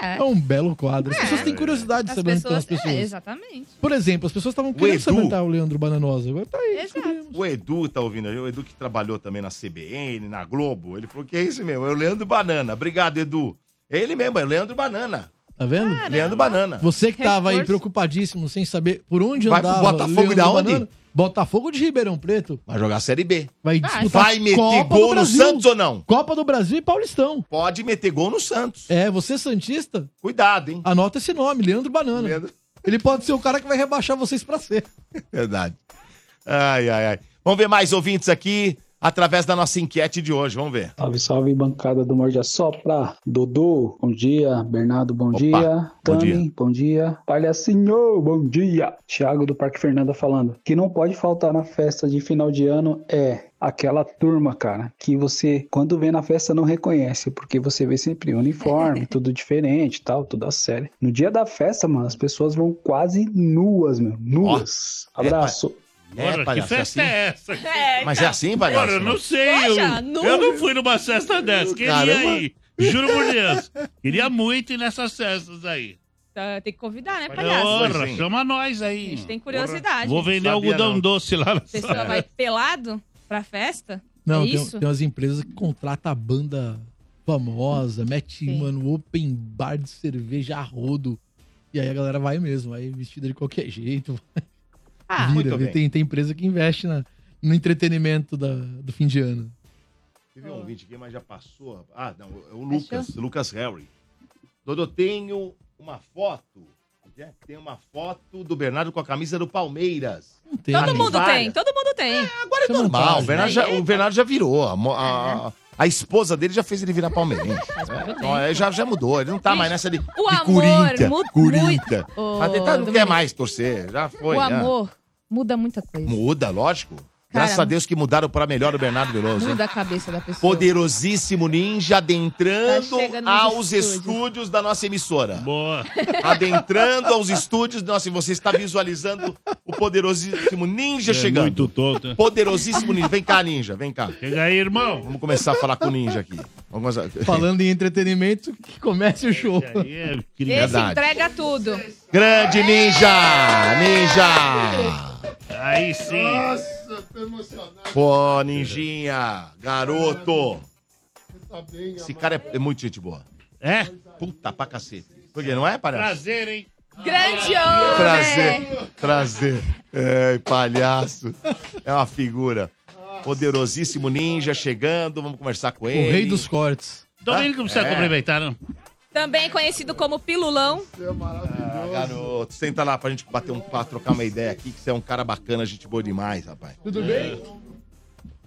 [SPEAKER 7] É.
[SPEAKER 5] É um belo quadro. As pessoas têm curiosidade de
[SPEAKER 7] As
[SPEAKER 5] saber onde estão as
[SPEAKER 7] pessoas-
[SPEAKER 5] pessoas.
[SPEAKER 7] É, exatamente.
[SPEAKER 5] Por exemplo, as pessoas estavam querendo
[SPEAKER 1] Edu-
[SPEAKER 5] saber onde tá o Leandro Bananosa. Agora tá aí.
[SPEAKER 1] O Edu tá ouvindo aí, o Edu que trabalhou também na CBN, na Globo. Ele falou que é isso mesmo, é o Leandro Banana. Obrigado, Edu. É ele mesmo, é o Leandro Banana.
[SPEAKER 5] Tá vendo?
[SPEAKER 1] Leandro
[SPEAKER 7] É.
[SPEAKER 1] Banana.
[SPEAKER 5] Você que tava aí
[SPEAKER 1] Reforço.
[SPEAKER 5] preocupadíssimo, sem saber por onde
[SPEAKER 1] Vai pro
[SPEAKER 5] andava.
[SPEAKER 1] Botafogo
[SPEAKER 5] Leandro
[SPEAKER 1] de onde?
[SPEAKER 5] Banana, Botafogo de Ribeirão Preto.
[SPEAKER 1] Vai jogar a Série B.
[SPEAKER 5] Vai
[SPEAKER 7] Ah,
[SPEAKER 5] disputar
[SPEAKER 1] Vai meter
[SPEAKER 5] Copa do
[SPEAKER 1] gol no
[SPEAKER 5] Brasil.
[SPEAKER 1] Santos ou não?
[SPEAKER 5] Copa do Brasil e Paulistão.
[SPEAKER 1] Pode meter gol no Santos.
[SPEAKER 5] É, você Santista?
[SPEAKER 1] Cuidado, hein?
[SPEAKER 5] Anota esse nome, Leandro Banana. Ele pode ser o cara que vai rebaixar vocês pra ser.
[SPEAKER 1] Verdade. Ai, ai, ai. Vamos ver mais ouvintes aqui através da nossa enquete de hoje. Vamos ver.
[SPEAKER 21] Salve, salve, bancada do Morde a Sopra. Dudu, bom dia. Bernardo, bom dia.
[SPEAKER 1] bom
[SPEAKER 21] Tami, bom dia. Palhacinho, bom dia. Thiago do Parque Fernanda falando. Que não pode faltar na festa de final de ano é aquela turma, cara, que você, quando vê na festa, não reconhece, porque você vê sempre uniforme, tudo diferente e tal, tudo a sério. No dia da festa, mano, as pessoas vão quase nuas, meu. Nuas. Abraço.
[SPEAKER 4] Ora, que festa é essa?
[SPEAKER 21] Mas é
[SPEAKER 7] então.
[SPEAKER 21] assim, palhaço?
[SPEAKER 4] Ora, eu não sei.
[SPEAKER 21] Poxa,
[SPEAKER 4] eu,
[SPEAKER 21] nu.
[SPEAKER 4] eu não fui numa cesta dessa. Queria
[SPEAKER 21] Caramba.
[SPEAKER 4] ir. Juro por Deus. Queria muito ir nessas cestas aí.
[SPEAKER 7] Tá, Tem que convidar, né, palhaço?
[SPEAKER 4] Ora, chama nós aí.
[SPEAKER 7] A gente tem curiosidade.
[SPEAKER 4] Vou vender algodão doce lá. Na
[SPEAKER 7] A pessoa vai pelado pra festa?
[SPEAKER 5] Não,
[SPEAKER 7] é
[SPEAKER 5] tem, um-
[SPEAKER 7] isso?
[SPEAKER 5] tem umas empresas que contratam a banda famosa, mete, mano, open bar de cerveja a rodo. E aí a galera vai mesmo, vai vestida de qualquer jeito.
[SPEAKER 7] Ah,
[SPEAKER 5] Vira,
[SPEAKER 7] muito
[SPEAKER 5] vira.
[SPEAKER 7] bem.
[SPEAKER 5] Tem, tem empresa que investe na, no entretenimento da, do fim de ano.
[SPEAKER 1] Teve
[SPEAKER 7] Ah.
[SPEAKER 1] um ouvinte aqui, mas já passou. Ah, não, é o Lucas, Lucas Harry. Dodô, tenho uma foto. né? Tem uma foto do Bernardo com a camisa do Palmeiras. Ah,
[SPEAKER 7] Todo mundo
[SPEAKER 1] várias.
[SPEAKER 7] tem, todo mundo tem. É.
[SPEAKER 1] agora É normal, o
[SPEAKER 5] né?
[SPEAKER 1] Bernardo, já, o Bernardo já virou. A, mo- a- a esposa dele já fez ele virar palmeirense. É, não, é, já, já mudou, ele não tá mais nessa de,
[SPEAKER 7] o
[SPEAKER 1] de
[SPEAKER 7] amor
[SPEAKER 1] Corinthians.
[SPEAKER 7] mu-
[SPEAKER 1] Corinthians.
[SPEAKER 7] muito- Ô,
[SPEAKER 1] Mas ele tá- não
[SPEAKER 7] Domênico.
[SPEAKER 1] quer mais torcer, já foi.
[SPEAKER 7] o
[SPEAKER 1] né?
[SPEAKER 7] amor muda muita coisa.
[SPEAKER 1] Muda, lógico. Graças
[SPEAKER 7] Cara,
[SPEAKER 1] a Deus que mudaram pra melhor o Bernardo Veloso. hein?
[SPEAKER 7] Muda a cabeça da pessoa.
[SPEAKER 1] Poderosíssimo ninja adentrando
[SPEAKER 7] Tá chegando nos
[SPEAKER 1] aos
[SPEAKER 7] estúdios.
[SPEAKER 1] estúdios. da nossa emissora.
[SPEAKER 4] Boa.
[SPEAKER 1] Adentrando aos estúdios, nossa, e você está visualizando o poderosíssimo ninja
[SPEAKER 4] É
[SPEAKER 1] chegando.
[SPEAKER 4] muito tonto.
[SPEAKER 1] Poderosíssimo ninja. Vem cá, ninja, vem cá.
[SPEAKER 4] Chega aí, irmão.
[SPEAKER 1] Vamos começar a falar com o ninja aqui. Vamos começar-
[SPEAKER 5] Falando em entretenimento, que comece o show.
[SPEAKER 1] é
[SPEAKER 7] Esse
[SPEAKER 1] Verdade.
[SPEAKER 7] entrega tudo.
[SPEAKER 1] Grande ninja! Ninja!
[SPEAKER 4] Aí sim.
[SPEAKER 14] Nossa, tô emocionado.
[SPEAKER 1] Pô, ninjinha, garoto.
[SPEAKER 14] Tá bem,
[SPEAKER 1] Esse cara é- é muito gente boa.
[SPEAKER 4] É?
[SPEAKER 1] Puta pra cacete. Por quê? Não é, palhaço?
[SPEAKER 4] Prazer, hein? Ah,
[SPEAKER 7] Grande homem!
[SPEAKER 1] Prazer, prazer. É, palhaço. É uma figura. Poderosíssimo ninja chegando, vamos conversar com ele.
[SPEAKER 5] rei dos cortes.
[SPEAKER 4] Domênico
[SPEAKER 1] É.
[SPEAKER 4] precisa cumprimentar, não?
[SPEAKER 7] Também conhecido como Pilulão.
[SPEAKER 1] Ah, garoto, senta lá pra gente bater um papo, trocar uma ideia aqui, que você é um cara bacana, gente boa demais, rapaz. É.
[SPEAKER 4] Tudo bem?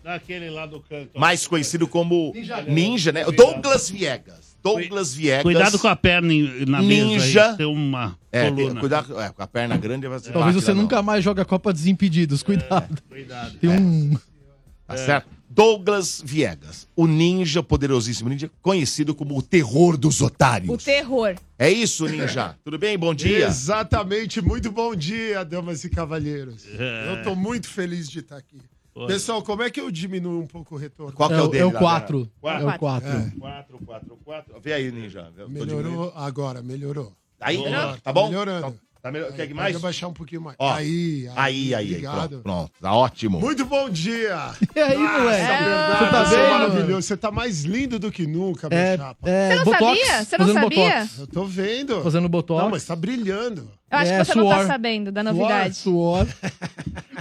[SPEAKER 4] Daquele lá do canto.
[SPEAKER 1] Mais conhecido como Ninja, né? Douglas Viegas. Douglas Viegas.
[SPEAKER 4] Cuidado com a perna em- na mesa.
[SPEAKER 1] Ninja.
[SPEAKER 4] Aí, tem uma
[SPEAKER 1] É,
[SPEAKER 4] coluna.
[SPEAKER 1] tem- cuidado, é, com a perna grande vai ser.
[SPEAKER 5] Talvez você nunca mais jogue a Copa Desimpedidos. Cuidado.
[SPEAKER 4] cuidado.
[SPEAKER 5] Tem um.
[SPEAKER 1] Tá certo? Douglas Viegas, o ninja poderosíssimo ninja, conhecido como o terror dos otários.
[SPEAKER 7] O terror.
[SPEAKER 1] É isso, ninja? Tudo bem? Bom dia.
[SPEAKER 14] Exatamente, muito bom dia, damas e cavalheiros.
[SPEAKER 1] É.
[SPEAKER 14] Eu tô muito feliz de estar aqui.
[SPEAKER 1] Oi.
[SPEAKER 14] Pessoal, como é que eu diminuo um pouco o retorno?
[SPEAKER 1] Qual que é o É o- dele é o lá, quatro.
[SPEAKER 5] Débora? É o quatro.
[SPEAKER 14] É.
[SPEAKER 1] 4, 4, 4. Vê aí, ninja. Eu tô diminuindo.
[SPEAKER 14] Melhorou agora, melhorou.
[SPEAKER 1] Aí,
[SPEAKER 14] Melhor,
[SPEAKER 1] melhor? Tá bom?
[SPEAKER 14] Melhorando.
[SPEAKER 1] Tá melhor. Quer que
[SPEAKER 14] Pode
[SPEAKER 1] mais?
[SPEAKER 14] abaixar um pouquinho mais.
[SPEAKER 1] Ó,
[SPEAKER 14] aí,
[SPEAKER 1] aí, aí, aí.
[SPEAKER 14] Obrigado.
[SPEAKER 1] Pronto, pronto, tá ótimo.
[SPEAKER 14] Muito bom dia!
[SPEAKER 5] E aí, moleque? Você tá
[SPEAKER 14] você
[SPEAKER 5] bem,
[SPEAKER 14] é
[SPEAKER 5] mano?
[SPEAKER 14] maravilhoso. Você tá mais lindo do que nunca, meu
[SPEAKER 5] É,
[SPEAKER 14] chapa.
[SPEAKER 5] é, Você não botox, sabia? Você não fazendo sabia? botox.
[SPEAKER 14] Eu tô vendo.
[SPEAKER 5] Fazendo botox.
[SPEAKER 14] Não, mas tá brilhando.
[SPEAKER 7] Eu acho
[SPEAKER 5] É,
[SPEAKER 7] que você não
[SPEAKER 5] suor.
[SPEAKER 7] tá sabendo da novidade.
[SPEAKER 5] Suor. suor.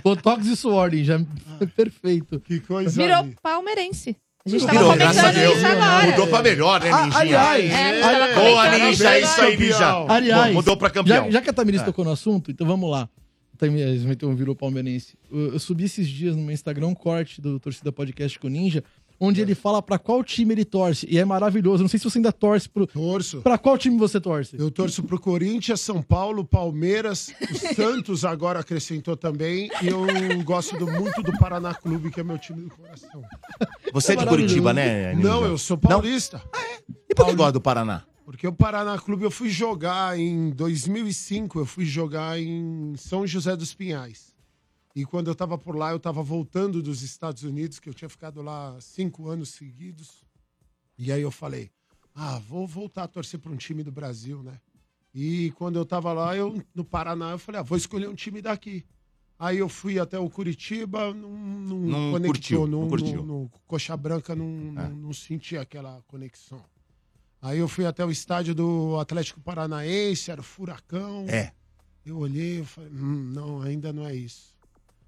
[SPEAKER 5] Botox e suor, já Perfeito.
[SPEAKER 14] Ah. Que coisa.
[SPEAKER 7] Virou palmeirense. A gente tava
[SPEAKER 1] Virou, graças a
[SPEAKER 7] comentando
[SPEAKER 1] Deus.
[SPEAKER 7] isso agora.
[SPEAKER 1] Mudou pra melhor, né,
[SPEAKER 5] Ah,
[SPEAKER 1] Ninjinha?
[SPEAKER 5] aliás,
[SPEAKER 7] É, a gente tava
[SPEAKER 1] Boa, Ninja,
[SPEAKER 7] comentando
[SPEAKER 1] é isso aí, Ninja.
[SPEAKER 5] Aliás,
[SPEAKER 1] Bom, mudou pra campeão.
[SPEAKER 5] Já, já que a Tamiris
[SPEAKER 1] É.
[SPEAKER 5] tocou no assunto, então vamos lá. A Tamiris então, virou palmeirense. Eu, eu subi esses dias no meu Instagram um corte do Torcida Podcast com o Ninja, onde
[SPEAKER 14] É.
[SPEAKER 5] ele fala pra qual time ele torce. E é maravilhoso. Não sei se você ainda torce pro.
[SPEAKER 14] Torço.
[SPEAKER 5] Pra qual time você torce?
[SPEAKER 14] Eu torço pro Corinthians, São Paulo, Palmeiras, o Santos agora acrescentou também. E eu gosto do- muito do Paraná Clube, que é meu time do coração.
[SPEAKER 1] Você é de Curitiba, né, Ninja?
[SPEAKER 14] Não, eu sou paulista.
[SPEAKER 1] E por que gosta do Paraná?
[SPEAKER 14] Porque o Paraná Clube eu fui jogar em 2005, eu fui jogar em São José dos Pinhais. E quando eu tava por lá, eu tava voltando dos Estados Unidos, que eu tinha ficado lá cinco anos seguidos. E aí eu falei, ah, vou voltar a torcer para um time do Brasil, né? E quando eu tava lá, eu no Paraná, eu falei, ah, vou escolher um time daqui. Aí eu fui até o Curitiba, não, não,
[SPEAKER 1] Não
[SPEAKER 14] conectou,
[SPEAKER 1] curtiu, não
[SPEAKER 14] não,
[SPEAKER 1] curtiu. É.
[SPEAKER 14] não- Coxa Branca não, não, não senti aquela conexão. Aí eu fui até o estádio do Atlético Paranaense, era o Furacão.
[SPEAKER 1] É.
[SPEAKER 14] Eu olhei e falei, hum, não, ainda não é isso.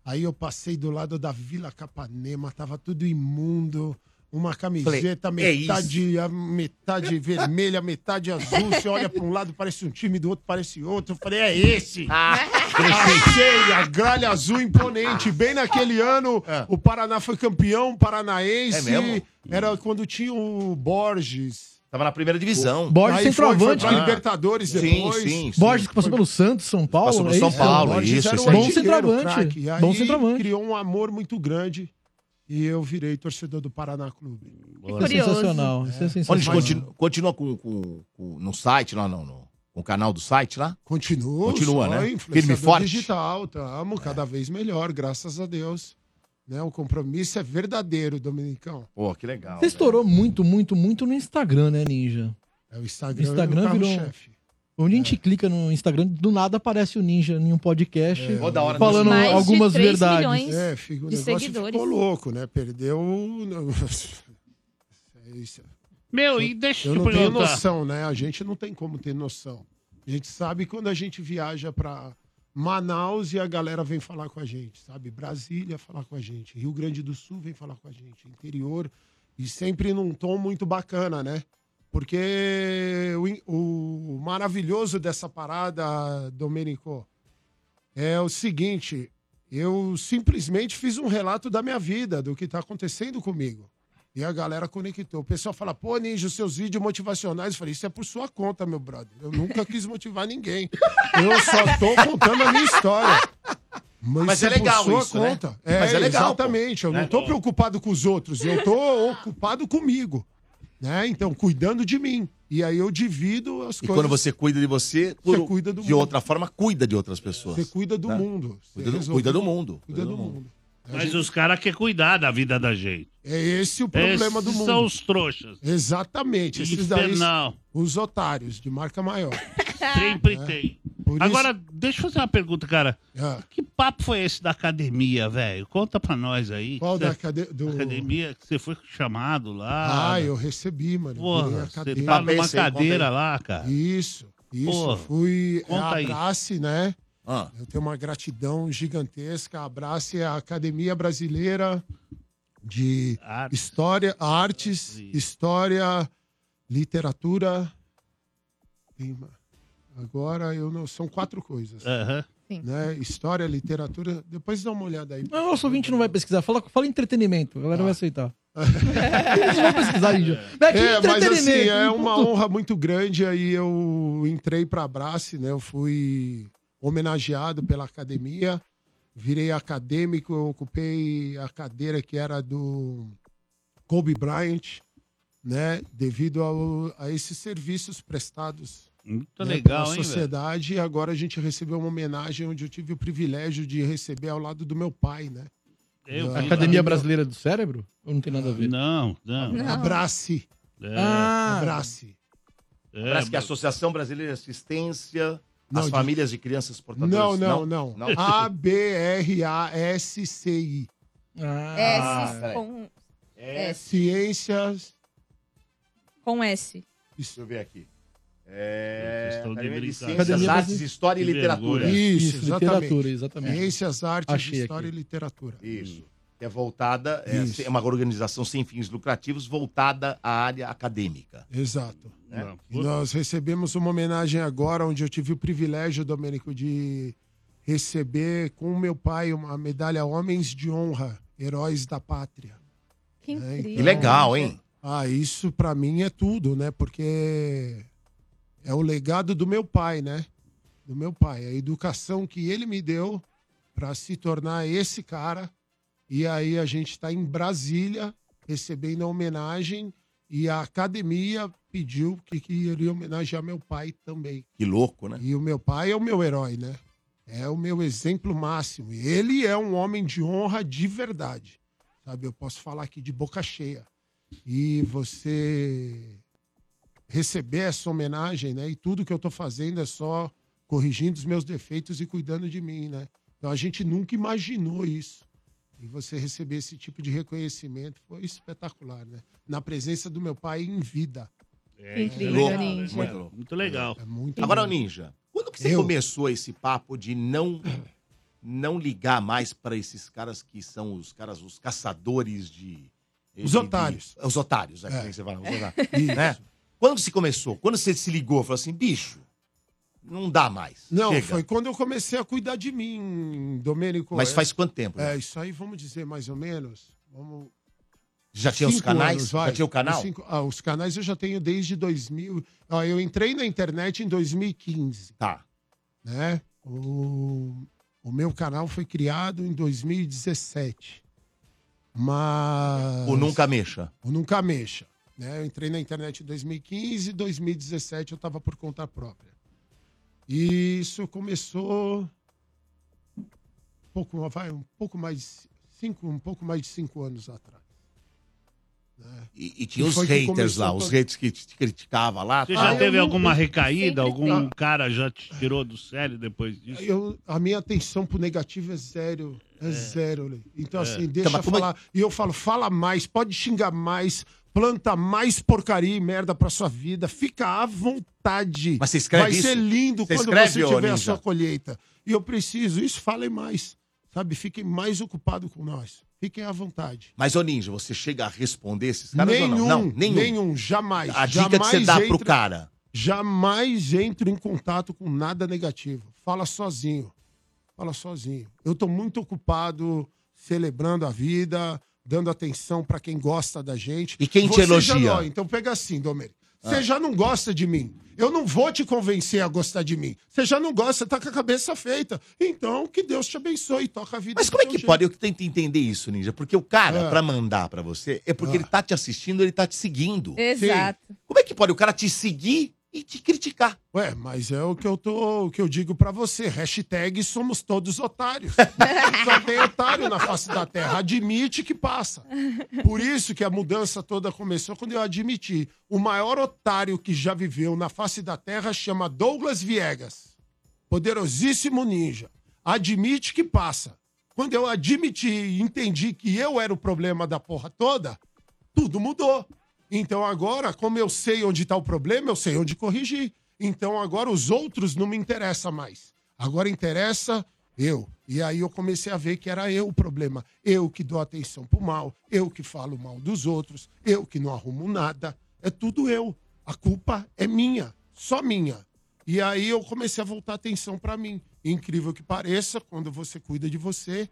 [SPEAKER 14] Aí eu passei do lado da Vila Capanema, tava tudo imundo. Uma camiseta,
[SPEAKER 1] Falei, "É isso."
[SPEAKER 14] metade, a- metade vermelha, metade azul. Você olha para um lado, parece um time, do outro parece outro. Eu falei, é esse!
[SPEAKER 1] Ah,
[SPEAKER 14] Achei a gralha azul imponente. Bem naquele ano, o Paraná foi campeão paranaense.
[SPEAKER 1] É mesmo?
[SPEAKER 14] Era quando tinha o Borges.
[SPEAKER 1] Tava na primeira divisão.
[SPEAKER 5] Borges
[SPEAKER 14] Aí foi-
[SPEAKER 5] centroavante,
[SPEAKER 14] Foi pra
[SPEAKER 5] né?
[SPEAKER 14] Libertadores
[SPEAKER 1] Sim,
[SPEAKER 14] depois.
[SPEAKER 1] sim,
[SPEAKER 5] Borges que passou pelo Santos, São Paulo.
[SPEAKER 1] Passou pelo
[SPEAKER 5] é
[SPEAKER 1] São
[SPEAKER 5] isso?
[SPEAKER 1] Paulo,
[SPEAKER 5] Borges
[SPEAKER 1] isso,
[SPEAKER 5] era
[SPEAKER 1] isso
[SPEAKER 5] um
[SPEAKER 1] aí.
[SPEAKER 5] Bom
[SPEAKER 14] Artilheiro,
[SPEAKER 5] centroavante.
[SPEAKER 14] craque. Aí
[SPEAKER 5] Bom centroavante.
[SPEAKER 14] criou um amor muito grande e eu virei torcedor do Paraná Clube.
[SPEAKER 5] Olha, Sensacional. isso é
[SPEAKER 1] Onde
[SPEAKER 5] sensacional.
[SPEAKER 1] continua, continua com, com- com- no site lá, não, no, com o canal do site lá?
[SPEAKER 14] Continua.
[SPEAKER 1] Continua,
[SPEAKER 14] só
[SPEAKER 1] né?
[SPEAKER 14] influenciador
[SPEAKER 1] Firme e forte.
[SPEAKER 14] digital, tamo cada vez melhor, graças a Deus. Né, o compromisso é verdadeiro, Dominicão.
[SPEAKER 1] Pô, que legal.
[SPEAKER 5] Você estourou muito, muito, muito no Instagram, né, Ninja?
[SPEAKER 14] É o
[SPEAKER 5] O
[SPEAKER 14] Instagram,
[SPEAKER 5] Instagram
[SPEAKER 14] é o
[SPEAKER 5] virou. um
[SPEAKER 14] carro-chefe.
[SPEAKER 5] Onde a
[SPEAKER 4] É.
[SPEAKER 5] gente clica no Instagram, do nada aparece o Ninja em um podcast
[SPEAKER 14] É. Toda hora
[SPEAKER 5] falando
[SPEAKER 1] né?
[SPEAKER 14] tem- Mais de
[SPEAKER 5] algumas
[SPEAKER 14] três
[SPEAKER 5] verdades.
[SPEAKER 7] milhões.
[SPEAKER 14] É, fica, o
[SPEAKER 7] de
[SPEAKER 14] negócio
[SPEAKER 7] seguidores.
[SPEAKER 14] ficou louco, né? Perdeu. o- É isso.
[SPEAKER 4] Meu, e deixa
[SPEAKER 14] eu
[SPEAKER 4] eu te
[SPEAKER 14] não tenho
[SPEAKER 4] perguntar.
[SPEAKER 14] noção, né? A gente não tem como ter noção. A gente sabe quando a gente viaja pra Manaus e a galera vem falar com a gente, sabe? Brasília falar com a gente, Rio Grande do Sul vem falar com a gente, interior e sempre num tom muito bacana, né? Porque o in- o, maravilhoso dessa parada, Domenico, é o seguinte: eu simplesmente fiz um relato da minha vida, do que está acontecendo comigo. E a galera conectou. O pessoal fala, pô, Ninja, os seus vídeos motivacionais. Eu falei, isso é por sua conta, meu brother. Eu nunca quis motivar ninguém. Eu só tô contando a minha história. Mas,
[SPEAKER 1] Mas é
[SPEAKER 14] por
[SPEAKER 1] legal
[SPEAKER 14] sua
[SPEAKER 1] isso, né?
[SPEAKER 14] É,
[SPEAKER 1] Mas é legal,
[SPEAKER 14] Exatamente.
[SPEAKER 1] pô,
[SPEAKER 14] eu
[SPEAKER 1] né?
[SPEAKER 14] não tô preocupado com os outros. Eu tô ocupado comigo. Né? Então, cuidando de mim. E aí eu divido as
[SPEAKER 1] E
[SPEAKER 14] coisas.
[SPEAKER 1] quando você cuida de você, por-
[SPEAKER 14] cuida do
[SPEAKER 1] de
[SPEAKER 14] mundo.
[SPEAKER 1] outra forma, cuida de outras pessoas.
[SPEAKER 14] Você cuida do
[SPEAKER 1] né?
[SPEAKER 14] mundo. Você
[SPEAKER 1] Cuida do,
[SPEAKER 14] resolve-
[SPEAKER 1] cuida do mundo.
[SPEAKER 14] Cuida do mundo.
[SPEAKER 4] Mas os caras querem cuidar da vida da gente.
[SPEAKER 14] É esse o problema do
[SPEAKER 4] Esses
[SPEAKER 14] mundo.
[SPEAKER 4] são os trouxas.
[SPEAKER 14] Exatamente. Esses daí,
[SPEAKER 4] Infernal.
[SPEAKER 14] os otários, de marca maior.
[SPEAKER 4] Sempre
[SPEAKER 14] É.
[SPEAKER 4] tem.
[SPEAKER 14] Por isso-
[SPEAKER 4] Agora, deixa eu fazer uma pergunta, cara.
[SPEAKER 14] Ah.
[SPEAKER 4] Que papo foi esse da academia, velho? Conta pra nós aí.
[SPEAKER 14] Qual
[SPEAKER 4] Cê-
[SPEAKER 14] da acade- do-
[SPEAKER 4] academia que você foi chamado lá?
[SPEAKER 14] Ah, eu recebi, mano. Virei
[SPEAKER 4] Porra, você
[SPEAKER 14] cadeira.
[SPEAKER 4] tá numa cadeira lá, cara.
[SPEAKER 14] Isso, Isso,
[SPEAKER 4] Porra,
[SPEAKER 14] fui
[SPEAKER 4] conta
[SPEAKER 14] a
[SPEAKER 4] aí.
[SPEAKER 14] Abrace, né?
[SPEAKER 1] Ah.
[SPEAKER 14] Eu tenho uma gratidão gigantesca. A Abrace é a Academia Brasileira de História, Artes, História, Literatura. Tem uma- Agora eu não. São quatro coisas.
[SPEAKER 4] Aham.
[SPEAKER 14] Né? História, literatura. Depois dá uma olhada aí.
[SPEAKER 5] Não, nosso ouvinte não vai pesquisar. Fala, fala entretenimento, a galera vai aceitar. Eles vão pesquisar, Índio. Mas que
[SPEAKER 14] Ah. É, mas assim,
[SPEAKER 5] entretenimento, um
[SPEAKER 14] é
[SPEAKER 5] não
[SPEAKER 14] uma
[SPEAKER 5] contou.
[SPEAKER 14] honra muito grande. Aí eu entrei pra Abrace, né? Eu fui homenageado pela academia, virei acadêmico, eu ocupei a cadeira que era do Kobe Bryant, né? Devido ao- a esses serviços prestados
[SPEAKER 4] é Muito
[SPEAKER 14] né,
[SPEAKER 4] legal,
[SPEAKER 14] pela
[SPEAKER 4] hein, velho?
[SPEAKER 14] sociedade. E agora a gente recebeu uma homenagem onde eu tive o privilégio de receber ao lado do meu pai, né?
[SPEAKER 4] Eu vi lá.
[SPEAKER 14] Da-
[SPEAKER 5] Academia Brasileira do Cérebro? Ou não tem nada a ver?
[SPEAKER 4] Não, não.
[SPEAKER 14] Abrace.
[SPEAKER 4] É.
[SPEAKER 5] Ah.
[SPEAKER 14] Abrace.
[SPEAKER 1] Parece que é a Associação Brasileira de Assistência
[SPEAKER 14] Não,
[SPEAKER 1] às
[SPEAKER 14] de-
[SPEAKER 1] Famílias de Crianças Portadoras.
[SPEAKER 14] Não, não, não. Ah, A-B-R-A-S-C-I. Ah.
[SPEAKER 7] É,
[SPEAKER 14] É,
[SPEAKER 7] S com... um, S.
[SPEAKER 14] Ciências.
[SPEAKER 7] Com S.
[SPEAKER 1] Deixa eu ver aqui. É...
[SPEAKER 14] Vocês estão de
[SPEAKER 1] Academia de
[SPEAKER 14] brincadeira.
[SPEAKER 1] Ciências,
[SPEAKER 14] Academia
[SPEAKER 1] Artes,
[SPEAKER 14] Brasileira-
[SPEAKER 1] História e
[SPEAKER 14] Que
[SPEAKER 1] Literatura.
[SPEAKER 14] vergonha. Isso, Isso, exatamente. literatura, exatamente.
[SPEAKER 1] Ciências,
[SPEAKER 14] Artes, Achei História aqui. e Literatura.
[SPEAKER 1] Isso. Que é voltada, é,
[SPEAKER 14] Isso.
[SPEAKER 1] é uma organização sem fins lucrativos voltada à área acadêmica.
[SPEAKER 14] Exato.
[SPEAKER 1] né?
[SPEAKER 14] E nós recebemos uma homenagem agora, onde eu tive o privilégio, Domênico, de receber com o meu pai uma medalha Homens de Honra, Heróis da Pátria. Né?
[SPEAKER 7] Que incrível.
[SPEAKER 1] Que legal, hein?
[SPEAKER 14] Ah, isso pra mim é tudo, né? Porque é o legado do meu pai, né? Do meu pai, a educação que ele me deu pra se tornar esse cara. E aí a gente tá em Brasília recebendo a homenagem e a academia pediu que queria homenagear meu pai também.
[SPEAKER 1] Que louco, né?
[SPEAKER 14] E o meu pai é o meu herói, né? É o meu exemplo máximo. E Ele é um homem de honra de verdade. Sabe, eu posso falar aqui de boca cheia. E você receber essa homenagem, né? E tudo que eu tô fazendo é só corrigindo os meus defeitos e cuidando de mim, né? Então a gente nunca imaginou isso. E você receber esse tipo de reconhecimento foi espetacular, né? Na presença do meu pai em vida.
[SPEAKER 4] É, incrível,
[SPEAKER 1] Louco,
[SPEAKER 4] Ninja.
[SPEAKER 1] Muito louco.
[SPEAKER 4] Muito
[SPEAKER 14] É,
[SPEAKER 4] legal.
[SPEAKER 1] Agora, Ninja, quando que você começou esse papo de não não ligar mais para esses caras que são os caras, os caçadores de...
[SPEAKER 14] Os
[SPEAKER 1] de-
[SPEAKER 14] otários.
[SPEAKER 1] de- os otários, é, que
[SPEAKER 14] É.
[SPEAKER 1] nem você fala. Os otários, né? Quando que se começou? Quando você se ligou? Falou assim, bicho, não dá mais.
[SPEAKER 14] Não,
[SPEAKER 1] chega.
[SPEAKER 14] foi quando eu comecei a cuidar de mim, Domênico.
[SPEAKER 1] Mas
[SPEAKER 14] É-
[SPEAKER 1] faz quanto tempo? né?
[SPEAKER 14] É, isso aí vamos dizer mais ou menos. Vamos...
[SPEAKER 1] Já tinha os
[SPEAKER 14] cinco
[SPEAKER 1] canais?
[SPEAKER 14] anos, vai.
[SPEAKER 1] já tinha o canal?
[SPEAKER 14] Os cinco- ah, os canais eu já tenho desde 2000. Ah, eu entrei na internet em 2015.
[SPEAKER 1] Tá.
[SPEAKER 14] Né? O, o meu canal foi criado em 2017. Mas.
[SPEAKER 1] O Nunca Mexa.
[SPEAKER 14] O Nunca Mexa. Né? Eu entrei na internet em 2015, 2017 eu estava por conta própria. E isso começou um pouco, vai, um pouco mais de cinco, um pouco mais de cinco anos atrás.
[SPEAKER 1] E, e tinha
[SPEAKER 14] E
[SPEAKER 1] os
[SPEAKER 14] foi que
[SPEAKER 1] haters
[SPEAKER 14] começou
[SPEAKER 1] lá,
[SPEAKER 14] todo-
[SPEAKER 1] os haters que te criticavam lá.
[SPEAKER 4] Você
[SPEAKER 1] tal.
[SPEAKER 14] Ah,
[SPEAKER 4] já teve alguma recaída?
[SPEAKER 14] sempre
[SPEAKER 4] Algum
[SPEAKER 14] tenho.
[SPEAKER 4] cara já te tirou do sério depois disso?
[SPEAKER 14] Eu, a minha atenção pro negativo é zero. É, zero, Lê. Então,
[SPEAKER 4] É.
[SPEAKER 14] assim,
[SPEAKER 4] Então,
[SPEAKER 14] deixa
[SPEAKER 4] mas como é-
[SPEAKER 14] falar. E eu falo, fala mais, pode xingar mais, planta mais porcaria e merda pra sua vida. Fica à vontade.
[SPEAKER 1] Mas você escreve
[SPEAKER 14] Vai ser
[SPEAKER 1] isso?
[SPEAKER 14] lindo
[SPEAKER 1] Você
[SPEAKER 14] quando
[SPEAKER 1] escreve,
[SPEAKER 14] você
[SPEAKER 1] ô,
[SPEAKER 14] tiver
[SPEAKER 1] Ninja?
[SPEAKER 14] a sua colheita. E eu preciso, isso, falem mais. Sabe, fiquem mais ocupados com nós. Fiquem à vontade.
[SPEAKER 1] Mas, ô Ninja, você chega a responder esses caras ou
[SPEAKER 14] Nenhum,
[SPEAKER 1] não? Não, nenhum.
[SPEAKER 14] nenhum, jamais.
[SPEAKER 1] A dica que
[SPEAKER 14] jamais
[SPEAKER 1] você dá pro
[SPEAKER 14] entra-
[SPEAKER 1] cara.
[SPEAKER 14] Jamais entro em contato com nada negativo. Fala sozinho. Fala sozinho. Eu tô muito ocupado celebrando a vida, dando atenção pra quem gosta da gente.
[SPEAKER 1] E quem te
[SPEAKER 14] Você já
[SPEAKER 1] elogia?
[SPEAKER 14] não, então pega assim, Domênico. Você
[SPEAKER 1] Ah.
[SPEAKER 14] já não gosta de mim. Eu não vou te convencer a gostar de mim. Você já não gosta, tá com a cabeça feita. Então, que Deus te abençoe, toca a vida.
[SPEAKER 1] Mas como é que pode? Eu que tento entender isso, Ninja. Porque o
[SPEAKER 14] Ah.
[SPEAKER 1] cara, pra mandar pra você, é porque ele tá te assistindo, ele tá te seguindo.
[SPEAKER 7] Exato.
[SPEAKER 1] Como é que pode o cara te seguir e te criticar?
[SPEAKER 14] Ué, mas é o que eu tô, o que eu digo pra você. Hashtag somos todos otários. Só tem otário na face da terra. Admite que passa. Por isso que a mudança toda começou quando eu admiti. O maior otário que já viveu na face da terra chama Douglas Viegas. Poderosíssimo ninja. Admite que passa. Quando eu admiti e entendi que eu era o problema da porra toda, tudo mudou. Então agora, como eu sei onde está o problema, eu sei onde corrigir. Então agora os outros não me interessam mais. Agora interessa eu. E aí eu comecei a ver que era eu o problema. Eu que dou atenção pro mal, eu que falo mal dos outros, eu que não arrumo nada. É tudo eu. A culpa é minha, só minha. E aí eu comecei a voltar atenção pra mim. Incrível que pareça, quando você cuida de você,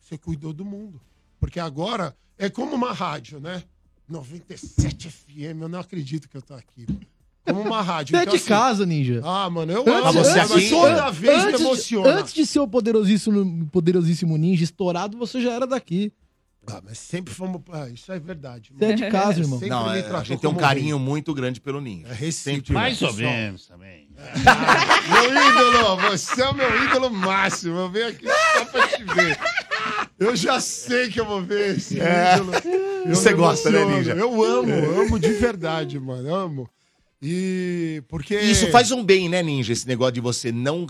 [SPEAKER 14] você cuidou do mundo. Porque agora é como uma rádio, né? 97 FM, eu não acredito que eu tô aqui. mano. Como uma rádio.
[SPEAKER 5] Você é
[SPEAKER 14] Então,
[SPEAKER 5] de
[SPEAKER 14] assim,
[SPEAKER 5] casa, ninja.
[SPEAKER 14] Ah, mano, eu
[SPEAKER 5] Antes-
[SPEAKER 14] amo.
[SPEAKER 5] antes-
[SPEAKER 14] mas toda
[SPEAKER 5] antes-
[SPEAKER 14] vez me
[SPEAKER 5] antes de-
[SPEAKER 14] emociona.
[SPEAKER 5] Antes de ser o poderosíssimo, poderosíssimo ninja estourado, você já era daqui.
[SPEAKER 14] Ah, mas sempre fomos. Ah, isso é verdade.
[SPEAKER 5] Você é de casa, irmão.
[SPEAKER 14] Sempre
[SPEAKER 1] Não,
[SPEAKER 14] me
[SPEAKER 1] é,
[SPEAKER 14] tratou
[SPEAKER 1] a gente tem um
[SPEAKER 14] como
[SPEAKER 1] carinho muito grande pelo Ninja. É
[SPEAKER 14] recíproco.
[SPEAKER 4] Mais ou menos também.
[SPEAKER 14] Meu ídolo, você é o meu ídolo máximo. Eu venho aqui só pra te ver. Eu já sei que eu vou ver esse
[SPEAKER 1] É.
[SPEAKER 14] ídolo. Eu
[SPEAKER 1] Você
[SPEAKER 14] me
[SPEAKER 1] gosta, né,
[SPEAKER 14] emociono.
[SPEAKER 1] Ninja?
[SPEAKER 14] Eu amo, amo de verdade, mano. Amo. E porque.
[SPEAKER 1] Isso faz um bem, né, Ninja? Esse negócio de você não,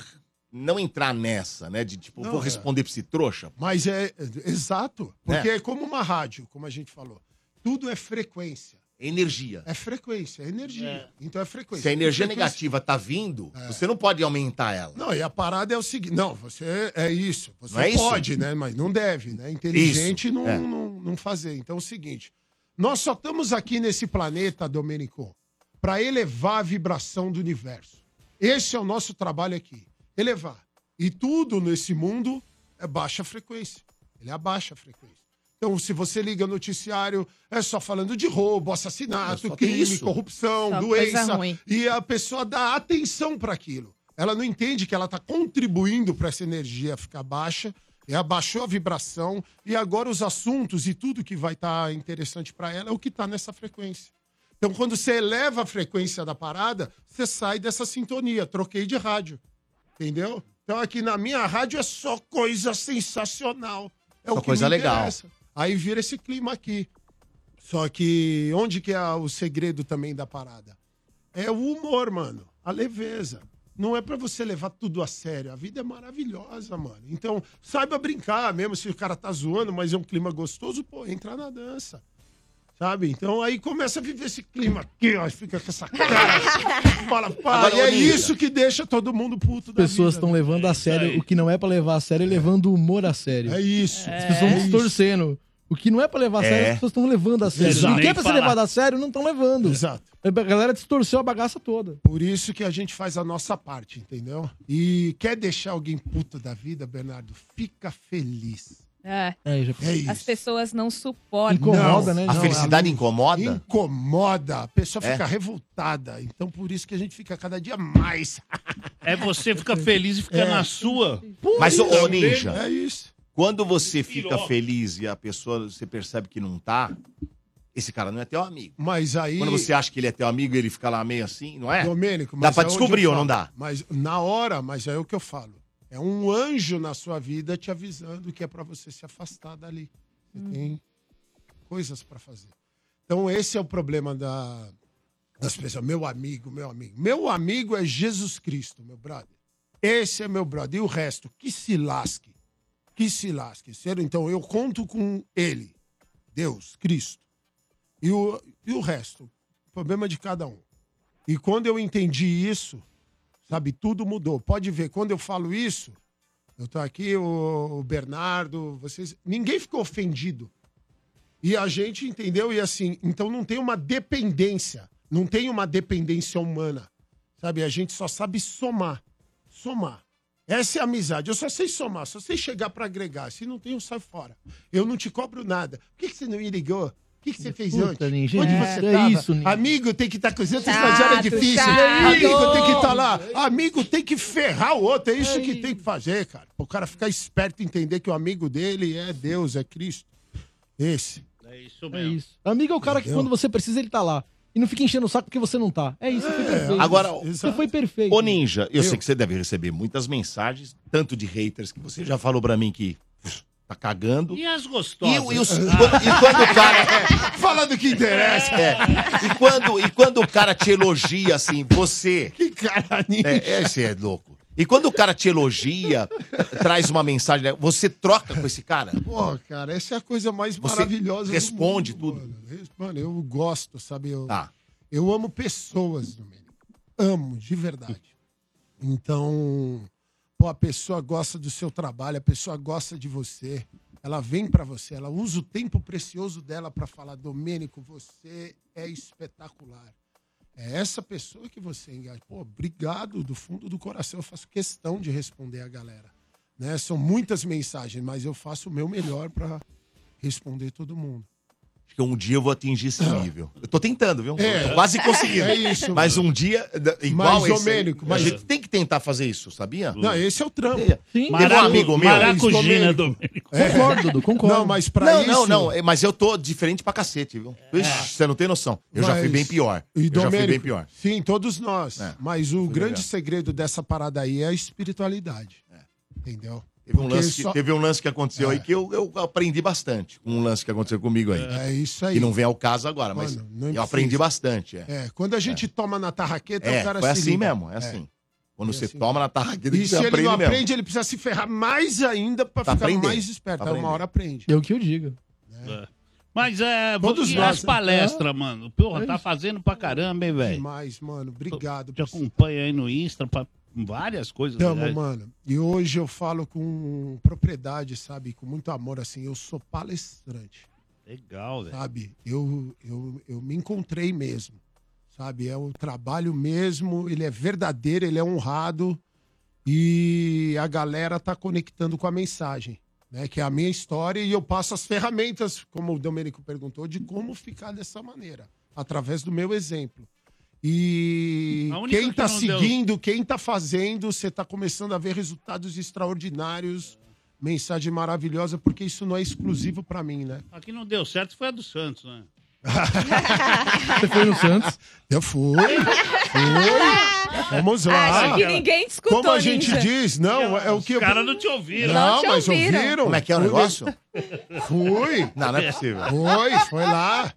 [SPEAKER 1] não entrar nessa, né? De tipo,
[SPEAKER 14] Não,
[SPEAKER 1] vou
[SPEAKER 14] é.
[SPEAKER 1] responder pra esse trouxa.
[SPEAKER 14] Mas é. é, Exato. Porque
[SPEAKER 1] É.
[SPEAKER 14] é como uma rádio, como a gente falou. Tudo é frequência.
[SPEAKER 1] Energia.
[SPEAKER 14] É frequência, é energia. Então é frequência.
[SPEAKER 1] Se a energia
[SPEAKER 14] Frequência-
[SPEAKER 1] negativa tá vindo, você não pode aumentar ela.
[SPEAKER 14] Não, e a parada é o seguinte: não, você é isso. Você
[SPEAKER 1] Não é isso?
[SPEAKER 14] pode, né? Mas não deve, né? Inteligente
[SPEAKER 1] Isso,
[SPEAKER 14] não,
[SPEAKER 1] é.
[SPEAKER 14] não, não fazer. Então é o seguinte: nós só estamos aqui nesse planeta, Domenico, para elevar a vibração do universo. Esse é o nosso trabalho aqui: elevar. E tudo nesse mundo é baixa frequência. Ele abaixa a frequência. Então, se você liga noticiário, é só falando de roubo, assassinato,
[SPEAKER 1] É, Só tem
[SPEAKER 14] crime,
[SPEAKER 1] isso.
[SPEAKER 14] corrupção,
[SPEAKER 1] Só coisa
[SPEAKER 14] doença.
[SPEAKER 1] ruim.
[SPEAKER 14] E a pessoa dá atenção para aquilo. Ela não entende que ela está contribuindo para essa energia ficar baixa, e abaixou a vibração, e agora os assuntos e tudo que vai estar interessante para ela é o que está nessa frequência. Então, quando você eleva a frequência da parada, você sai dessa sintonia. Troquei de rádio. Entendeu? Então, aqui na minha rádio é só coisa sensacional. É
[SPEAKER 1] Só coisa legal.
[SPEAKER 14] Aí vira esse clima aqui. Só que onde que é o segredo também da parada? É o humor, mano. A leveza. Não é pra você levar tudo a sério. A vida é maravilhosa, mano. Então, saiba brincar mesmo. Se o cara tá zoando, mas é um clima gostoso, pô, entra na dança. Sabe? Então aí começa a viver esse clima aqui, ó. Fica com essa cara. fala, pá.
[SPEAKER 5] Agora,
[SPEAKER 14] e
[SPEAKER 5] ô,
[SPEAKER 14] é
[SPEAKER 5] Ninja.
[SPEAKER 14] isso que deixa todo mundo puto
[SPEAKER 5] As
[SPEAKER 14] da
[SPEAKER 5] pessoas
[SPEAKER 14] vida. né?
[SPEAKER 5] estão levando a sério o que não é pra levar a sério, levando o humor a sério.
[SPEAKER 14] É isso.
[SPEAKER 5] As
[SPEAKER 14] É
[SPEAKER 5] pessoas estão
[SPEAKER 14] isso.
[SPEAKER 5] distorcendo. O que não é pra levar a
[SPEAKER 1] É.
[SPEAKER 5] sério, as pessoas estão levando a sério.
[SPEAKER 14] Exato.
[SPEAKER 5] O que é
[SPEAKER 14] Nem
[SPEAKER 5] pra ser
[SPEAKER 14] falar.
[SPEAKER 5] levado a sério, não estão levando.
[SPEAKER 14] Exato.
[SPEAKER 5] A galera distorceu a bagaça toda.
[SPEAKER 14] Por isso que a gente faz a nossa parte, entendeu? E quer deixar alguém puto da vida, Bernardo? Fica feliz.
[SPEAKER 7] É.
[SPEAKER 5] É,
[SPEAKER 7] As pessoas não suportam.
[SPEAKER 14] Não,
[SPEAKER 1] A
[SPEAKER 14] não,
[SPEAKER 1] felicidade
[SPEAKER 14] né, a-
[SPEAKER 1] incomoda?
[SPEAKER 14] Incomoda. A pessoa
[SPEAKER 1] É?
[SPEAKER 14] fica revoltada. Então, por isso que a gente fica cada dia mais.
[SPEAKER 4] É você ficar feliz e ficar
[SPEAKER 14] É.
[SPEAKER 4] na sua.
[SPEAKER 1] Mas, ô, ô,
[SPEAKER 4] Puta
[SPEAKER 1] Ninja,
[SPEAKER 4] merda.
[SPEAKER 1] quando você fica
[SPEAKER 4] Pirou.
[SPEAKER 1] feliz e a pessoa, você percebe que não tá, esse cara não é teu amigo.
[SPEAKER 14] Mas aí.
[SPEAKER 1] Quando você acha que ele é teu amigo e ele fica lá meio assim, não é?
[SPEAKER 14] Domênico,
[SPEAKER 1] dá
[SPEAKER 14] mas
[SPEAKER 1] pra
[SPEAKER 14] é onde
[SPEAKER 1] descobrir
[SPEAKER 14] eu
[SPEAKER 1] ou não
[SPEAKER 14] falo.
[SPEAKER 1] dá?
[SPEAKER 14] Mas na hora, mas é o que eu falo. É um anjo na sua vida te avisando que é pra você se afastar dali. Você
[SPEAKER 5] Hum.
[SPEAKER 1] Hum.
[SPEAKER 14] tem coisas pra fazer. Então esse é o problema da, das pessoas. Meu amigo, meu amigo. Meu amigo é Jesus Cristo, meu brother. Esse é meu brother. E o resto, que se lasque. Que se lasque. Sério, então eu conto com ele. Deus, Cristo. E o, e o resto? Problema de cada um. E quando eu entendi isso, sabe, tudo mudou. Pode ver, quando eu falo isso, eu tô aqui, o, o Bernardo, vocês. Ninguém ficou ofendido. E a gente entendeu, e assim, então não tem uma dependência, não tem uma dependência humana, sabe? A gente só sabe somar. Somar. Essa é a amizade. Eu só sei somar, só sei chegar pra agregar. Se não tem, eu saio fora. Eu não te cobro nada. Por que, que você não me ligou? O que, que você fez
[SPEAKER 5] Puta,
[SPEAKER 14] ontem?
[SPEAKER 5] ninja,
[SPEAKER 14] Onde
[SPEAKER 5] é.
[SPEAKER 14] você
[SPEAKER 5] É
[SPEAKER 14] tava?
[SPEAKER 5] isso, ninja.
[SPEAKER 14] Amigo tem que estar com os outros,
[SPEAKER 5] Chato,
[SPEAKER 14] mas era difícil.
[SPEAKER 5] chato.
[SPEAKER 14] Amigo tem que estar lá. Amigo tem que ferrar o outro. É isso que tem que fazer, cara. O cara ficar esperto e entender que o amigo dele é Deus, é Cristo. Esse.
[SPEAKER 4] É isso
[SPEAKER 5] É isso. Amigo é o cara que quando você precisa, ele tá lá. E não fica enchendo o saco porque você não tá. É isso, você foi
[SPEAKER 14] Ah.
[SPEAKER 5] perfeito.
[SPEAKER 1] agora-
[SPEAKER 5] você foi perfeito.
[SPEAKER 1] Ô Ninja, eu, sei que você deve receber muitas mensagens, tanto de haters que você já falou pra mim que pff, tá cagando.
[SPEAKER 4] E as
[SPEAKER 1] E,
[SPEAKER 4] gostosas? Ah.
[SPEAKER 1] o- e os- quando- e quando o cara.
[SPEAKER 14] Fala do que interessa.
[SPEAKER 1] É. E, quando, e quando o cara te elogia assim, você.
[SPEAKER 14] Que cara ninja.
[SPEAKER 1] É, esse é louco. E quando o cara te elogia, traz uma mensagem, né? você troca com esse cara?
[SPEAKER 14] Pô, cara, essa é a coisa mais
[SPEAKER 1] Você
[SPEAKER 14] maravilhosa. do
[SPEAKER 1] responde
[SPEAKER 14] mundo,
[SPEAKER 1] tudo?
[SPEAKER 14] Mano. Res- mano, eu gosto, sabe? Eu,
[SPEAKER 1] Tá.
[SPEAKER 14] eu amo pessoas, Domênico. Amo, de verdade. Então, pô, a pessoa gosta do seu trabalho, a pessoa gosta de você. Ela vem pra você, ela usa o tempo precioso dela pra falar: Domênico, você é espetacular. É essa pessoa que você engaja. Pô, obrigado do fundo do coração. Eu faço questão de responder a galera. Né? São muitas mensagens, mas eu faço o meu melhor para responder todo mundo.
[SPEAKER 1] Acho que um dia eu vou atingir esse nível. Eu tô tentando, viu?
[SPEAKER 14] Ah. É.
[SPEAKER 1] Tô quase conseguindo.
[SPEAKER 14] É isso,
[SPEAKER 1] Mas
[SPEAKER 14] mano.
[SPEAKER 1] um dia, d- igual
[SPEAKER 14] Mas,
[SPEAKER 1] esse aí,
[SPEAKER 14] Domênico, mas-
[SPEAKER 1] a gente tem que tentar fazer isso, sabia?
[SPEAKER 14] Não, esse é o trampo. É.
[SPEAKER 1] Tem um amigo meu.
[SPEAKER 5] Concordo, Dudu, concordo.
[SPEAKER 14] Não, mas pra
[SPEAKER 1] não,
[SPEAKER 14] isso... É.
[SPEAKER 1] Não, não, é, mas eu tô diferente pra cacete, viu? Ixi, você não tem noção. Eu já fui
[SPEAKER 14] Mas-
[SPEAKER 1] bem pior.
[SPEAKER 14] E
[SPEAKER 1] eu já fui
[SPEAKER 14] Domênico,
[SPEAKER 1] bem pior. É,
[SPEAKER 14] Sim, todos nós. Mas o grande segredo dessa parada aí é a espiritualidade. Entendeu?
[SPEAKER 1] É. Teve um,
[SPEAKER 14] Porque
[SPEAKER 1] lance que,
[SPEAKER 14] só-
[SPEAKER 1] teve um lance que aconteceu aí que eu, eu aprendi bastante. Um lance que aconteceu comigo aí.
[SPEAKER 14] É isso aí.
[SPEAKER 1] Que não vem ao caso agora, mas
[SPEAKER 14] Mano, não é
[SPEAKER 1] eu
[SPEAKER 14] precisa.
[SPEAKER 1] aprendi bastante. É,
[SPEAKER 14] É, quando a gente toma na tarraqueta,
[SPEAKER 1] É,
[SPEAKER 14] Então o cara
[SPEAKER 1] foi
[SPEAKER 14] se
[SPEAKER 1] assim
[SPEAKER 14] liga.
[SPEAKER 1] mesmo, é assim. Quando você toma na tarraqueta,
[SPEAKER 14] E
[SPEAKER 1] você
[SPEAKER 14] se ele
[SPEAKER 1] aprende
[SPEAKER 14] não
[SPEAKER 1] mesmo.
[SPEAKER 14] aprende, ele precisa se ferrar mais ainda pra
[SPEAKER 1] Tá
[SPEAKER 14] ficar
[SPEAKER 1] aprendendo,
[SPEAKER 14] mais
[SPEAKER 1] tá
[SPEAKER 14] esperto. Aí uma
[SPEAKER 1] aprendendo.
[SPEAKER 14] hora aprende.
[SPEAKER 5] É o que eu digo.
[SPEAKER 4] Mas é,
[SPEAKER 14] Todos
[SPEAKER 4] e
[SPEAKER 14] nós,
[SPEAKER 4] as
[SPEAKER 14] né?
[SPEAKER 4] palestras, mano. Porra,
[SPEAKER 14] É
[SPEAKER 4] tá
[SPEAKER 14] isso. É
[SPEAKER 4] fazendo pra caramba, hein, velho?
[SPEAKER 14] Demais, mano. Obrigado.
[SPEAKER 4] Te acompanha aí no Insta pra várias coisas. né?
[SPEAKER 14] Tamo,
[SPEAKER 4] aliás.
[SPEAKER 14] mano. E hoje eu falo com propriedade, sabe? Com muito amor, assim. Eu sou palestrante,
[SPEAKER 4] Legal, velho.
[SPEAKER 14] sabe? Eu, eu, eu me encontrei mesmo, sabe? É o trabalho mesmo, ele é verdadeiro, ele é honrado. E a galera tá conectando com a mensagem, né? Que é a minha história e eu passo as ferramentas, como o Domênico perguntou, de como ficar dessa maneira, através do meu exemplo. E
[SPEAKER 4] A única
[SPEAKER 14] quem
[SPEAKER 4] que
[SPEAKER 14] tá
[SPEAKER 4] não deu-
[SPEAKER 14] seguindo, quem tá fazendo, você tá começando a ver resultados extraordinários. Mensagem maravilhosa, porque isso não é exclusivo pra mim, né?
[SPEAKER 4] Aqui não deu certo, foi a do Santos, né?
[SPEAKER 14] Você foi no Santos? Eu fui. fui. Vamos lá.
[SPEAKER 7] Acho que ninguém te escutou,
[SPEAKER 14] Como a gente
[SPEAKER 7] Ninja.
[SPEAKER 14] diz, não, é o que...
[SPEAKER 4] Os caras não te ouviram.
[SPEAKER 14] Não,
[SPEAKER 4] Não te
[SPEAKER 14] mas
[SPEAKER 4] ouviram.
[SPEAKER 14] ouviram.
[SPEAKER 1] Como é que é o
[SPEAKER 14] Fui-
[SPEAKER 1] negócio?
[SPEAKER 14] Fui.
[SPEAKER 1] Não, não é possível.
[SPEAKER 14] Foi, foi lá.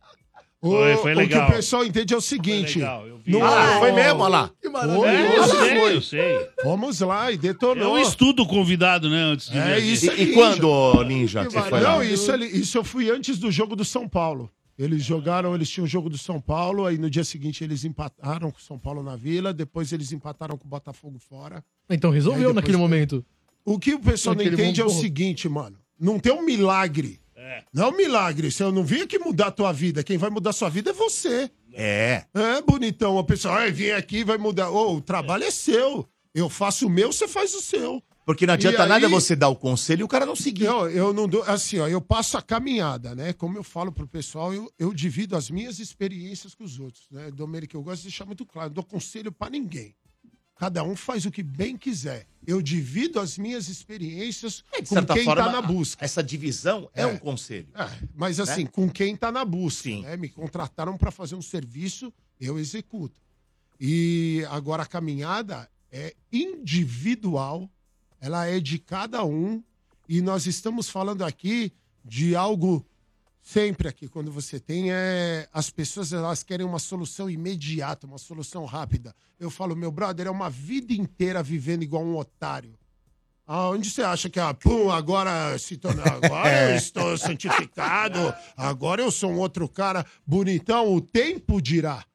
[SPEAKER 14] O,
[SPEAKER 1] Foi, foi
[SPEAKER 14] O
[SPEAKER 1] legal.
[SPEAKER 14] que o pessoal entende é o seguinte.
[SPEAKER 1] Ah lá, foi mesmo, olha lá.
[SPEAKER 14] Que
[SPEAKER 4] maravilha. É, eu sei, eu sei.
[SPEAKER 14] Vamos lá, e detonou.
[SPEAKER 4] Eu estudo o convidado, né? Antes de
[SPEAKER 14] É
[SPEAKER 4] ver
[SPEAKER 14] isso
[SPEAKER 1] E,
[SPEAKER 4] aqui.
[SPEAKER 1] e quando, Ninja, que você foi lá?
[SPEAKER 14] Não, isso, ele- isso eu fui antes do jogo do São Paulo. Eles jogaram, eles tinham o jogo do São Paulo, aí no dia seguinte eles empataram com o São Paulo na Vila, depois eles empataram com o Botafogo fora.
[SPEAKER 5] Então
[SPEAKER 14] E
[SPEAKER 5] resolveu
[SPEAKER 14] aí depois-
[SPEAKER 5] naquele momento.
[SPEAKER 14] O que o pessoal não
[SPEAKER 5] Naquele
[SPEAKER 14] entende é o
[SPEAKER 5] momento-
[SPEAKER 14] seguinte, mano. Não tem um milagre. Não é um milagre. Se eu não vim aqui mudar a tua vida, quem vai mudar a sua vida é você.
[SPEAKER 1] É.
[SPEAKER 14] É, bonitão. A pessoa, ai, vem aqui, vai mudar. Ô, o trabalho é seu. Eu faço o meu, você faz o seu.
[SPEAKER 1] Porque não adianta
[SPEAKER 14] E aí-
[SPEAKER 1] nada você dar o conselho e o cara não seguir.
[SPEAKER 14] Eu, eu não dou. Assim, ó, eu passo a caminhada, né? Como eu falo pro pessoal, eu, eu divido as minhas experiências com os outros, né? Domênico, eu gosto de deixar muito claro, não dou conselho pra ninguém. Cada um faz o que bem quiser. Eu divido as minhas experiências
[SPEAKER 1] É, De
[SPEAKER 14] com
[SPEAKER 1] certa
[SPEAKER 14] quem
[SPEAKER 1] forma,
[SPEAKER 14] tá na busca.
[SPEAKER 1] essa divisão é,
[SPEAKER 14] É.
[SPEAKER 1] um conselho.
[SPEAKER 14] É, mas assim,
[SPEAKER 1] Né?
[SPEAKER 14] com quem tá na busca, né? Me contrataram para fazer um serviço, eu executo. E agora a caminhada é individual, ela é de cada um, e nós estamos falando aqui de algo sempre aqui quando você tem é as pessoas elas querem uma solução imediata, uma solução rápida. Eu falo, meu brother, é uma vida inteira vivendo igual um otário. Aonde você acha que, ah, pum, agora se torna, agora eu estou santificado, agora eu sou um outro cara bonitão, o tempo dirá.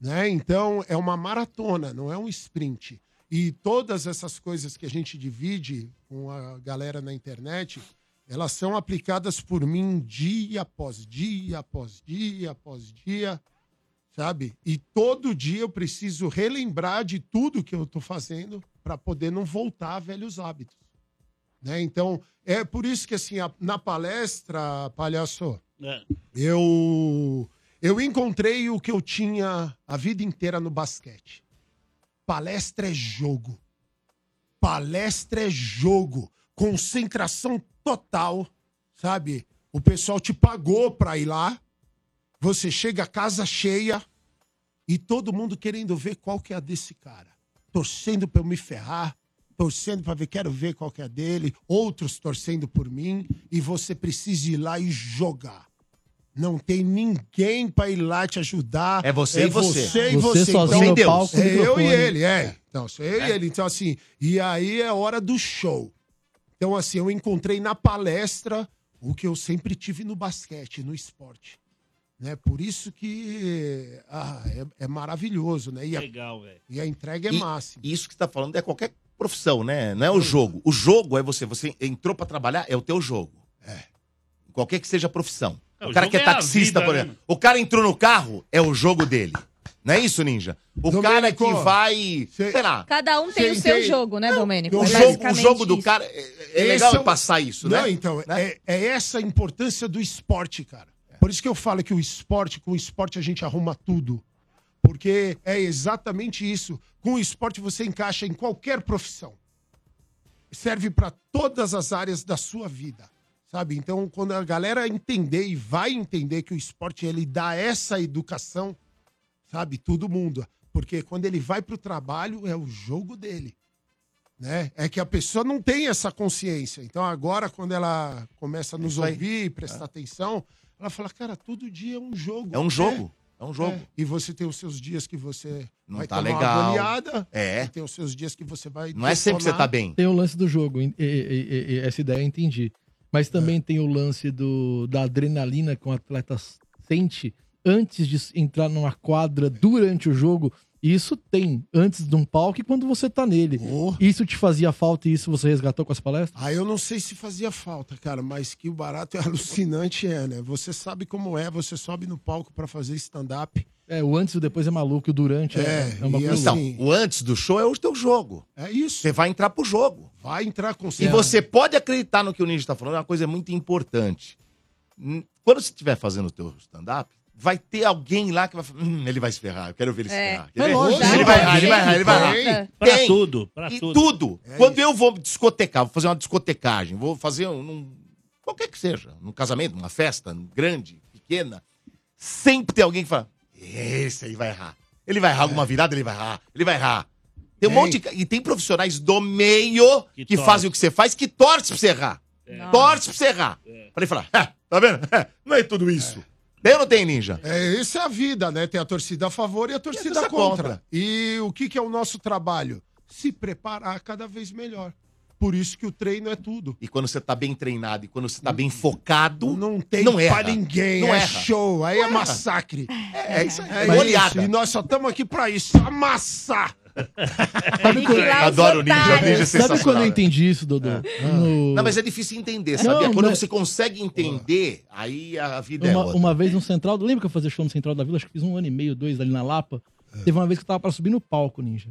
[SPEAKER 14] Né? Então, é uma maratona, não é um sprint. E todas essas coisas que a gente divide com a galera na internet, elas são aplicadas por mim dia após dia, após dia, após dia, sabe? E todo dia eu preciso relembrar de tudo que eu tô fazendo para poder não voltar a velhos hábitos. Né? Então, é por isso que, assim, a- na palestra, palhaço,
[SPEAKER 4] É.
[SPEAKER 14] eu, eu encontrei o que eu tinha a vida inteira no basquete. Palestra é jogo. Palestra é jogo. Concentração total, sabe? O pessoal te pagou pra ir lá. Você chega a casa cheia e todo mundo querendo ver qual que é a desse cara. Torcendo pra eu me ferrar, torcendo pra ver, quero ver qual que é a dele, outros torcendo por mim e você precisa ir lá e jogar. Não tem ninguém pra ir lá te ajudar.
[SPEAKER 1] É você e você.
[SPEAKER 14] você e
[SPEAKER 1] Você
[SPEAKER 14] você.
[SPEAKER 1] sozinho no
[SPEAKER 14] Deus.
[SPEAKER 1] palco,
[SPEAKER 14] É eu e
[SPEAKER 1] microfone.
[SPEAKER 14] ele, é. Então, sou eu e
[SPEAKER 1] É.
[SPEAKER 14] ele. Então, assim, e aí é hora do show. Então, assim, eu encontrei na palestra o que eu sempre tive no basquete, no esporte. Né? Por isso que ah, é, é maravilhoso, né? E a,
[SPEAKER 4] Legal, velho.
[SPEAKER 14] e a entrega é
[SPEAKER 1] E-
[SPEAKER 14] máxima.
[SPEAKER 1] e Isso que você tá falando é qualquer profissão, né? Não é o jogo. O jogo é você. Você entrou pra trabalhar, é o teu jogo. É. Qualquer que seja a profissão.
[SPEAKER 4] É,
[SPEAKER 1] o
[SPEAKER 4] o
[SPEAKER 1] cara
[SPEAKER 4] jogo
[SPEAKER 1] que é
[SPEAKER 4] é a
[SPEAKER 1] taxista,
[SPEAKER 4] vida,
[SPEAKER 1] por
[SPEAKER 4] né,
[SPEAKER 1] exemplo. O cara entrou no carro, é o jogo dele. Não é isso, Ninja? O cara que vai. sei lá.
[SPEAKER 7] Cada um tem
[SPEAKER 1] Sim,
[SPEAKER 7] o seu
[SPEAKER 1] tem-
[SPEAKER 7] jogo, né, Domênico?
[SPEAKER 1] O
[SPEAKER 7] É
[SPEAKER 1] um jogo, o
[SPEAKER 7] basicamente
[SPEAKER 1] jogo do
[SPEAKER 7] isso.
[SPEAKER 1] cara. É, é
[SPEAKER 14] Esse
[SPEAKER 1] legal
[SPEAKER 14] é o-
[SPEAKER 1] passar isso,
[SPEAKER 14] Não,
[SPEAKER 1] né? É.
[SPEAKER 14] então, é, é essa a importância do esporte, cara. Por isso que eu falo que o esporte, com o esporte a gente arruma tudo. Porque é exatamente isso. Com o esporte você encaixa em qualquer profissão. Serve para todas as áreas da sua vida, sabe? Então, quando a galera entender e vai entender que o esporte ele dá essa educação, sabe? Todo mundo. Porque quando ele vai pro trabalho, é o jogo dele né? É que a pessoa não tem essa consciência. Então agora, quando ela começa a nos ouvir, prestar atenção, ela fala, cara, todo dia é um jogo.
[SPEAKER 1] É um jogo. É um jogo.
[SPEAKER 14] E você tem os seus dias que você
[SPEAKER 1] Não
[SPEAKER 14] vai
[SPEAKER 1] tá
[SPEAKER 14] tomar
[SPEAKER 1] legal.
[SPEAKER 14] uma goleada.
[SPEAKER 1] É.
[SPEAKER 14] e Tem os seus dias que você vai...
[SPEAKER 1] Não é sempre que você tá bem.
[SPEAKER 5] Tem o lance do jogo, e- e- e- e- essa ideia eu entendi. Mas
[SPEAKER 1] É.
[SPEAKER 5] também tem o lance do, da adrenalina que um atleta sente antes de entrar numa quadra durante o jogo. E Isso tem antes de um palco e quando você tá nele.
[SPEAKER 1] Oh.
[SPEAKER 5] Isso te fazia falta e isso você resgatou com as palestras?
[SPEAKER 14] Aí Ah, eu não sei se fazia falta, cara, mas que o barato é alucinante, é, né? Você sabe como é, você sobe no palco pra fazer stand-up. assim,
[SPEAKER 5] É, o antes e o depois é maluco, e o durante é,
[SPEAKER 2] né?
[SPEAKER 5] é, uma coisa.
[SPEAKER 1] Então, o antes do show é o teu jogo.
[SPEAKER 14] É isso.
[SPEAKER 1] Você vai entrar pro jogo.
[SPEAKER 14] Vai entrar com
[SPEAKER 1] E você pode acreditar no que o Ninja tá falando, é uma coisa muito importante. Hum, Quando você estiver fazendo o teu stand-up, vai ter alguém lá que vai falar, hum, ele vai se ferrar, eu quero ver ele se
[SPEAKER 2] É.
[SPEAKER 1] ferrar.
[SPEAKER 2] Mas
[SPEAKER 1] Quer ver?
[SPEAKER 2] lógico,
[SPEAKER 1] Ele vai errar, ele vai errar, ele vai
[SPEAKER 2] tem.
[SPEAKER 1] errar.
[SPEAKER 2] Pra
[SPEAKER 1] Tem.
[SPEAKER 2] tudo, pra
[SPEAKER 1] E
[SPEAKER 2] tudo.
[SPEAKER 1] tudo.
[SPEAKER 14] É
[SPEAKER 1] Quando eu vou discotecar, vou fazer uma discotecagem, vou fazer um- um... qualquer que seja, num casamento, numa festa, grande, pequena, sempre tem alguém que fala, esse aí vai errar. Ele vai errar alguma virada, ele vai errar, ele vai errar. Tem um monte de... ca- E tem profissionais do meio que,
[SPEAKER 2] torce.
[SPEAKER 1] fazem o que você faz que torce pra você errar. Torce pra você errar. Pra ele falar, "Ah, tá vendo? Não é tudo isso. Tem ou não tem, Ninja?
[SPEAKER 14] É, isso é a vida, né? Tem a torcida a favor e a torcida
[SPEAKER 1] torcida
[SPEAKER 14] contra.
[SPEAKER 1] é contra.
[SPEAKER 14] E o que, que é o nosso trabalho? Se preparar cada vez melhor. Por isso que o treino é tudo.
[SPEAKER 1] E quando você tá bem treinado e quando você tá bem focado,
[SPEAKER 14] não tem
[SPEAKER 1] não erra.
[SPEAKER 14] pra ninguém,
[SPEAKER 1] Não
[SPEAKER 14] é
[SPEAKER 1] erra.
[SPEAKER 14] show, aí
[SPEAKER 1] Não
[SPEAKER 14] é
[SPEAKER 1] erra.
[SPEAKER 14] massacre.
[SPEAKER 1] É, é isso aí.
[SPEAKER 14] É
[SPEAKER 1] Goleada.
[SPEAKER 14] isso, e nós só estamos aqui pra isso, amassar.
[SPEAKER 5] Sabe quando-
[SPEAKER 1] É, Adoro o Ninja, o Ninja é
[SPEAKER 5] Sabe quando eu
[SPEAKER 1] sensacional.
[SPEAKER 5] entendi isso, Dodô? No-
[SPEAKER 1] Não, mas é difícil entender, sabia?
[SPEAKER 5] Não,
[SPEAKER 1] Quando
[SPEAKER 5] mas-
[SPEAKER 1] você consegue entender, aí a vida é
[SPEAKER 5] Uma,
[SPEAKER 1] outra.
[SPEAKER 5] uma vez no Central, lembra que eu fazia show no Central da Vila? Acho que fiz um ano e meio, dois ali na Lapa. Teve uma vez que eu tava pra subir no palco, Ninja.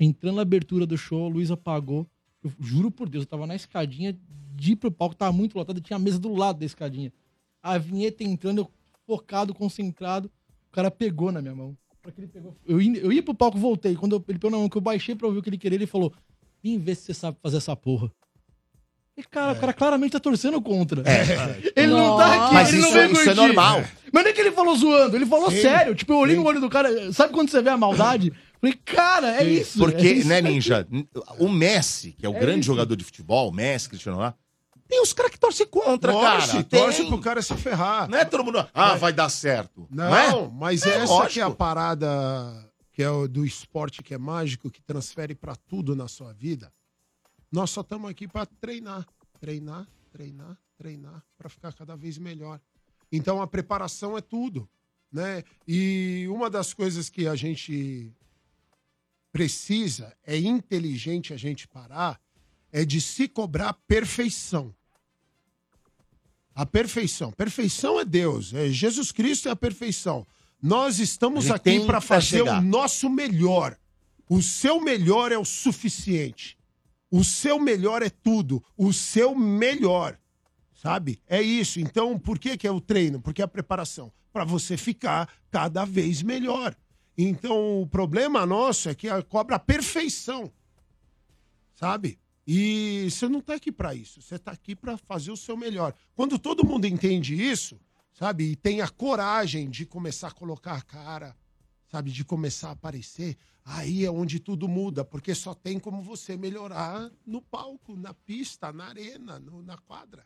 [SPEAKER 5] Entrando na abertura do show, a luz apagou. Eu juro por Deus, eu tava na escadinha de ir pro palco, tava muito lotado, tinha a mesa do lado da escadinha. A vinheta entrando, eu focado, concentrado. O cara pegou na minha mão. Pra que ele pegou. Eu, ia- eu ia pro palco, voltei. Quando eu- ele pegou na mão, que eu baixei pra ouvir o que ele queria, ele falou: Vem ver se você sabe fazer essa porra. E, cara, o cara claramente tá torcendo contra. Ele não tá aqui,
[SPEAKER 1] É. Mas
[SPEAKER 5] ele
[SPEAKER 1] isso,
[SPEAKER 5] não veio
[SPEAKER 1] isso é
[SPEAKER 5] curtir.
[SPEAKER 1] normal.
[SPEAKER 5] Mas nem que ele falou zoando, ele falou
[SPEAKER 1] Sim.
[SPEAKER 5] sério. Tipo, eu olhei no olho do cara, sabe quando você vê a maldade? Falei, cara, é isso.
[SPEAKER 1] Porque,
[SPEAKER 5] é isso.
[SPEAKER 1] né, Ninja? O Messi, que é o
[SPEAKER 5] É
[SPEAKER 1] grande
[SPEAKER 5] isso.
[SPEAKER 1] jogador de futebol, o Messi, Cristiano Ronaldo, tem os caras que torcem contra,
[SPEAKER 14] Torce,
[SPEAKER 1] cara.
[SPEAKER 14] torce
[SPEAKER 1] Tem.
[SPEAKER 14] pro cara se ferrar.
[SPEAKER 1] Não é todo mundo. Ah, vai dar certo.
[SPEAKER 14] Não,
[SPEAKER 1] é?
[SPEAKER 14] mas
[SPEAKER 1] É,
[SPEAKER 14] essa
[SPEAKER 1] lógico.
[SPEAKER 14] que é a parada que é o do esporte que é mágico, que transfere pra tudo na sua vida. Nós só estamos aqui pra treinar, treinar, treinar, treinar, pra ficar cada vez melhor. Então a preparação é tudo, né? E uma das coisas que a gente precisa é inteligente a gente parar é de se cobrar perfeição. A perfeição. Perfeição é Deus. É Jesus Cristo é a perfeição. Nós estamos
[SPEAKER 1] Ele
[SPEAKER 14] aqui
[SPEAKER 1] tem
[SPEAKER 14] para
[SPEAKER 1] que tá
[SPEAKER 14] fazer
[SPEAKER 1] chegar.
[SPEAKER 14] o nosso melhor. O seu melhor é o suficiente. O seu melhor é tudo. O seu melhor. Sabe? É isso. Então, por que, que é o treino? Porque é a preparação. Para você ficar cada vez melhor. Então, o problema nosso é que a cobra a perfeição sabe? E você não tá aqui pra isso, você tá aqui pra fazer o seu melhor. Quando todo mundo entende isso, sabe? E tem a coragem de começar a colocar a cara, sabe? De começar a aparecer, aí é onde tudo muda, porque só tem como você melhorar no palco, na pista, na arena, no- na quadra,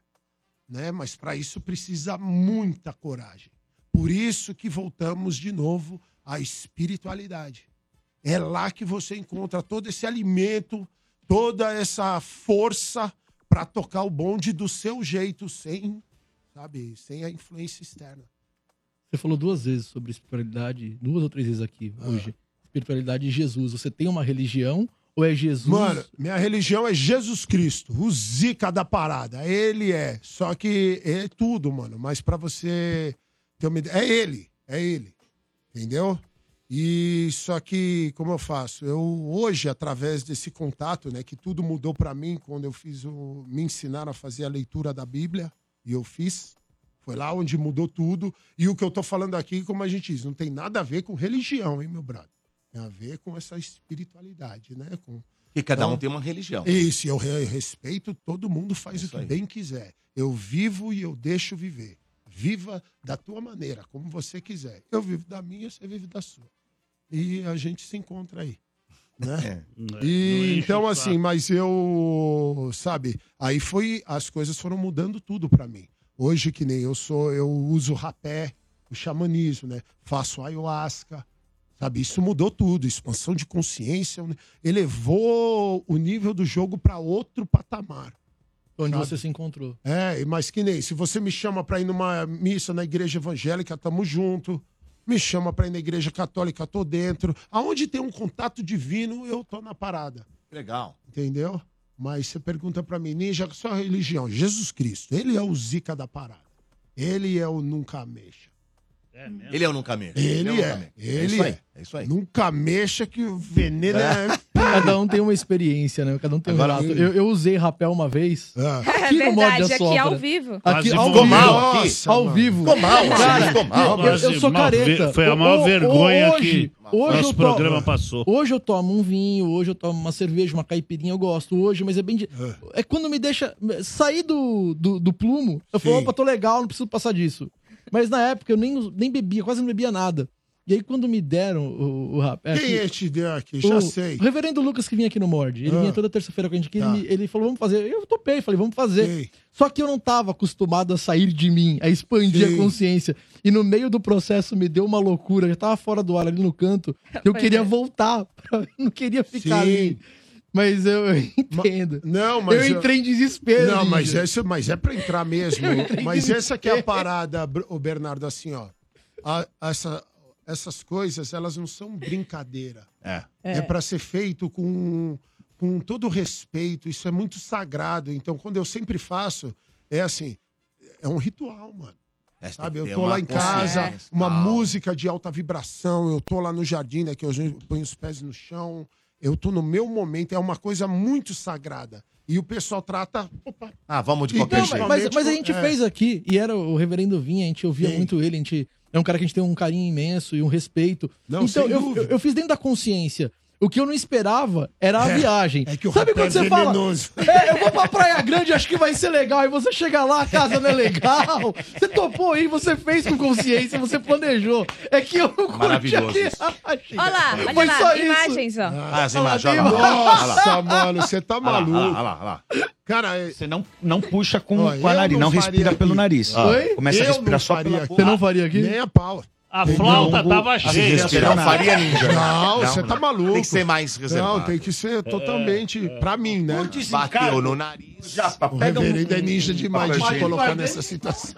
[SPEAKER 14] né? Mas pra isso precisa muita coragem. Por isso que voltamos de novo à espiritualidade. É lá que você encontra todo esse alimento, toda essa força para tocar o bonde do seu jeito, sem, sabe, sem a influência externa.
[SPEAKER 5] Você falou duas vezes sobre espiritualidade, duas ou três vezes aqui
[SPEAKER 1] Ah.
[SPEAKER 5] hoje. Espiritualidade e Jesus. Você tem uma religião ou é Jesus?
[SPEAKER 14] Mano, minha religião é Jesus Cristo, o zica da parada. Ele é, só que é tudo, mano. Mas para você ter uma ideia, é ele, é ele, entendeu? E só que, como eu faço? Eu hoje, através desse contato, né, que tudo mudou para mim quando eu fiz o. me ensinaram a fazer a leitura da Bíblia, e eu fiz. Foi lá onde mudou tudo. E o que eu tô falando aqui, como a gente diz, não tem nada a ver com religião, hein, meu brother? Tem a ver com essa espiritualidade, né? Com,
[SPEAKER 1] Porque cada um
[SPEAKER 14] Então,
[SPEAKER 1] tem uma religião. É
[SPEAKER 14] Isso, e eu re- respeito, todo mundo faz o que
[SPEAKER 1] aí.
[SPEAKER 14] bem quiser. Eu vivo e eu deixo viver. Viva da tua maneira, como você quiser. Eu vivo da minha, você vive da sua. E a gente se encontra aí. Né?
[SPEAKER 4] É. Não
[SPEAKER 14] E,
[SPEAKER 4] enche
[SPEAKER 14] então,
[SPEAKER 4] o
[SPEAKER 14] assim, mas eu, sabe, aí foi, as coisas foram mudando tudo pra mim. Hoje, que nem eu sou, eu uso rapé, o xamanismo, né? Faço ayahuasca, sabe? Isso mudou tudo, expansão de consciência, elevou o nível do jogo pra outro patamar.
[SPEAKER 5] Onde
[SPEAKER 14] sabe?
[SPEAKER 5] você se encontrou.
[SPEAKER 14] É, mas que nem, se você me chama pra ir numa missa na igreja evangélica, tamo junto. Me chama pra ir na igreja católica, tô dentro. Aonde tem um contato divino, eu tô na parada.
[SPEAKER 1] Legal.
[SPEAKER 14] Entendeu? Mas você pergunta pra mim, Ninja, sua religião, Jesus Cristo, ele é o zica da parada. Ele é o nunca mexa.
[SPEAKER 1] Ele é o nunca mexa.
[SPEAKER 14] Ele,
[SPEAKER 1] o nunca
[SPEAKER 14] é.
[SPEAKER 1] mexa.
[SPEAKER 14] Ele
[SPEAKER 1] é isso aí.
[SPEAKER 14] é.
[SPEAKER 1] É isso aí.
[SPEAKER 14] Nunca mexa que o veneno é.
[SPEAKER 5] Cada um tem uma experiência, né? Cada um tem um
[SPEAKER 14] Agora-
[SPEAKER 5] relato. Eu, eu usei rapel uma vez.
[SPEAKER 7] É
[SPEAKER 5] no Morde
[SPEAKER 7] verdade, aqui
[SPEAKER 5] Assopra.
[SPEAKER 7] ao vivo.
[SPEAKER 5] Aqui
[SPEAKER 4] Ah. Quase
[SPEAKER 5] ao
[SPEAKER 4] ficou
[SPEAKER 5] vivo.
[SPEAKER 4] mal aqui.
[SPEAKER 5] Nossa, ao
[SPEAKER 4] mano.
[SPEAKER 5] vivo.
[SPEAKER 4] Ficou mal,
[SPEAKER 5] Cara,
[SPEAKER 4] você ficou mal.
[SPEAKER 5] eu- Eu, eu sou
[SPEAKER 4] Mal ver-
[SPEAKER 5] careta.
[SPEAKER 4] foi a maior
[SPEAKER 5] Ho- ho-
[SPEAKER 4] vergonha
[SPEAKER 5] hoje,
[SPEAKER 4] que
[SPEAKER 5] hoje
[SPEAKER 4] nosso
[SPEAKER 5] eu
[SPEAKER 4] programa passou.
[SPEAKER 5] Hoje eu tomo um vinho, hoje eu tomo uma cerveja, uma caipirinha, eu gosto hoje, mas é bem. de- É quando me deixa sair do, do, do plumo, eu falo,
[SPEAKER 14] Sim.
[SPEAKER 5] opa, tô legal, não preciso passar disso. Mas na época eu nem, nem bebia, quase não bebia nada. E aí quando me deram o, o rapé.
[SPEAKER 14] Quem é
[SPEAKER 5] aqui-
[SPEAKER 14] te deu aqui? Já
[SPEAKER 5] o
[SPEAKER 14] sei.
[SPEAKER 5] reverendo Lucas que vinha aqui no Mord, ele
[SPEAKER 14] Ah.
[SPEAKER 5] vinha toda terça-feira com a gente aqui,
[SPEAKER 14] Tá.
[SPEAKER 5] ele, me- ele falou, vamos fazer. Eu topei, falei, vamos fazer. Só que eu não tava acostumado a sair de mim, a expandir
[SPEAKER 14] Sim.
[SPEAKER 5] a consciência. E no meio do processo me deu uma loucura, eu já tava fora do ar ali no canto, eu
[SPEAKER 14] Pois
[SPEAKER 5] queria
[SPEAKER 14] é.
[SPEAKER 5] voltar, pra- não queria ficar
[SPEAKER 14] Sim.
[SPEAKER 5] ali. Mas eu, eu entendo.
[SPEAKER 14] Não, mas
[SPEAKER 5] Eu entrei em desespero.
[SPEAKER 14] Não,
[SPEAKER 5] Lígia.
[SPEAKER 14] mas, essa, mas é pra entrar mesmo.
[SPEAKER 5] Eu entrei em
[SPEAKER 14] mas essa que é a parada, Br- ô Bernardo, assim, ó. A- essa- essas coisas, elas não são brincadeira.
[SPEAKER 1] É.
[SPEAKER 14] É, pra ser feito com, com todo respeito. Isso é muito sagrado. Então, quando eu sempre faço, é assim, é um ritual, mano. Sabe, eu
[SPEAKER 1] ter
[SPEAKER 14] tô
[SPEAKER 1] uma
[SPEAKER 14] lá em casa,
[SPEAKER 1] consciência. né?
[SPEAKER 14] uma música de alta vibração, eu tô lá no jardim, né, que eu ponho os pés no chão, eu tô no meu momento, é uma coisa muito sagrada. E o pessoal trata... Opa,
[SPEAKER 1] Ah, vamos de
[SPEAKER 14] Então,
[SPEAKER 1] qualquer
[SPEAKER 5] Não,
[SPEAKER 1] jeito.
[SPEAKER 5] mas, mas a gente
[SPEAKER 14] é.
[SPEAKER 5] fez aqui, e era o reverendo Vinha, a gente ouvia
[SPEAKER 14] Sim.
[SPEAKER 5] muito ele, a gente, é um cara que a gente tem um carinho imenso e um respeito.
[SPEAKER 14] Não,
[SPEAKER 5] então,
[SPEAKER 14] sem
[SPEAKER 5] eu,
[SPEAKER 14] dúvida.
[SPEAKER 5] eu, eu fiz dentro da consciência. O que eu não esperava era a
[SPEAKER 14] É,
[SPEAKER 5] viagem.
[SPEAKER 14] é que o
[SPEAKER 5] Sabe
[SPEAKER 14] rapé
[SPEAKER 5] quando
[SPEAKER 14] é
[SPEAKER 5] você fala?
[SPEAKER 14] venenoso.
[SPEAKER 5] É, eu vou pra Praia Grande, acho que vai ser legal. E você chega lá, a casa não é legal. Você topou aí, você fez com consciência, você planejou. É que eu não curti a
[SPEAKER 1] Maravilhoso
[SPEAKER 5] viagem.
[SPEAKER 1] isso.
[SPEAKER 7] Olha lá, olha
[SPEAKER 5] Foi
[SPEAKER 7] lá,
[SPEAKER 5] só isso.
[SPEAKER 7] imagens, ó.
[SPEAKER 1] Ah, as imagens, olha lá.
[SPEAKER 14] Nossa, mano, você tá
[SPEAKER 1] Olha lá,
[SPEAKER 14] maluco.
[SPEAKER 1] olha lá, olha lá, olha lá.
[SPEAKER 14] Cara,
[SPEAKER 19] você não, não puxa com,
[SPEAKER 14] Ó,
[SPEAKER 19] com a
[SPEAKER 14] eu
[SPEAKER 19] nariz, não,
[SPEAKER 14] não faria
[SPEAKER 19] respira
[SPEAKER 14] aqui.
[SPEAKER 19] pelo nariz.
[SPEAKER 14] Ah. Oi?
[SPEAKER 19] Começa a
[SPEAKER 14] Eu
[SPEAKER 19] respirar
[SPEAKER 14] não
[SPEAKER 19] só pela
[SPEAKER 14] faria aqui.
[SPEAKER 19] boca.
[SPEAKER 14] Você não faria aqui? Nem a pau.
[SPEAKER 4] A
[SPEAKER 14] Tem
[SPEAKER 4] flauta
[SPEAKER 14] longo-
[SPEAKER 4] tava
[SPEAKER 14] Se
[SPEAKER 4] cheia.
[SPEAKER 14] respirar,
[SPEAKER 4] Você
[SPEAKER 14] não faria ninja. Não, você tá maluco.
[SPEAKER 1] Tem que ser mais reservado.
[SPEAKER 14] Não, tem que ser totalmente
[SPEAKER 4] É.
[SPEAKER 14] pra mim, né?
[SPEAKER 1] Bateu no nariz. Já,
[SPEAKER 14] O
[SPEAKER 4] um
[SPEAKER 14] reverendo é ninja demais de
[SPEAKER 1] Vai,
[SPEAKER 14] te colocar
[SPEAKER 1] vai,
[SPEAKER 14] nessa situação.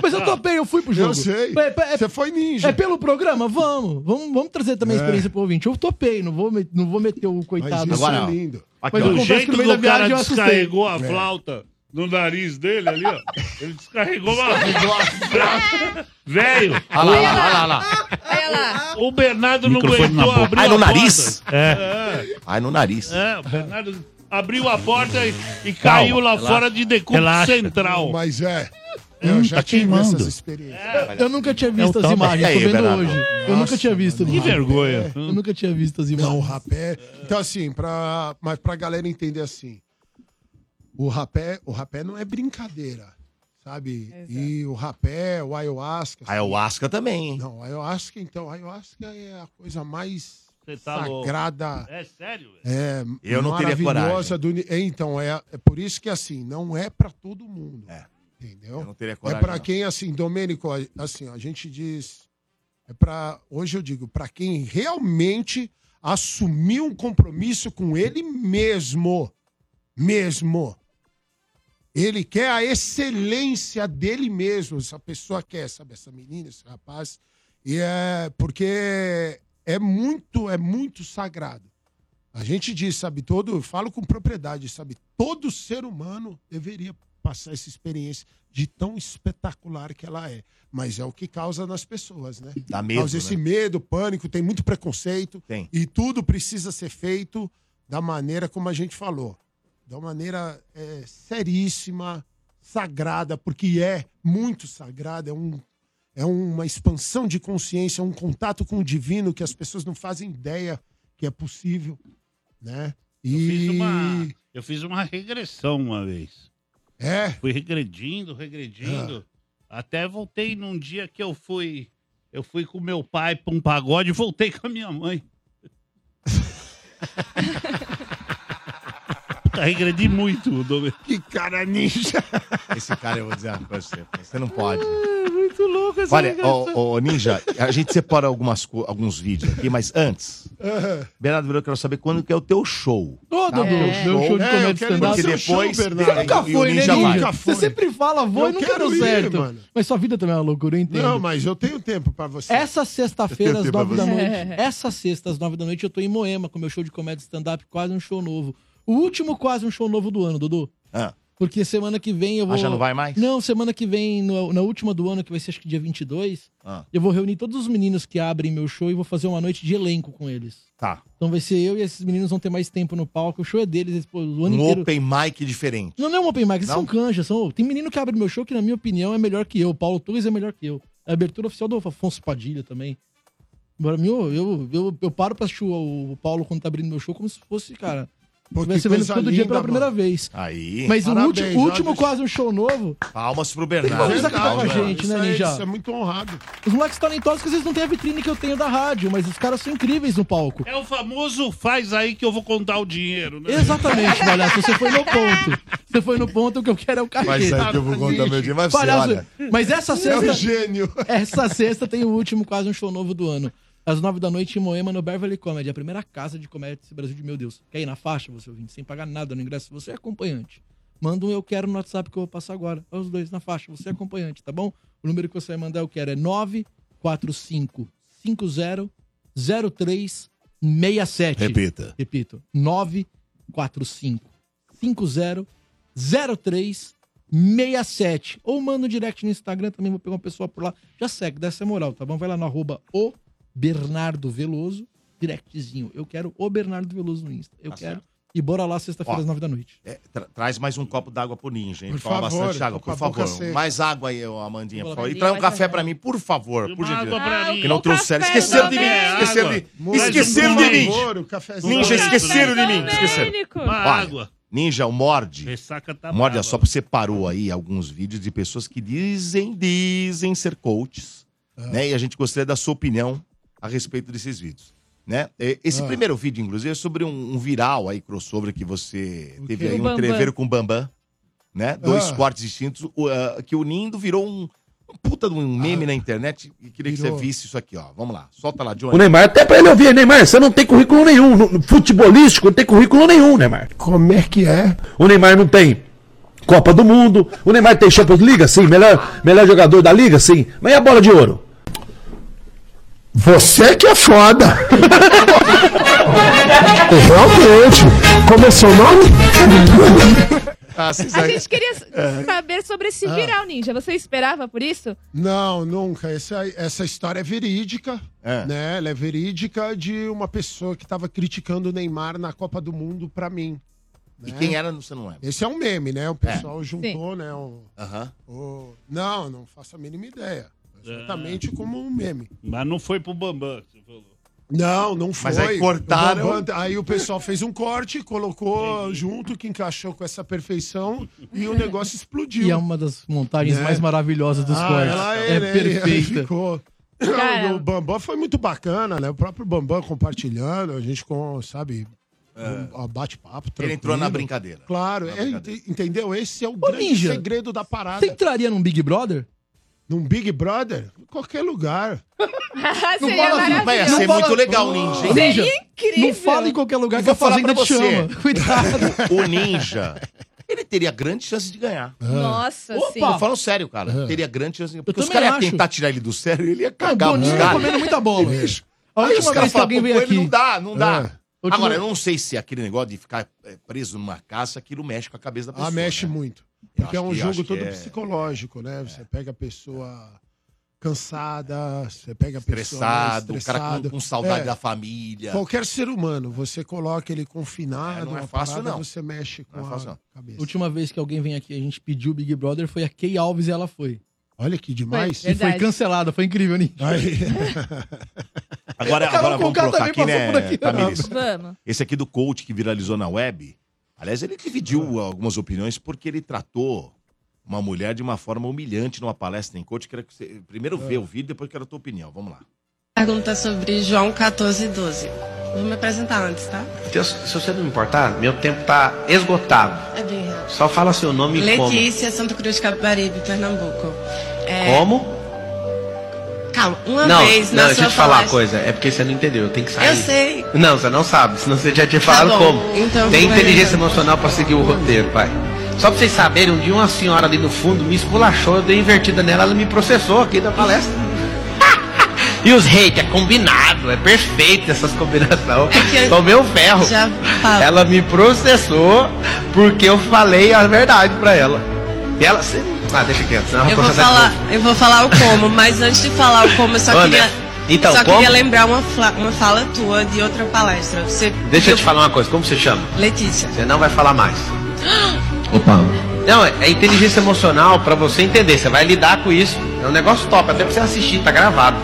[SPEAKER 5] Mas eu topei, eu fui pro jogo.
[SPEAKER 14] Eu sei.
[SPEAKER 5] Você
[SPEAKER 14] foi ninja.
[SPEAKER 5] É pelo programa? Vamos. Vamos, vamos trazer também a
[SPEAKER 1] É.
[SPEAKER 5] experiência pro ouvinte. Eu topei, não vou, me- não vou meter o coitado.
[SPEAKER 1] Tá,
[SPEAKER 4] é
[SPEAKER 1] Agora,
[SPEAKER 14] é
[SPEAKER 5] Mas
[SPEAKER 1] ó.
[SPEAKER 5] eu
[SPEAKER 1] Aqui, ó.
[SPEAKER 5] confesso
[SPEAKER 4] O jeito do
[SPEAKER 5] no meio da
[SPEAKER 4] cara
[SPEAKER 5] viagem eu assustei.
[SPEAKER 4] descarregou a
[SPEAKER 5] É.
[SPEAKER 4] flauta no nariz dele ali, ó. Ele descarregou uma...
[SPEAKER 1] Descarregou
[SPEAKER 4] Velho!
[SPEAKER 1] Olha lá, olha lá, olha lá.
[SPEAKER 4] O Bernardo não
[SPEAKER 1] Microfone na
[SPEAKER 4] aguentou abrir
[SPEAKER 1] boca. Ai,
[SPEAKER 4] a
[SPEAKER 1] no
[SPEAKER 4] porta.
[SPEAKER 1] nariz.
[SPEAKER 4] É.
[SPEAKER 1] Ai, no nariz.
[SPEAKER 4] É, o Bernardo abriu a porta e, e caiu lá
[SPEAKER 1] relaxa.
[SPEAKER 4] fora de decúbito
[SPEAKER 1] Relaxa. Hum, tá
[SPEAKER 4] central.
[SPEAKER 14] Mas é, eu já tive essas experiências.
[SPEAKER 5] Eu nunca tinha visto
[SPEAKER 14] É o
[SPEAKER 5] as
[SPEAKER 14] topo.
[SPEAKER 5] imagens,
[SPEAKER 14] E aí,
[SPEAKER 5] tô vendo
[SPEAKER 14] Bernardo?
[SPEAKER 5] hoje. Eu
[SPEAKER 14] Nossa,
[SPEAKER 5] nunca tinha visto. no
[SPEAKER 14] mano, que
[SPEAKER 5] rapé.
[SPEAKER 14] vergonha.
[SPEAKER 5] Eu nunca tinha visto as imagens.
[SPEAKER 14] Não, o rapé. Então, assim, pra, mas pra galera entender assim, o rapé, o rapé não é brincadeira, sabe? E o rapé, o ayahuasca. assim.
[SPEAKER 1] A ayahuasca também, hein?
[SPEAKER 14] Não, ayahuasca, então, ayahuasca é a coisa mais
[SPEAKER 4] Você tá louco.
[SPEAKER 14] sagrada.
[SPEAKER 4] É sério? velho?
[SPEAKER 14] É,
[SPEAKER 1] Eu não teria
[SPEAKER 14] maravilhosa do uni- é, Então, é, é por isso que, assim, não é pra todo mundo. É. Entendeu?
[SPEAKER 1] Eu não teria
[SPEAKER 14] É
[SPEAKER 1] coragem.
[SPEAKER 14] pra
[SPEAKER 1] não.
[SPEAKER 14] quem, assim, Domênico, a- assim, ó, a gente diz. É para Hoje eu digo, pra quem realmente assumiu um compromisso com ele mesmo. Mesmo. Ele quer a excelência dele mesmo. Essa pessoa quer, sabe? Essa menina, esse rapaz. E é porque é muito, é muito sagrado. A gente diz, sabe, todo, eu falo com propriedade, sabe, todo ser humano deveria passar essa experiência de tão espetacular que ela é. Mas é o que causa nas pessoas, né?
[SPEAKER 1] Dá medo,
[SPEAKER 14] Causa esse
[SPEAKER 1] né?
[SPEAKER 14] medo, pânico, tem muito preconceito.
[SPEAKER 1] Tem.
[SPEAKER 14] E tudo precisa ser feito da maneira como a gente falou. Da maneira é, seríssima, sagrada, porque é muito sagrada, é um é uma expansão de consciência, um contato com o divino que as pessoas não fazem ideia que é possível, né? E
[SPEAKER 4] uma- eu fiz uma regressão uma vez.
[SPEAKER 14] É?
[SPEAKER 4] Fui regredindo, regredindo. Até voltei num dia que eu fui. Eu fui com meu pai pra um pagode e voltei com a minha mãe. Puta, regredi muito, Douglas.
[SPEAKER 14] Que cara ninja.
[SPEAKER 1] Esse cara, eu vou dizer uma coisa pra você. Você não pode.
[SPEAKER 4] É Muito louco essa
[SPEAKER 5] é
[SPEAKER 1] Olha,
[SPEAKER 4] regressão.
[SPEAKER 1] ô, ô, Ninja, a gente separa algumas, co- alguns vídeos aqui, mas antes,
[SPEAKER 14] Aham.
[SPEAKER 1] Bernardo Verão, eu quero saber quando que é o teu show. Tá?
[SPEAKER 5] Ô, Dudu,
[SPEAKER 1] Teu
[SPEAKER 5] meu show de
[SPEAKER 1] É,
[SPEAKER 5] comédia
[SPEAKER 1] eu quero ir Porque
[SPEAKER 5] stand-up.
[SPEAKER 1] depois...
[SPEAKER 5] Você nunca
[SPEAKER 1] e o
[SPEAKER 5] foi, né,
[SPEAKER 1] Ninja vai.
[SPEAKER 5] Ninja? Você sempre fala, vou
[SPEAKER 14] Eu
[SPEAKER 5] e nunca
[SPEAKER 14] quero
[SPEAKER 5] deu
[SPEAKER 14] ir,
[SPEAKER 5] certo.
[SPEAKER 14] mano.
[SPEAKER 5] Mas sua vida também é uma loucura, eu entendo.
[SPEAKER 14] Não, mas eu tenho tempo pra você.
[SPEAKER 5] Essa sexta-feira,
[SPEAKER 14] Eu
[SPEAKER 5] às
[SPEAKER 14] tentei pra
[SPEAKER 5] nove da
[SPEAKER 14] você.
[SPEAKER 5] noite.
[SPEAKER 1] É.
[SPEAKER 5] Essa sexta, às nove da noite, eu tô em Moema com meu show de comédia stand-up, quase um show novo. O último quase um show novo do ano, Dudu.
[SPEAKER 1] Ah.
[SPEAKER 5] Porque semana que vem eu vou.
[SPEAKER 1] Ah, já não vai mais?
[SPEAKER 5] Não, semana que vem, no- na última do ano, que vai ser acho que dia 22,
[SPEAKER 1] Ah.
[SPEAKER 5] eu vou reunir todos os meninos que abrem meu show e vou fazer uma noite de elenco com eles.
[SPEAKER 1] Tá.
[SPEAKER 5] Então vai ser eu e esses meninos vão ter mais tempo no palco. O show é deles, eles, pô, o ano
[SPEAKER 1] Um
[SPEAKER 5] inteiro.
[SPEAKER 1] open mic diferente.
[SPEAKER 5] Não, não é um open mic, eles
[SPEAKER 1] Não?
[SPEAKER 5] são canjas. São... Tem menino que abre meu show que, na minha opinião, é melhor que eu. Paulo Torres é melhor que eu. A abertura oficial do Afonso Padilha também. Pra mim, eu, eu, eu, eu paro pra assistir o, o Paulo quando tá abrindo meu show como se fosse, cara.
[SPEAKER 14] Pô,
[SPEAKER 5] Tivesse vendo todo dia pela primeira vez.
[SPEAKER 1] Aí.
[SPEAKER 5] Mas o
[SPEAKER 14] Parabéns,
[SPEAKER 5] último, o
[SPEAKER 14] ó,
[SPEAKER 5] último
[SPEAKER 14] deixa-
[SPEAKER 5] quase um show novo.
[SPEAKER 1] Palmas pro
[SPEAKER 5] Tem que
[SPEAKER 1] Bernardo.
[SPEAKER 5] valorizar quem tá com a
[SPEAKER 1] Palmas.
[SPEAKER 5] gente, né,
[SPEAKER 14] é-
[SPEAKER 5] Ninja?
[SPEAKER 14] isso é muito honrado.
[SPEAKER 5] Os moleques talentosos que às vezes não tem a vitrine que eu tenho da rádio, mas os caras são incríveis no palco.
[SPEAKER 4] É o famoso faz aí que eu vou contar o dinheiro, né?
[SPEAKER 5] Exatamente, palhaço. Você foi no ponto. Você foi no ponto, o que eu quero é o cachê.
[SPEAKER 1] Mas aí que eu vou contar meu dinheiro, mas você olha.
[SPEAKER 5] mas essa sexta...
[SPEAKER 1] É um
[SPEAKER 14] gênio.
[SPEAKER 5] Essa sexta tem o último quase um show novo do ano. Às nove da noite em Moema, no Beverly Comedy. A primeira casa de comédia desse Brasil de meu Deus. Quer ir na faixa, você ouvinte, sem pagar nada no ingresso? Você é acompanhante. Manda um eu quero no WhatsApp que eu vou passar agora. Olha Os dois na faixa, você é acompanhante, tá bom? O número que você vai mandar eu quero é 945 50 0367.
[SPEAKER 1] Repita.
[SPEAKER 5] Repito. 945 50 0367. Ou manda um direct no Instagram, também vou pegar uma pessoa por lá. Já segue, dá essa moral, tá bom? Vai lá no arroba o Bernardo Veloso, directzinho. Eu quero o Bernardo Veloso no Insta. Eu
[SPEAKER 1] Tá
[SPEAKER 5] quero.
[SPEAKER 1] certo.
[SPEAKER 5] E bora lá sexta-feira
[SPEAKER 1] Ó,
[SPEAKER 5] às nove da noite.
[SPEAKER 1] É, tra- traz mais um copo d'água pro Ninja, hein?
[SPEAKER 5] Por
[SPEAKER 1] Toma
[SPEAKER 5] favor,
[SPEAKER 1] bastante água,
[SPEAKER 5] tô com
[SPEAKER 1] por
[SPEAKER 5] a boca
[SPEAKER 1] favor.
[SPEAKER 5] seca.
[SPEAKER 1] Mais água aí, ô, Amandinha, por favor. E
[SPEAKER 5] Amandinha,
[SPEAKER 1] traga um
[SPEAKER 5] mais
[SPEAKER 1] café
[SPEAKER 5] água.
[SPEAKER 1] pra mim, por favor.
[SPEAKER 4] né?
[SPEAKER 1] Por
[SPEAKER 4] água
[SPEAKER 1] gentileza.
[SPEAKER 4] pra mim.
[SPEAKER 1] Que não
[SPEAKER 4] Um
[SPEAKER 1] trouxeram.
[SPEAKER 4] café
[SPEAKER 1] Esqueceram de mim.
[SPEAKER 4] também,
[SPEAKER 1] Esqueceram
[SPEAKER 4] água.
[SPEAKER 1] de,
[SPEAKER 4] Traz um
[SPEAKER 1] esqueceram de
[SPEAKER 4] café.
[SPEAKER 1] mim.
[SPEAKER 4] Favor, o cafezinho.
[SPEAKER 1] Ninja,
[SPEAKER 4] Um café
[SPEAKER 1] esqueceram de mim.
[SPEAKER 4] tambênico.
[SPEAKER 1] Esqueceram.
[SPEAKER 4] Uma água.
[SPEAKER 1] Ninja, é o Morde.
[SPEAKER 4] Ressaca tá
[SPEAKER 1] O Morde
[SPEAKER 4] brava.
[SPEAKER 1] é só porque separou aí alguns vídeos de pessoas que dizem, dizem ser coaches.
[SPEAKER 2] Ah.
[SPEAKER 1] Né? E a gente gostaria da sua opinião a respeito desses vídeos. Né? E- Esse
[SPEAKER 2] Ah.
[SPEAKER 1] primeiro vídeo, inclusive, é sobre um, um viral aí, crossover, que você teve
[SPEAKER 2] quê?
[SPEAKER 1] aí,
[SPEAKER 2] O
[SPEAKER 1] um
[SPEAKER 2] Bambam.
[SPEAKER 1] treveiro com o Bambam. Né? Dois
[SPEAKER 2] Ah.
[SPEAKER 1] cortes distintos, o, ah, que unindo virou um, um puta de um meme na internet. E queria que
[SPEAKER 2] Ah. Virou.
[SPEAKER 1] você visse isso aqui, ó. Vamos lá, solta lá, Johnny.
[SPEAKER 19] O Neymar, até pra ele ouvir, Neymar, você não tem currículo nenhum. no- no Futebolístico, não tem currículo nenhum, Neymar. Como é que é? O Neymar não tem Copa do Mundo. O Neymar tem Champions League, sim. Melhor, melhor jogador da liga, sim. Mas e a bola de ouro? Você que é foda. Realmente. Como é seu nome?
[SPEAKER 1] Ah,
[SPEAKER 7] A gente queria s-
[SPEAKER 14] É.
[SPEAKER 7] saber sobre esse
[SPEAKER 14] Ah.
[SPEAKER 7] viral, Ninja. Você esperava por isso?
[SPEAKER 14] Não, nunca. Essa, essa história é verídica, né? Ela é verídica de uma pessoa que estava criticando o Neymar na Copa do Mundo pra mim.
[SPEAKER 2] É.
[SPEAKER 1] E
[SPEAKER 14] né?
[SPEAKER 1] quem era, você não lembra.
[SPEAKER 14] Esse é um meme, né? O pessoal juntou, né? um-
[SPEAKER 1] Aham.
[SPEAKER 14] o- Não, não faço a mínima ideia.
[SPEAKER 1] É.
[SPEAKER 14] Exatamente como um meme.
[SPEAKER 4] Mas não foi pro Bambam. que você falou.
[SPEAKER 14] Não, não foi.
[SPEAKER 1] Mas aí cortaram.
[SPEAKER 14] O Bambam- aí o pessoal fez um corte, colocou junto, que encaixou com essa perfeição e o negócio explodiu.
[SPEAKER 5] E é uma das montagens
[SPEAKER 14] Né?
[SPEAKER 5] mais maravilhosas dos
[SPEAKER 14] Ah,
[SPEAKER 5] cortes.
[SPEAKER 14] ela
[SPEAKER 5] é
[SPEAKER 14] ele- ele- ele
[SPEAKER 5] perfeita.
[SPEAKER 14] ficou.
[SPEAKER 5] Cara.
[SPEAKER 14] O Bambam foi muito bacana, né? O próprio Bambam compartilhando, a gente com, sabe, um um bate-papo.
[SPEAKER 1] É. Ele entrou
[SPEAKER 14] tranquilo.
[SPEAKER 1] na brincadeira.
[SPEAKER 14] Claro,
[SPEAKER 1] Na
[SPEAKER 14] é, ent- entendeu? Esse é o grande
[SPEAKER 5] Ninja,
[SPEAKER 14] segredo da parada.
[SPEAKER 5] Você entraria num Big Brother?
[SPEAKER 14] Num Big Brother? Em qualquer lugar.
[SPEAKER 7] Não
[SPEAKER 1] fala- assim. Vai ser muito legal, Ninja, hein?
[SPEAKER 5] Ninja,
[SPEAKER 1] Seria
[SPEAKER 7] incrível.
[SPEAKER 5] Não fala em qualquer lugar
[SPEAKER 1] Eu
[SPEAKER 5] que a
[SPEAKER 1] vou falar pra
[SPEAKER 5] fazenda te
[SPEAKER 1] você.
[SPEAKER 5] chama. Cuidado.
[SPEAKER 1] O Ninja, ele teria grande chance de ganhar.
[SPEAKER 5] Ah.
[SPEAKER 7] Nossa,
[SPEAKER 1] Opa,
[SPEAKER 7] sim.
[SPEAKER 1] eu falo sério, cara. Teria grande chance de ganhar. Porque os
[SPEAKER 5] também
[SPEAKER 1] caras iam
[SPEAKER 5] acho.
[SPEAKER 1] tentar tirar ele do sério, ele ia cagar os
[SPEAKER 5] Boninho tá
[SPEAKER 1] caras.
[SPEAKER 5] comendo muita bola.
[SPEAKER 1] Bicho.
[SPEAKER 5] A
[SPEAKER 1] Aí os
[SPEAKER 5] última
[SPEAKER 1] caras falam,
[SPEAKER 5] vez que
[SPEAKER 1] pô,
[SPEAKER 5] alguém
[SPEAKER 1] com
[SPEAKER 5] veio
[SPEAKER 1] ele
[SPEAKER 5] aqui.
[SPEAKER 1] não dá, não dá.
[SPEAKER 5] É. Última-
[SPEAKER 1] Agora, eu não sei se aquele negócio de ficar é, preso numa caça, aquilo mexe com a cabeça da pessoa.
[SPEAKER 14] Ah, mexe muito. Porque é
[SPEAKER 1] acho
[SPEAKER 14] um
[SPEAKER 1] que- acho
[SPEAKER 14] jogo
[SPEAKER 1] que
[SPEAKER 14] todo
[SPEAKER 1] é-
[SPEAKER 14] psicológico, né? Você pega a pessoa cansada, você pega a pessoa É.
[SPEAKER 1] Estressado, o cara com, com saudade da família.
[SPEAKER 14] Qualquer ser humano, você coloca ele confinado,
[SPEAKER 1] É, não é
[SPEAKER 14] uma
[SPEAKER 1] fácil,
[SPEAKER 14] parada,
[SPEAKER 1] não.
[SPEAKER 14] você mexe com
[SPEAKER 1] Não é fácil,
[SPEAKER 14] a
[SPEAKER 1] não.
[SPEAKER 14] cabeça.
[SPEAKER 5] A última vez que alguém vem aqui, a gente pediu o Big Brother, foi a Kay Alves e ela foi.
[SPEAKER 14] Olha que demais.
[SPEAKER 5] e foi
[SPEAKER 14] Verdade.
[SPEAKER 5] cancelada, foi incrível, né?
[SPEAKER 1] Agora,
[SPEAKER 5] O Carol
[SPEAKER 1] agora vamos
[SPEAKER 5] Conká
[SPEAKER 1] colocar
[SPEAKER 5] também
[SPEAKER 1] aqui,
[SPEAKER 5] passou
[SPEAKER 1] né,
[SPEAKER 5] por aqui.
[SPEAKER 1] Tamires?
[SPEAKER 7] Vamos.
[SPEAKER 1] Esse aqui do coach que viralizou na web. Aliás, ele dividiu algumas opiniões porque ele tratou uma mulher de uma forma humilhante numa palestra em coach. Quero que você primeiro
[SPEAKER 14] É.
[SPEAKER 1] vê o vídeo, depois quero a tua opinião. Vamos lá.
[SPEAKER 22] Pergunta sobre João 14, 12. Vou me apresentar antes, tá?
[SPEAKER 20] Deus, Então, se você não importar, meu tempo tá esgotado.
[SPEAKER 22] É bem rápido.
[SPEAKER 20] Só fala seu nome e como.
[SPEAKER 22] Letícia, Santa Cruz de Capibaribe, Pernambuco. É,
[SPEAKER 20] Como?
[SPEAKER 22] Calma, uma
[SPEAKER 20] não,
[SPEAKER 22] vez
[SPEAKER 20] não,
[SPEAKER 22] na
[SPEAKER 20] deixa
[SPEAKER 22] sua
[SPEAKER 20] eu te falar uma
[SPEAKER 22] palestra-
[SPEAKER 20] coisa. É porque você não entendeu, eu tenho que sair.
[SPEAKER 22] Eu sei.
[SPEAKER 20] Não, você não sabe, senão você já tinha falado
[SPEAKER 22] Tá bom,
[SPEAKER 20] como.
[SPEAKER 22] então
[SPEAKER 20] Tem
[SPEAKER 22] vai
[SPEAKER 20] inteligência
[SPEAKER 22] melhor.
[SPEAKER 20] emocional pra seguir o roteiro, pai. Só pra vocês saberem, um dia uma senhora ali no fundo me esculachou, eu dei invertida nela, ela me processou aqui da palestra. e os reis, é combinado, é perfeito essas combinações.
[SPEAKER 22] É que eu-
[SPEAKER 20] Tomei o ferro.
[SPEAKER 22] Já
[SPEAKER 20] Ela me processou porque eu falei a verdade pra ela. E ela. cê- Ah, deixa quieto, senão ela
[SPEAKER 22] Eu vou,
[SPEAKER 20] processa de
[SPEAKER 22] falar,
[SPEAKER 20] novo.
[SPEAKER 22] eu vou falar o como, mas antes de falar o como, eu só
[SPEAKER 20] Olha,
[SPEAKER 22] queria,
[SPEAKER 20] então,
[SPEAKER 22] só
[SPEAKER 20] como?
[SPEAKER 22] queria lembrar uma, fla- uma fala tua de outra palestra. Você,
[SPEAKER 20] Deixa eu te falar uma coisa, como você chama?
[SPEAKER 22] Letícia.
[SPEAKER 20] Você não vai falar mais. Opa. Não, é é inteligência emocional pra você entender. Você vai lidar com isso. É um negócio top, até pra você assistir, tá gravado.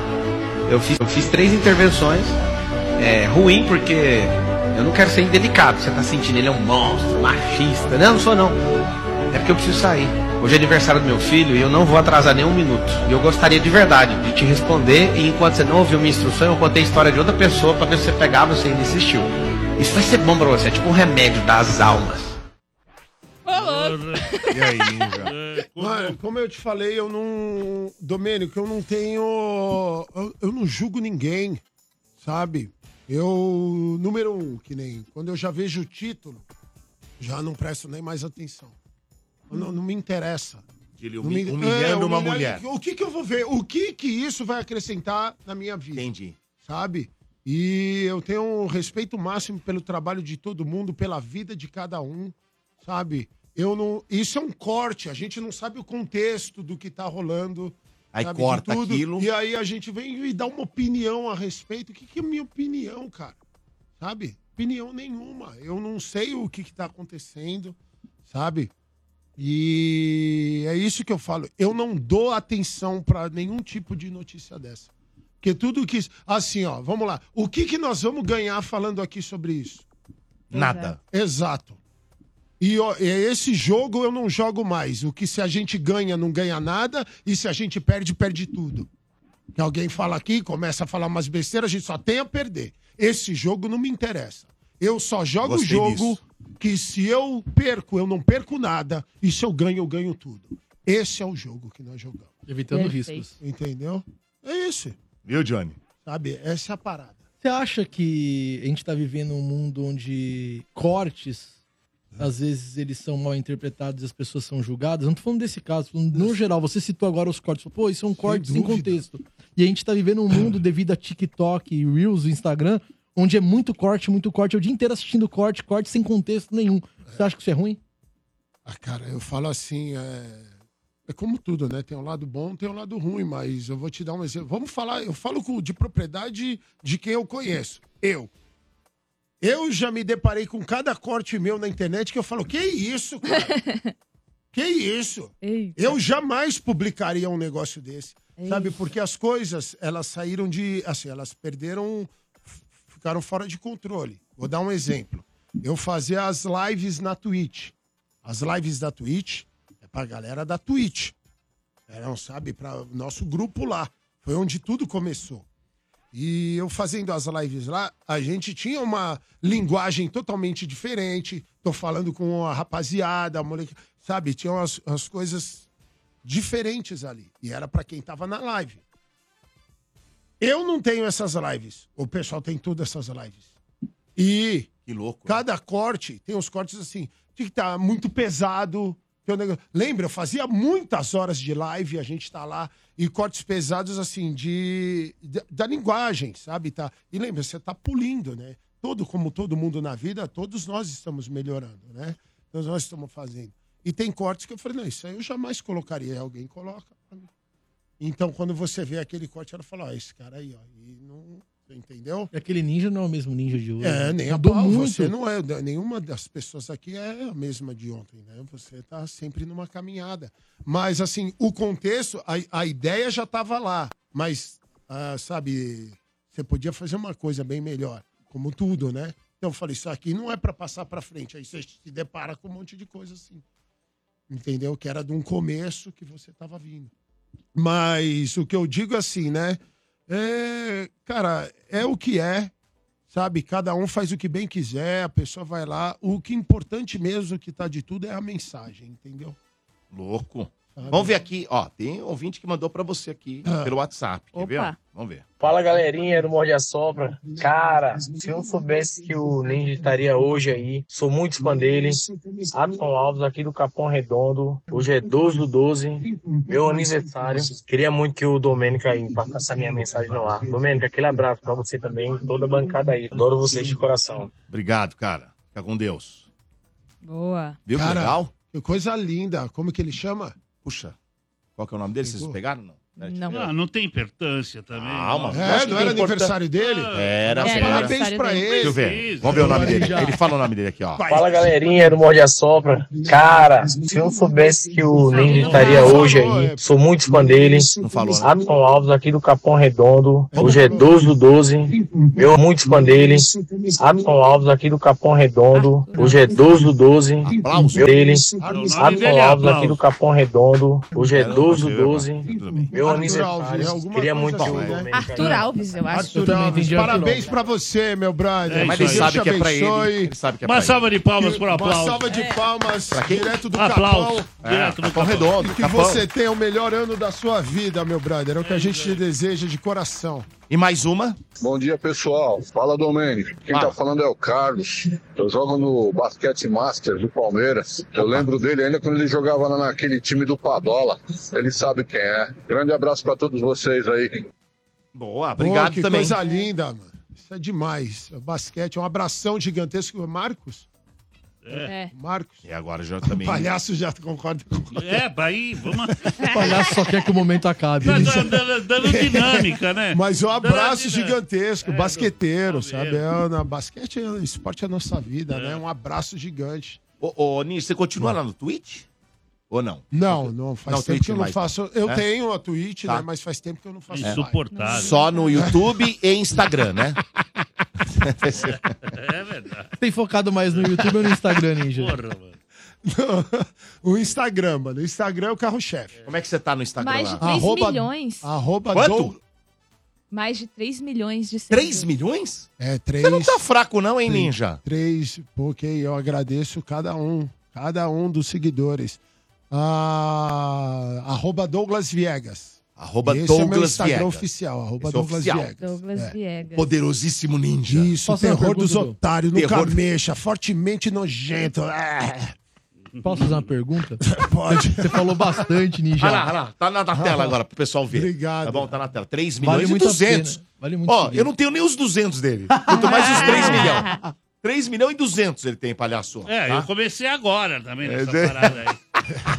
[SPEAKER 20] Eu fiz, eu fiz três intervenções. É ruim porque eu não quero ser indelicado. Você tá sentindo ele é um monstro, machista. Não, não sou não. É porque eu preciso sair. Hoje é aniversário do meu filho e eu não vou atrasar nem um minuto. E eu gostaria de verdade de te responder. E enquanto você não ouviu minha instrução, eu contei a história de outra pessoa pra ver se você pegava e você ainda insistiu. Isso vai ser bom pra você, é tipo um remédio das almas.
[SPEAKER 1] E aí, Ninja?
[SPEAKER 14] Mano, como eu te falei, eu não. Domênico, eu não tenho. Eu, eu não julgo ninguém, sabe? Eu. Número um, que nem. Quando eu já vejo o título, já não presto nem mais atenção. Eu Não, não me interessa.
[SPEAKER 1] Ele
[SPEAKER 14] Não me-
[SPEAKER 1] humi- humilhando,
[SPEAKER 14] É,
[SPEAKER 1] uma mulher.
[SPEAKER 14] O que, que eu vou ver? O que, que isso vai acrescentar na minha vida?
[SPEAKER 1] Entendi.
[SPEAKER 14] Sabe? E eu tenho um respeito máximo pelo trabalho de todo mundo, pela vida de cada um, sabe? Eu não. Isso é um corte, a gente não sabe o contexto do que tá rolando.
[SPEAKER 1] Aí
[SPEAKER 14] sabe,
[SPEAKER 1] corta
[SPEAKER 14] de tudo.
[SPEAKER 1] aquilo.
[SPEAKER 14] E aí a gente vem e dá uma opinião a respeito. O que, que é minha opinião, cara? Sabe? Opinião nenhuma. Eu não sei o que, que tá acontecendo, sabe? E é isso que eu falo. Eu não dou atenção para nenhum tipo de notícia dessa. Porque tudo que. Assim, ó, vamos lá. O que, que nós vamos ganhar falando aqui sobre isso?
[SPEAKER 1] Nada.
[SPEAKER 14] Exato. E ó, e esse jogo eu não jogo mais. O que se a gente ganha, não ganha nada. E se a gente perde, perde tudo. Que alguém fala aqui, começa a falar umas besteiras, a gente só tem a perder. Esse jogo não me interessa. Eu só jogo o
[SPEAKER 1] Gostei
[SPEAKER 14] jogo
[SPEAKER 1] disso.
[SPEAKER 14] que se eu perco, eu não perco nada. E se eu ganho, eu ganho tudo. Esse é o jogo que nós jogamos.
[SPEAKER 5] Evitando Perfeito. riscos.
[SPEAKER 14] Entendeu? É isso.
[SPEAKER 1] Viu, Johnny?
[SPEAKER 14] Sabe? Essa é a parada.
[SPEAKER 5] Você acha que a gente tá vivendo um mundo onde cortes, às vezes eles são mal interpretados e as pessoas são julgadas? Não tô falando desse caso, tô falando no geral, você citou agora os cortes. Pô, isso é um corte sem
[SPEAKER 14] dúvida.
[SPEAKER 5] contexto. E a gente tá vivendo um mundo devido a TikTok, e Reels, e Instagram, onde é muito corte, muito corte. É o dia inteiro assistindo corte, corte sem contexto nenhum. Você acha que isso é ruim?
[SPEAKER 14] Ah, cara, eu falo assim, é... é como tudo, né? Tem um lado bom, tem um lado ruim, mas eu vou te dar um exemplo. Vamos falar, eu falo com- de propriedade de quem eu conheço. Eu. Eu já me deparei com cada corte meu na internet que eu falo, que isso, cara? que isso? Eu jamais publicaria um negócio desse. Sabe, porque as coisas, elas saíram de, assim, elas perderam ficaram fora de controle. Vou dar um exemplo. Eu fazia as lives na Twitch. As lives da Twitch é pra galera da Twitch. Eram, sabe, para nosso grupo lá. Foi onde tudo começou. E eu fazendo as lives lá, a gente tinha uma linguagem totalmente diferente. Tô falando com a rapaziada, a moleque, sabe? Tinham as, as coisas diferentes ali. E era pra quem tava na live. Eu não tenho essas lives. O pessoal tem todas essas lives. E cada corte, tem uns cortes assim, que tá muito pesado. tem um negócio- Lembra, eu fazia muitas horas de live, a gente tá lá, e cortes pesados assim, de, da, da linguagem, sabe? Tá, e lembra, você tá pulindo, né? Todo, como todo mundo na vida, todos nós estamos melhorando, né? Todos nós estamos fazendo. E tem cortes que eu falei, não, isso aí eu jamais colocaria. Aí Alguém coloca. pra mim. Então, quando você vê aquele corte, ela fala, ó, esse cara aí, ó. E não... Você entendeu?
[SPEAKER 5] Aquele ninja não é o mesmo ninja de hoje. né?
[SPEAKER 14] É, nem a
[SPEAKER 5] Mudou
[SPEAKER 14] pau,
[SPEAKER 5] muito.
[SPEAKER 14] você não é, nenhuma das pessoas aqui é a mesma de ontem, né? Você tá sempre numa caminhada. Mas, assim, o contexto, a, a ideia já tava lá, mas, ah, sabe, você podia fazer uma coisa bem melhor, como tudo, né? Então eu falei, isso aqui não é para passar para frente, aí você se depara com um monte de coisa assim. Entendeu? Que era de um começo que você tava vindo. Mas o que eu digo assim, né? É, cara, é o que é, sabe? Cada um faz o que bem quiser, a pessoa vai lá. O que é importante mesmo que tá de tudo é a mensagem, entendeu?
[SPEAKER 1] Louco. Vamos ver aqui, ó. Tem um ouvinte que mandou pra você aqui
[SPEAKER 14] Ah.
[SPEAKER 1] pelo WhatsApp. Quer ver? Vamos ver.
[SPEAKER 3] Fala galerinha do Morde a Sopra. Cara, se eu soubesse que o Ninja estaria hoje aí, sou muito fã dele. Adson Alves, aqui do Capão Redondo. Hoje é 12 do 12, meu aniversário. Queria muito que o Domênico aí passasse a minha mensagem no ar. Domênico, aquele abraço pra você também, toda a bancada aí. Adoro vocês de coração.
[SPEAKER 1] Obrigado, cara. Fica com Deus.
[SPEAKER 7] Boa.
[SPEAKER 1] Viu que
[SPEAKER 14] Cara,
[SPEAKER 1] legal?
[SPEAKER 14] Que coisa linda. Como que ele chama?
[SPEAKER 1] Puxa. Qual que é o nome dele? Vocês pegaram? Não.
[SPEAKER 7] Não.
[SPEAKER 4] Ah, não tem importância também.
[SPEAKER 1] Calma.
[SPEAKER 14] É,
[SPEAKER 4] Não.
[SPEAKER 1] Ah, acho que
[SPEAKER 4] Era
[SPEAKER 1] tem importan- Era, pera.
[SPEAKER 4] aniversário dele.
[SPEAKER 1] Deixa eu ver. Vamos ver o nome dele. Ele fala o nome dele aqui, ó.
[SPEAKER 3] Fala galerinha do Morde a Sopra. Cara, se eu soubesse que o Ninja estaria hoje aí, sou muito fã dele. Adson Alves, aqui do Capão Redondo. Hoje é 12 do 12, meu muito fã dele. Adson Alves, aqui do Capão Redondo. Hoje é 12 do 12, meu dele. Adson Alves, aqui do Capão Redondo. Hoje é 12 do 12, meu aniversário. Queria muito
[SPEAKER 4] assim,
[SPEAKER 3] que
[SPEAKER 4] né?
[SPEAKER 3] o
[SPEAKER 7] Arthur Alves, eu acho.
[SPEAKER 14] assim, né? Arthur Alves,
[SPEAKER 7] entendi Arthur
[SPEAKER 14] parabéns pra você, meu brother.
[SPEAKER 4] É Mas ele
[SPEAKER 14] Deus
[SPEAKER 4] sabe
[SPEAKER 14] te
[SPEAKER 4] que é pra ele,
[SPEAKER 14] abençoe.
[SPEAKER 4] ele sabe que é Uma pra ele. salva de palmas
[SPEAKER 14] Que-
[SPEAKER 4] pro
[SPEAKER 14] Uma
[SPEAKER 4] aplauso.
[SPEAKER 14] salva de
[SPEAKER 7] É.
[SPEAKER 14] palmas
[SPEAKER 4] Pra quem?
[SPEAKER 14] direto do
[SPEAKER 4] Aplauso.
[SPEAKER 14] Capão.
[SPEAKER 4] Direto do Capão Redondo,
[SPEAKER 14] E que
[SPEAKER 4] Capão.
[SPEAKER 14] você tenha o melhor ano da sua vida, meu brother. É o que a gente te deseja de coração.
[SPEAKER 1] E mais uma? Ah.
[SPEAKER 6] Bom dia, pessoal. Fala, Domênico. Quem tá falando é o Carlos. Eu jogo no Basquete Master do Palmeiras. Eu lembro dele ainda quando ele jogava lá naquele time do Padola. Ele sabe quem é. Grande abraço pra todos vocês aí.
[SPEAKER 1] Boa,
[SPEAKER 14] Pô, que coisa linda, mano. Isso é demais. O basquete, um abração gigantesco. Marcos?
[SPEAKER 7] É.
[SPEAKER 14] Marcos.
[SPEAKER 1] E agora já também.
[SPEAKER 14] Palhaço já concorda com
[SPEAKER 4] É, Bahia, vamos.
[SPEAKER 5] O palhaço só quer que o momento acabe. né?
[SPEAKER 4] Mas
[SPEAKER 5] Ele
[SPEAKER 4] dá-
[SPEAKER 5] só-
[SPEAKER 4] dá- dando dinâmica, né?
[SPEAKER 14] Mas um
[SPEAKER 4] Dando
[SPEAKER 14] abraço
[SPEAKER 4] dinâmica.
[SPEAKER 14] gigantesco,
[SPEAKER 4] É,
[SPEAKER 14] basqueteiro, sabe? É, na basquete, é- esporte é a nossa vida, né? Um abraço gigante.
[SPEAKER 1] Ô, ô Nils, você continua lá no Twitch? Ou não?
[SPEAKER 14] Não, não, faz
[SPEAKER 1] Não,
[SPEAKER 14] tempo
[SPEAKER 1] Twitch
[SPEAKER 14] que eu não
[SPEAKER 1] mais não.
[SPEAKER 14] faço. Eu
[SPEAKER 1] É?
[SPEAKER 14] tenho a Twitch,
[SPEAKER 1] Tá.
[SPEAKER 14] né? Mas faz tempo que eu não faço. live.
[SPEAKER 4] Insuportável.
[SPEAKER 1] Só no YouTube e Instagram, né?
[SPEAKER 4] É verdade.
[SPEAKER 5] Tem focado mais no YouTube ou no Instagram, Ninja?
[SPEAKER 4] Porra, mano.
[SPEAKER 14] o Instagram, mano. O Instagram é o carro-chefe.
[SPEAKER 1] Como é que você tá no Instagram
[SPEAKER 7] Mais
[SPEAKER 1] lá?
[SPEAKER 7] de 3 milhões.
[SPEAKER 14] Arroba
[SPEAKER 1] Quanto?
[SPEAKER 7] Mais de 3 milhões de
[SPEAKER 1] 3 milhões?
[SPEAKER 14] É, três.
[SPEAKER 1] Você não tá fraco não, hein, Ninja?
[SPEAKER 14] Três, porque eu agradeço cada um, cada um dos seguidores. Ah, arroba Douglas Viegas.
[SPEAKER 1] Arroba
[SPEAKER 14] Esse é o meu
[SPEAKER 1] Douglas
[SPEAKER 14] Instagram
[SPEAKER 1] Viegas.
[SPEAKER 14] oficial,
[SPEAKER 1] Esse
[SPEAKER 14] arroba
[SPEAKER 1] é
[SPEAKER 14] Douglas
[SPEAKER 1] oficial.
[SPEAKER 14] Viegas.
[SPEAKER 7] Douglas Viegas.
[SPEAKER 1] Poderosíssimo ninja.
[SPEAKER 14] Isso,
[SPEAKER 1] Posso fazer uma
[SPEAKER 14] terror dos
[SPEAKER 1] pergunta, Dudu?
[SPEAKER 14] otários, nunca
[SPEAKER 1] Terror-
[SPEAKER 14] mexa, fortemente nojento. Ah.
[SPEAKER 5] Posso fazer uma pergunta?
[SPEAKER 14] Pode.
[SPEAKER 5] Você falou bastante, Ninja.
[SPEAKER 1] Olha lá, olha lá, tá na,
[SPEAKER 14] Ah,
[SPEAKER 1] na tela agora pro pessoal ver.
[SPEAKER 5] Obrigado.
[SPEAKER 1] Tá bom, tá na tela. 3
[SPEAKER 5] Vale
[SPEAKER 1] milhões
[SPEAKER 5] muito
[SPEAKER 1] e
[SPEAKER 5] a
[SPEAKER 1] 200.
[SPEAKER 5] pena. Vale muito
[SPEAKER 1] Ó,
[SPEAKER 5] seguir.
[SPEAKER 1] eu não tenho nem os 200 dele. Quanto mais os 3 milhões. 3 milhões e 200 ele tem, palhaço.
[SPEAKER 4] É,
[SPEAKER 1] tá?
[SPEAKER 4] eu comecei agora também
[SPEAKER 1] É,
[SPEAKER 4] nessa
[SPEAKER 1] né?
[SPEAKER 4] parada aí.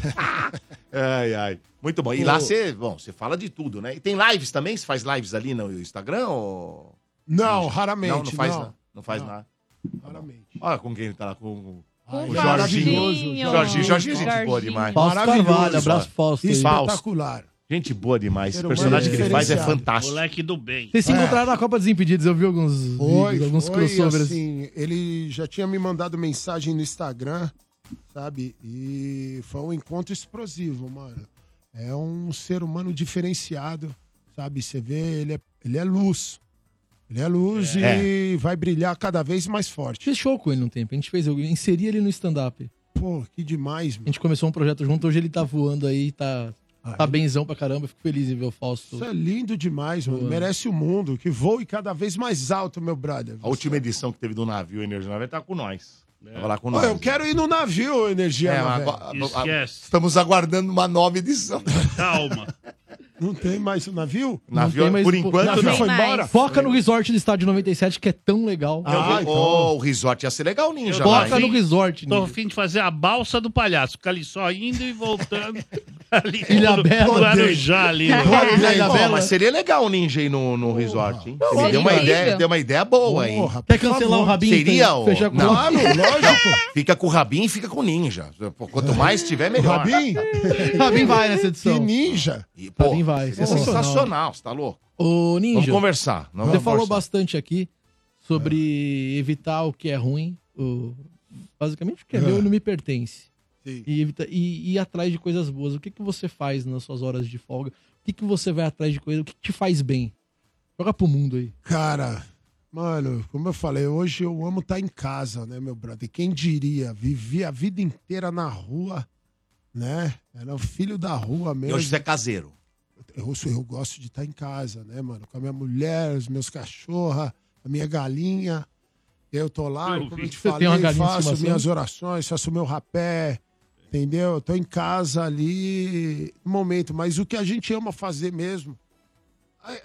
[SPEAKER 1] Ai, ai. Muito bom. E lá
[SPEAKER 4] O-
[SPEAKER 1] você, bom, você fala de tudo, né? E tem lives também? Você faz lives ali no Instagram ou...
[SPEAKER 14] Não, raramente.
[SPEAKER 1] Não, não faz
[SPEAKER 14] não.
[SPEAKER 1] nada. Não faz
[SPEAKER 14] Não.
[SPEAKER 1] nada.
[SPEAKER 14] Raramente.
[SPEAKER 1] Olha com quem ele tá lá, com...
[SPEAKER 14] Ai,
[SPEAKER 1] o
[SPEAKER 14] maravilhoso,
[SPEAKER 1] Jorginho. Jorginho, Jorginho é gente boa
[SPEAKER 14] Jorginho.
[SPEAKER 1] demais.
[SPEAKER 14] Fausto Maravilhoso. Carvalho, abraço,
[SPEAKER 5] Fausto aí.
[SPEAKER 14] Espetacular.
[SPEAKER 1] Gente boa demais.
[SPEAKER 14] Ser
[SPEAKER 1] O
[SPEAKER 14] humano
[SPEAKER 1] personagem que ele faz é
[SPEAKER 14] diferenciado.
[SPEAKER 1] fantástico.
[SPEAKER 4] Moleque do bem.
[SPEAKER 5] Vocês se encontraram na Copa dos Impedidos, eu vi alguns
[SPEAKER 14] É. Foi,
[SPEAKER 5] vídeos, alguns
[SPEAKER 14] foi,
[SPEAKER 5] crossovers.
[SPEAKER 14] assim, ele já tinha me mandado mensagem no Instagram, sabe? E foi um encontro explosivo, mano. É um ser humano diferenciado, sabe? Você vê, ele é, ele é luz. Ele é luz e vai brilhar é cada vez mais forte.
[SPEAKER 5] Fiz show com ele um tempo, a gente fez, eu inseri ele no stand-up.
[SPEAKER 14] Pô, que demais, mano.
[SPEAKER 5] A
[SPEAKER 14] Ah,
[SPEAKER 5] gente começou um projeto junto, hoje ele tá voando aí, tá, tá benzão pra caramba, eu fico feliz em ver o Fausto.
[SPEAKER 14] Isso é lindo demais, mano.
[SPEAKER 5] Boa.
[SPEAKER 14] Merece o mundo. Que voe cada vez mais alto, meu brother.
[SPEAKER 1] A última edição que teve do navio Energia 90 tá com nós.
[SPEAKER 4] Né?
[SPEAKER 1] Tava lá com
[SPEAKER 14] Ó,
[SPEAKER 1] nós.
[SPEAKER 14] eu quero ir no navio, Energia.
[SPEAKER 1] É,
[SPEAKER 14] meu
[SPEAKER 1] agora-
[SPEAKER 14] velho.
[SPEAKER 1] agora- Estamos aguardando uma nova edição.
[SPEAKER 4] Calma.
[SPEAKER 14] Não tem mais o navio?
[SPEAKER 5] Não tem mais-
[SPEAKER 14] navio foi embora?
[SPEAKER 5] Foca no resort do estádio 97, que é tão legal.
[SPEAKER 1] Ah,
[SPEAKER 14] então.
[SPEAKER 1] oh, o resort ia ser legal, Ninja.
[SPEAKER 5] Bota
[SPEAKER 1] vai.
[SPEAKER 5] no resort,
[SPEAKER 4] Tô
[SPEAKER 5] Ninja.
[SPEAKER 4] a fim de fazer a balsa do palhaço. Ficar ali só indo e voltando. ali
[SPEAKER 1] Ilha
[SPEAKER 4] no-
[SPEAKER 1] Bela.
[SPEAKER 4] no Guarujá ali. no-
[SPEAKER 1] Pô, né? mas seria legal o Ninja ir no, no resort, hein? Ele
[SPEAKER 4] Seria
[SPEAKER 1] deu uma,
[SPEAKER 4] incrível.
[SPEAKER 1] ideia, deu uma ideia boa, hein?
[SPEAKER 4] Porra, Quer por cancelar favor. o Rabinho,
[SPEAKER 1] Seria
[SPEAKER 4] então?
[SPEAKER 1] o...
[SPEAKER 4] Fechar com o
[SPEAKER 1] Não,
[SPEAKER 4] Rabinho?
[SPEAKER 1] lógico. Fica com o Rabinho e fica com o Ninja. Pô, Quanto mais tiver, melhor.
[SPEAKER 14] Rabinho?
[SPEAKER 5] Rabinho vai nessa edição.
[SPEAKER 1] Que
[SPEAKER 14] Ninja.
[SPEAKER 5] Rabinho vai.
[SPEAKER 1] É sensacional, você tá louco?
[SPEAKER 5] Ô, Ninja.
[SPEAKER 1] Vamos conversar, nós
[SPEAKER 5] você
[SPEAKER 1] vamos
[SPEAKER 5] falou
[SPEAKER 1] conversar.
[SPEAKER 5] bastante aqui sobre evitar o que é ruim, o- basicamente o que é, meu não me pertence. E, evita, e, e ir atrás de coisas boas. O que, que você faz nas suas horas de folga? O que, que você vai atrás de coisa? O que, que te faz bem? Joga pro mundo aí.
[SPEAKER 14] Cara, mano, como eu falei, hoje eu amo estar em casa, né, meu brother? Quem diria? Vivi a vida inteira na rua, né? Era o filho da rua
[SPEAKER 1] E
[SPEAKER 14] mesmo.
[SPEAKER 1] hoje você é caseiro.
[SPEAKER 14] eu, sou- eu gosto de estar em casa, né, mano? Com a minha mulher, os meus cachorros, a minha galinha. Eu tô lá,
[SPEAKER 5] Eu
[SPEAKER 14] como
[SPEAKER 5] vi
[SPEAKER 14] eu
[SPEAKER 5] que
[SPEAKER 14] te
[SPEAKER 5] você tem uma
[SPEAKER 14] falei,
[SPEAKER 5] galinha de
[SPEAKER 14] faço
[SPEAKER 5] estimação.
[SPEAKER 14] minhas orações, faço meu rapé, entendeu? Eu tô em casa ali, no momento. Mas o que a gente ama fazer mesmo,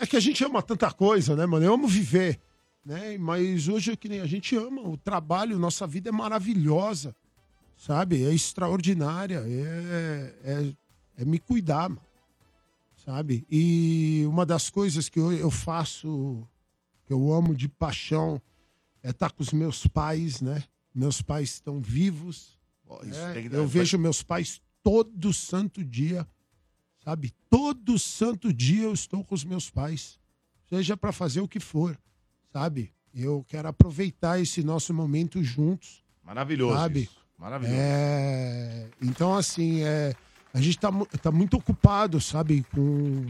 [SPEAKER 14] é que a gente ama tanta coisa, né, mano? Eu amo viver, né? Mas hoje é que nem a gente ama o trabalho, nossa vida é maravilhosa, sabe? É extraordinária, é, é, é me cuidar, mano, sabe? E uma das coisas que eu, eu faço, que eu amo de paixão, é estar com os meus pais, né? Meus pais estão vivos.
[SPEAKER 1] Ó, isso
[SPEAKER 14] né?
[SPEAKER 1] tem que dar-
[SPEAKER 14] Eu vejo meus pais todo santo dia sabe? Todo santo dia eu estou com os meus pais, seja para fazer o que for, sabe? Eu quero aproveitar esse nosso momento juntos,
[SPEAKER 1] Maravilhoso
[SPEAKER 14] sabe?
[SPEAKER 1] isso. Maravilhoso.
[SPEAKER 14] É, Então, assim, é... a gente tá, mu- tá muito ocupado, sabe? Com...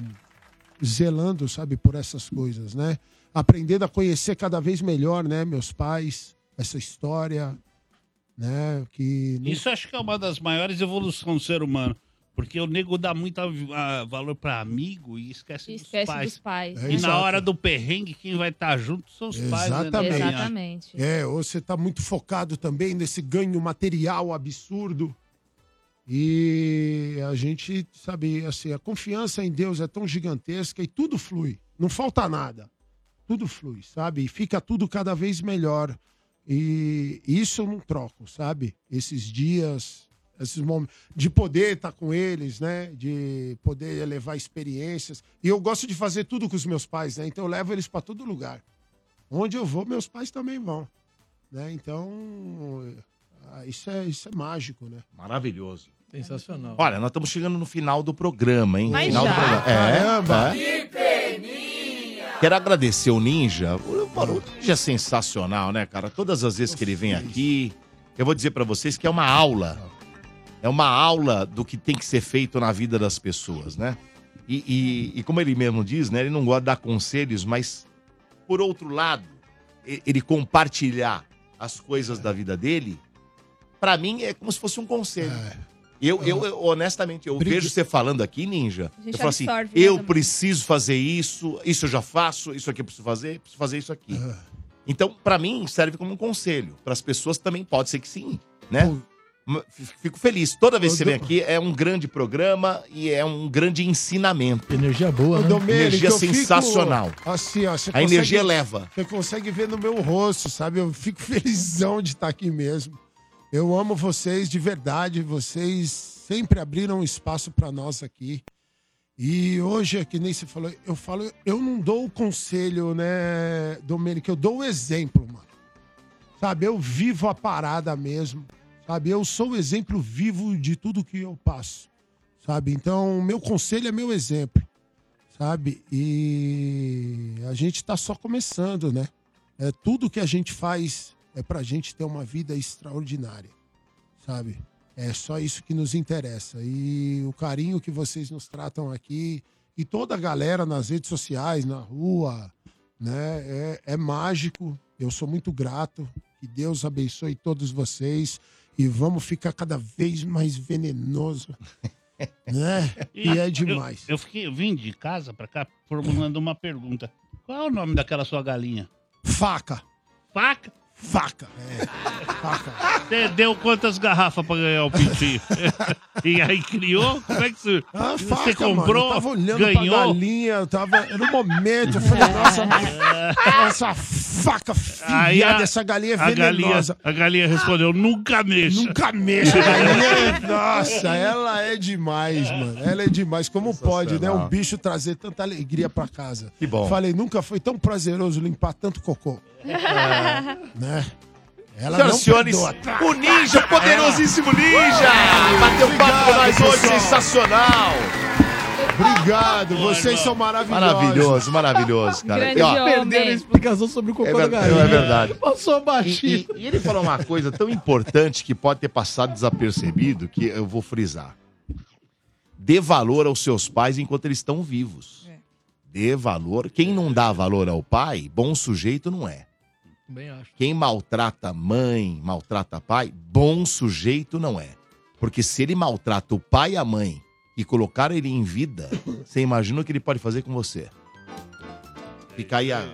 [SPEAKER 14] Zelando, sabe? Por essas coisas, né? Aprendendo a conhecer cada vez melhor, né? Meus pais, essa história, né? Que... não-
[SPEAKER 4] Isso acho que é uma das maiores evoluções do ser humano. Porque o nego dá muito ah, valor pra amigo e esquece,
[SPEAKER 7] Esquece
[SPEAKER 4] dos pais.
[SPEAKER 7] dos pais.
[SPEAKER 4] E na
[SPEAKER 14] É Exato.
[SPEAKER 4] hora do perrengue, quem vai estar junto são os pais.
[SPEAKER 14] Exatamente.
[SPEAKER 4] Né,
[SPEAKER 14] É, ou você tá muito focado também nesse ganho material absurdo. E a gente, sabe, assim, a confiança em Deus é tão gigantesca e tudo flui. Não falta nada. Tudo flui, sabe? E fica tudo cada vez melhor. E isso eu não troco, sabe? Esses dias, esses momentos. De poder estar com eles, né? De poder levar experiências. E eu gosto de fazer tudo com os meus pais, né? Então eu levo eles para todo lugar. Onde eu vou, meus pais também vão. Né? Então, ah, isso é, isso é mágico, né?
[SPEAKER 1] Maravilhoso.
[SPEAKER 5] Sensacional.
[SPEAKER 1] Olha, nós estamos chegando no final do programa, hein?
[SPEAKER 14] Mas
[SPEAKER 1] final
[SPEAKER 14] já?
[SPEAKER 1] do programa. É,
[SPEAKER 14] Caramba.
[SPEAKER 1] é. Quero agradecer o Ninja. O mano, o Ninja é sensacional, né, cara? Todas as vezes que ele vem aqui, eu vou dizer pra vocês que é uma aula. É uma aula do que tem que ser feito na vida das pessoas, né? E, e- e como ele mesmo diz, né? Ele não gosta de dar conselhos, mas por outro lado, e- ele compartilhar as coisas da vida dele, pra mim é como se fosse um conselho. Eu, eu,
[SPEAKER 3] É.
[SPEAKER 1] eu, honestamente, eu vejo você falando aqui, Ninja.
[SPEAKER 7] A gente
[SPEAKER 1] Eu falo assim,
[SPEAKER 7] absorve, né,
[SPEAKER 1] eu
[SPEAKER 7] também.
[SPEAKER 1] preciso fazer isso, isso eu já faço, isso aqui eu preciso fazer, preciso fazer isso aqui.
[SPEAKER 5] Ah.
[SPEAKER 1] Então, pra mim, serve como um conselho. Para as pessoas também pode ser que sim, né? Ma- f- Fico feliz. Toda vez que você vem aqui, é um grande programa e é um grande ensinamento.
[SPEAKER 5] Energia boa,
[SPEAKER 14] Ô,
[SPEAKER 5] né?
[SPEAKER 14] Domênico,
[SPEAKER 1] Energia
[SPEAKER 14] eu fico
[SPEAKER 1] sensacional.
[SPEAKER 14] assim, ó, você
[SPEAKER 1] A energia é eleva.
[SPEAKER 14] Você consegue ver no meu rosto, sabe? Eu fico felizão de estar aqui mesmo. Eu amo vocês de verdade. Vocês sempre abriram um espaço para nós aqui. E hoje, é que nem você falou, eu falo, eu não dou o conselho, né, Domênico? Eu dou o exemplo, mano. Sabe, eu vivo a parada mesmo. Sabe, eu sou o exemplo vivo de tudo que eu passo. Sabe, então, meu conselho é meu exemplo sabe? E a gente tá só começando, né? É, tudo que a gente faz é pra gente ter uma vida extraordinária, sabe? É só isso que nos interessa. E o carinho que vocês nos tratam aqui e toda a galera nas redes sociais, na rua, né? É, é mágico. Eu sou muito grato. Que Deus abençoe todos vocês. E vamos ficar cada vez mais venenoso, né? E é demais.
[SPEAKER 4] Eu, eu fiquei, eu vim de casa pra cá formulando uma pergunta. Qual é o nome daquela sua galinha?
[SPEAKER 14] Faca.
[SPEAKER 4] Faca?
[SPEAKER 14] Faca. É,
[SPEAKER 4] Você deu quantas garrafas pra ganhar o pintinho? e aí criou? Como é que você,
[SPEAKER 14] Ah,
[SPEAKER 4] você
[SPEAKER 14] faca, mano. Eu
[SPEAKER 4] comprou?
[SPEAKER 14] tava olhando pra
[SPEAKER 4] ganhou?
[SPEAKER 14] galinha, eu tava no momento, eu
[SPEAKER 1] É.
[SPEAKER 14] falei, nossa, essa faca
[SPEAKER 4] Aí
[SPEAKER 14] filhada,
[SPEAKER 4] a,
[SPEAKER 14] essa galinha é
[SPEAKER 4] a galinha,
[SPEAKER 14] venenosa.
[SPEAKER 4] a galinha respondeu, nunca mexa.
[SPEAKER 14] Nunca mexa, galinha. é- Nossa, ela é demais, mano. Ela é demais. Como pode, né? Um bicho trazer tanta alegria pra casa.
[SPEAKER 1] Que bom.
[SPEAKER 14] Falei, nunca foi tão prazeroso limpar tanto cocô. Né?
[SPEAKER 1] É.
[SPEAKER 14] Ela
[SPEAKER 1] Senhoras
[SPEAKER 14] não
[SPEAKER 1] e senhores,
[SPEAKER 14] perdoa. É.
[SPEAKER 1] o Ninja, poderosíssimo Ninja! Bateu um papo com nós hoje, sensacional!
[SPEAKER 14] Obrigado, vocês são maravilhosos.
[SPEAKER 1] Maravilhoso, maravilhoso, cara. E, ó,
[SPEAKER 5] Perderam a explicação sobre o cocô
[SPEAKER 1] É
[SPEAKER 5] da
[SPEAKER 1] ver-
[SPEAKER 5] galinha.
[SPEAKER 1] é verdade.
[SPEAKER 5] Passou
[SPEAKER 1] E,
[SPEAKER 5] baixinho.
[SPEAKER 1] e- e ele falou uma coisa tão importante que pode ter passado desapercebido, que eu vou frisar. Dê valor aos seus pais enquanto eles estão
[SPEAKER 14] É.
[SPEAKER 1] vivos. Dê valor. Quem não dá valor ao pai, bom sujeito não é.
[SPEAKER 5] Também acho.
[SPEAKER 1] Quem maltrata mãe, maltrata pai, bom sujeito não é. Porque se ele maltrata o pai e a mãe e colocar ele em vida, você imagina o que ele pode fazer com você. Fica aí a,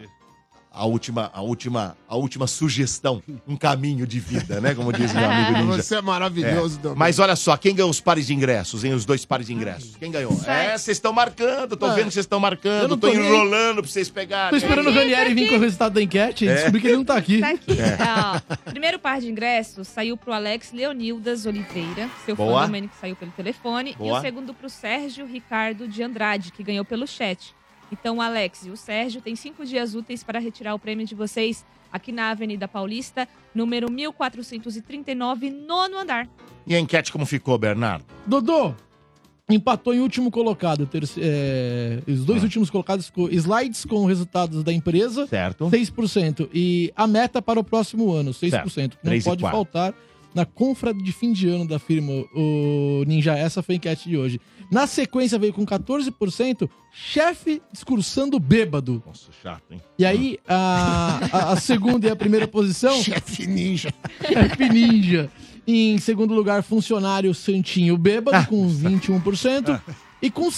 [SPEAKER 1] a última, a última, a última sugestão, um caminho de vida, né? Como diz meu amigo Ninja.
[SPEAKER 14] Você é maravilhoso, Dom.
[SPEAKER 1] Mas olha só, quem ganhou os pares de ingressos, hein? Os dois pares de ingressos. Quem ganhou? É, vocês estão marcando,
[SPEAKER 14] Ah.
[SPEAKER 1] tô vendo que vocês estão marcando,
[SPEAKER 5] Eu não
[SPEAKER 1] tô,
[SPEAKER 5] tô nem aí.
[SPEAKER 1] enrolando pra vocês pegarem.
[SPEAKER 5] Tô esperando o
[SPEAKER 7] Tá
[SPEAKER 5] Ranieri vir com o resultado da enquete e
[SPEAKER 1] É.
[SPEAKER 5] descobri que ele não tá aqui. Tá
[SPEAKER 7] aqui. Tá, ó. Primeiro par de ingressos saiu pro Alex Leonildas Oliveira, seu
[SPEAKER 1] Boa.
[SPEAKER 7] fã Domênico saiu pelo telefone. E
[SPEAKER 1] Boa.
[SPEAKER 7] o segundo pro Sérgio Ricardo de Andrade, que ganhou pelo chat. Então, o Alex e o Sérgio têm cinco dias úteis para retirar o prêmio de vocês aqui na Avenida Paulista, número 1439, nono andar.
[SPEAKER 1] E a enquete como ficou, Bernardo?
[SPEAKER 5] Dodô empatou em último colocado. terce- é, os
[SPEAKER 1] Tá.
[SPEAKER 5] dois últimos colocados ficou slides com resultados da empresa.
[SPEAKER 1] Certo.
[SPEAKER 5] 6%. E a meta para o próximo ano, 6%.
[SPEAKER 1] Certo.
[SPEAKER 5] Que não
[SPEAKER 1] Três e
[SPEAKER 5] pode
[SPEAKER 1] quatro.
[SPEAKER 5] faltar na confra de fim de ano da firma o Ninja. Essa foi a enquete de hoje. Na sequência veio com 14%, chefe discursando bêbado.
[SPEAKER 1] Nossa, chato, hein?
[SPEAKER 5] E aí, a, a- a segunda e a primeira posição.
[SPEAKER 14] Chefe ninja.
[SPEAKER 5] Chefe ninja. Em segundo lugar, funcionário Santinho Bêbado,
[SPEAKER 1] Ah.
[SPEAKER 5] com 21%. E com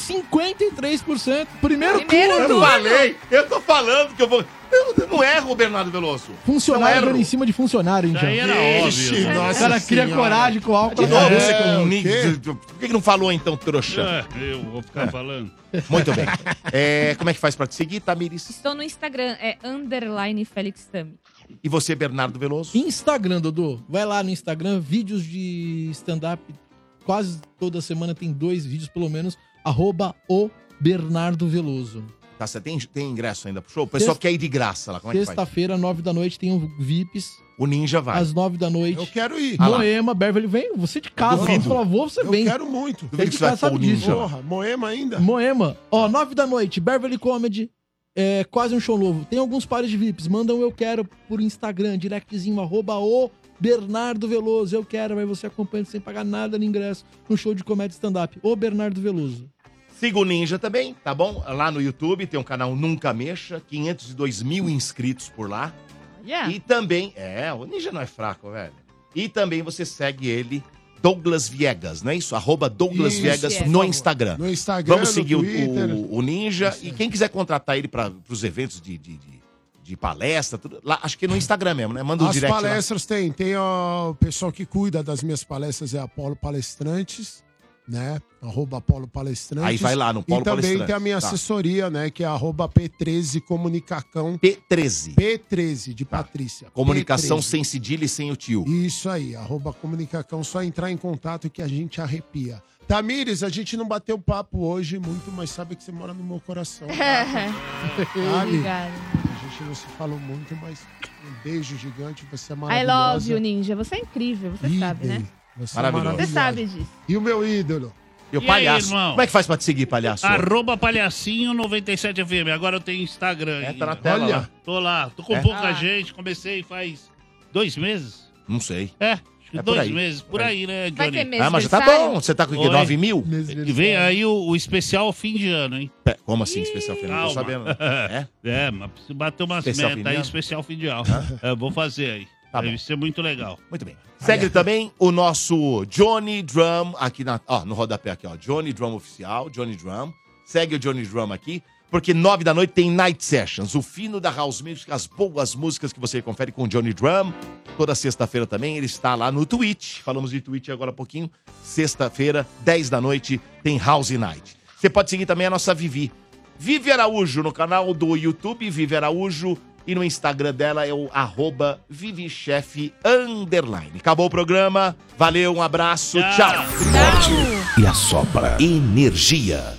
[SPEAKER 5] 53%, primeiro,
[SPEAKER 1] eu
[SPEAKER 5] turno.
[SPEAKER 1] não falei, eu tô falando que eu vou. Eu não- não erro, Bernardo Veloso.
[SPEAKER 5] Funcionário
[SPEAKER 1] Não erro.
[SPEAKER 5] dando em cima de funcionário, então.
[SPEAKER 1] aí era óbvio. Ixi,
[SPEAKER 5] o
[SPEAKER 1] nossa
[SPEAKER 5] cara cria
[SPEAKER 1] senhora.
[SPEAKER 5] coragem com álcool.
[SPEAKER 1] De
[SPEAKER 5] pra
[SPEAKER 1] novo,
[SPEAKER 5] caramba.
[SPEAKER 1] você com um
[SPEAKER 5] o
[SPEAKER 1] nick.
[SPEAKER 5] quê?
[SPEAKER 1] Por que que não falou então, trouxa?
[SPEAKER 4] É, eu vou ficar falando.
[SPEAKER 1] Muito bem. É, como é que faz pra te seguir, Tamiris?
[SPEAKER 7] Estou no Instagram, é underline Félix Tami.
[SPEAKER 1] E você, Bernardo Veloso?
[SPEAKER 5] Instagram, Dodô. Vai lá no Instagram, vídeos de stand-up. Quase toda semana tem dois vídeos, pelo menos. Arroba o Bernardo Veloso.
[SPEAKER 1] Tá, você tem, tem ingresso ainda pro show? O pessoal
[SPEAKER 5] Sexta-
[SPEAKER 1] quer ir de graça lá. Como é que faz?
[SPEAKER 5] Sexta-feira, nove da noite, tem um VIPs.
[SPEAKER 1] O Ninja vai.
[SPEAKER 5] Às nove da noite. Eu
[SPEAKER 14] quero ir.
[SPEAKER 1] Ah lá.
[SPEAKER 5] Moema, Beverly, vem. Você de casa.
[SPEAKER 1] Duvido.
[SPEAKER 5] Você fala, vou, você
[SPEAKER 14] Eu
[SPEAKER 5] vem.
[SPEAKER 14] quero muito.
[SPEAKER 5] Você de casa sabe disso.
[SPEAKER 14] Porra, Moema ainda?
[SPEAKER 5] Moema. Ó, nove da noite, Beverly Comedy. É quase um show novo. Tem alguns pares de VIPs. Mandam um eu quero por Instagram, directzinho, arroba o Bernardo Veloso. Eu quero, mas você acompanha sem pagar nada no ingresso no show de comédia stand-up. O Bernardo Veloso.
[SPEAKER 1] Siga o Ninja também, tá bom? Lá no YouTube tem um canal Nunca Mexa, 502 mil inscritos por lá. E também, é, o Ninja não é fraco, velho. E também você segue ele, Douglas Viegas, não é isso? Arroba Douglas
[SPEAKER 14] Isso,
[SPEAKER 1] Viegas
[SPEAKER 14] por
[SPEAKER 1] no
[SPEAKER 14] favor.
[SPEAKER 1] Instagram.
[SPEAKER 14] No Instagram,
[SPEAKER 1] Vamos seguir
[SPEAKER 14] no
[SPEAKER 1] o-
[SPEAKER 14] Twitter.
[SPEAKER 1] o, o Ninja. e quem quiser contratar ele para os eventos de, de, de- de palestra, tudo, lá, acho que no Instagram mesmo, né? Manda um
[SPEAKER 14] As
[SPEAKER 1] direct lá.
[SPEAKER 14] palestras tem. Tem ó, o pessoal que cuida das minhas palestras, é Apolo Palestrantes, né? Arroba Apolo Palestrantes.
[SPEAKER 1] Aí vai lá no Apollo
[SPEAKER 14] E também
[SPEAKER 1] Palestrantes,
[SPEAKER 14] tem a minha
[SPEAKER 1] tá.
[SPEAKER 14] assessoria, né? Que é arroba P13 Comunicacão.
[SPEAKER 1] P13.
[SPEAKER 14] P13, de Patrícia.
[SPEAKER 1] Tá. Comunicação
[SPEAKER 14] P13.
[SPEAKER 1] sem cedilha e sem o tio.
[SPEAKER 14] Isso aí, arroba Comunicacão, só entrar em contato que a gente arrepia. Tamires, a gente não bateu papo hoje muito, mas sabe que você mora no meu coração. cara. Sabe?
[SPEAKER 7] Obrigada.
[SPEAKER 14] A gente não se falou muito, mas um beijo gigante, você é
[SPEAKER 7] I
[SPEAKER 14] maravilhosa.
[SPEAKER 7] love you, Ninja. Você é incrível, você sabe, né?
[SPEAKER 14] Você é
[SPEAKER 1] Maravilhoso.
[SPEAKER 7] Você sabe disso.
[SPEAKER 14] E o meu ídolo?
[SPEAKER 1] E o
[SPEAKER 4] E aí,
[SPEAKER 1] palhaço.
[SPEAKER 4] irmão?
[SPEAKER 1] Como é que faz pra te seguir, palhaço?
[SPEAKER 4] Arroba palhacinho 97FM. Agora eu tenho Instagram. É,
[SPEAKER 1] tá na tela
[SPEAKER 4] Olha.
[SPEAKER 1] lá.
[SPEAKER 4] Tô lá, tô com
[SPEAKER 1] É?
[SPEAKER 4] pouca
[SPEAKER 1] Ah.
[SPEAKER 4] gente. Comecei faz dois meses.
[SPEAKER 1] Não sei.
[SPEAKER 4] É, acho que
[SPEAKER 1] É por
[SPEAKER 4] dois
[SPEAKER 1] aí.
[SPEAKER 4] meses. Por aí, né, Johnny?
[SPEAKER 1] Vai ter mês Ah, mas já tá aniversário? bom. Você tá com o quê,
[SPEAKER 4] Oi.
[SPEAKER 1] 9 mil?
[SPEAKER 4] E vem aí o, o especial fim de ano, hein?
[SPEAKER 1] Pé, Como assim, especial final? Não tô
[SPEAKER 4] Calma.
[SPEAKER 1] sabendo.
[SPEAKER 4] É? mas preciso bater umas
[SPEAKER 1] Especial fim de
[SPEAKER 4] metas aí,
[SPEAKER 1] ano? Tá
[SPEAKER 4] especial fim de ano. É, vou fazer aí. Deve ser muito legal.
[SPEAKER 1] Muito bem. Segue também o nosso Johnny Drum aqui na, ó, no rodapé aqui, ó. Johnny Drum oficial, Johnny Drum. Segue o Johnny Drum aqui. porque nove da noite tem Night Sessions, o fino da House Music, as boas músicas que você confere com o Johnny Drum. Toda sexta-feira também ele está lá no Twitch. Falamos de Twitch agora há pouquinho. Sexta-feira, 10 da noite, tem House Night. Você pode seguir também a nossa Vivi. Vivi Araújo no canal do YouTube, Vivi Araújo. E no Instagram dela é o arroba Vivichef underline. Acabou o programa. Valeu, um abraço. Tchau.
[SPEAKER 2] Morte e a sopra energia.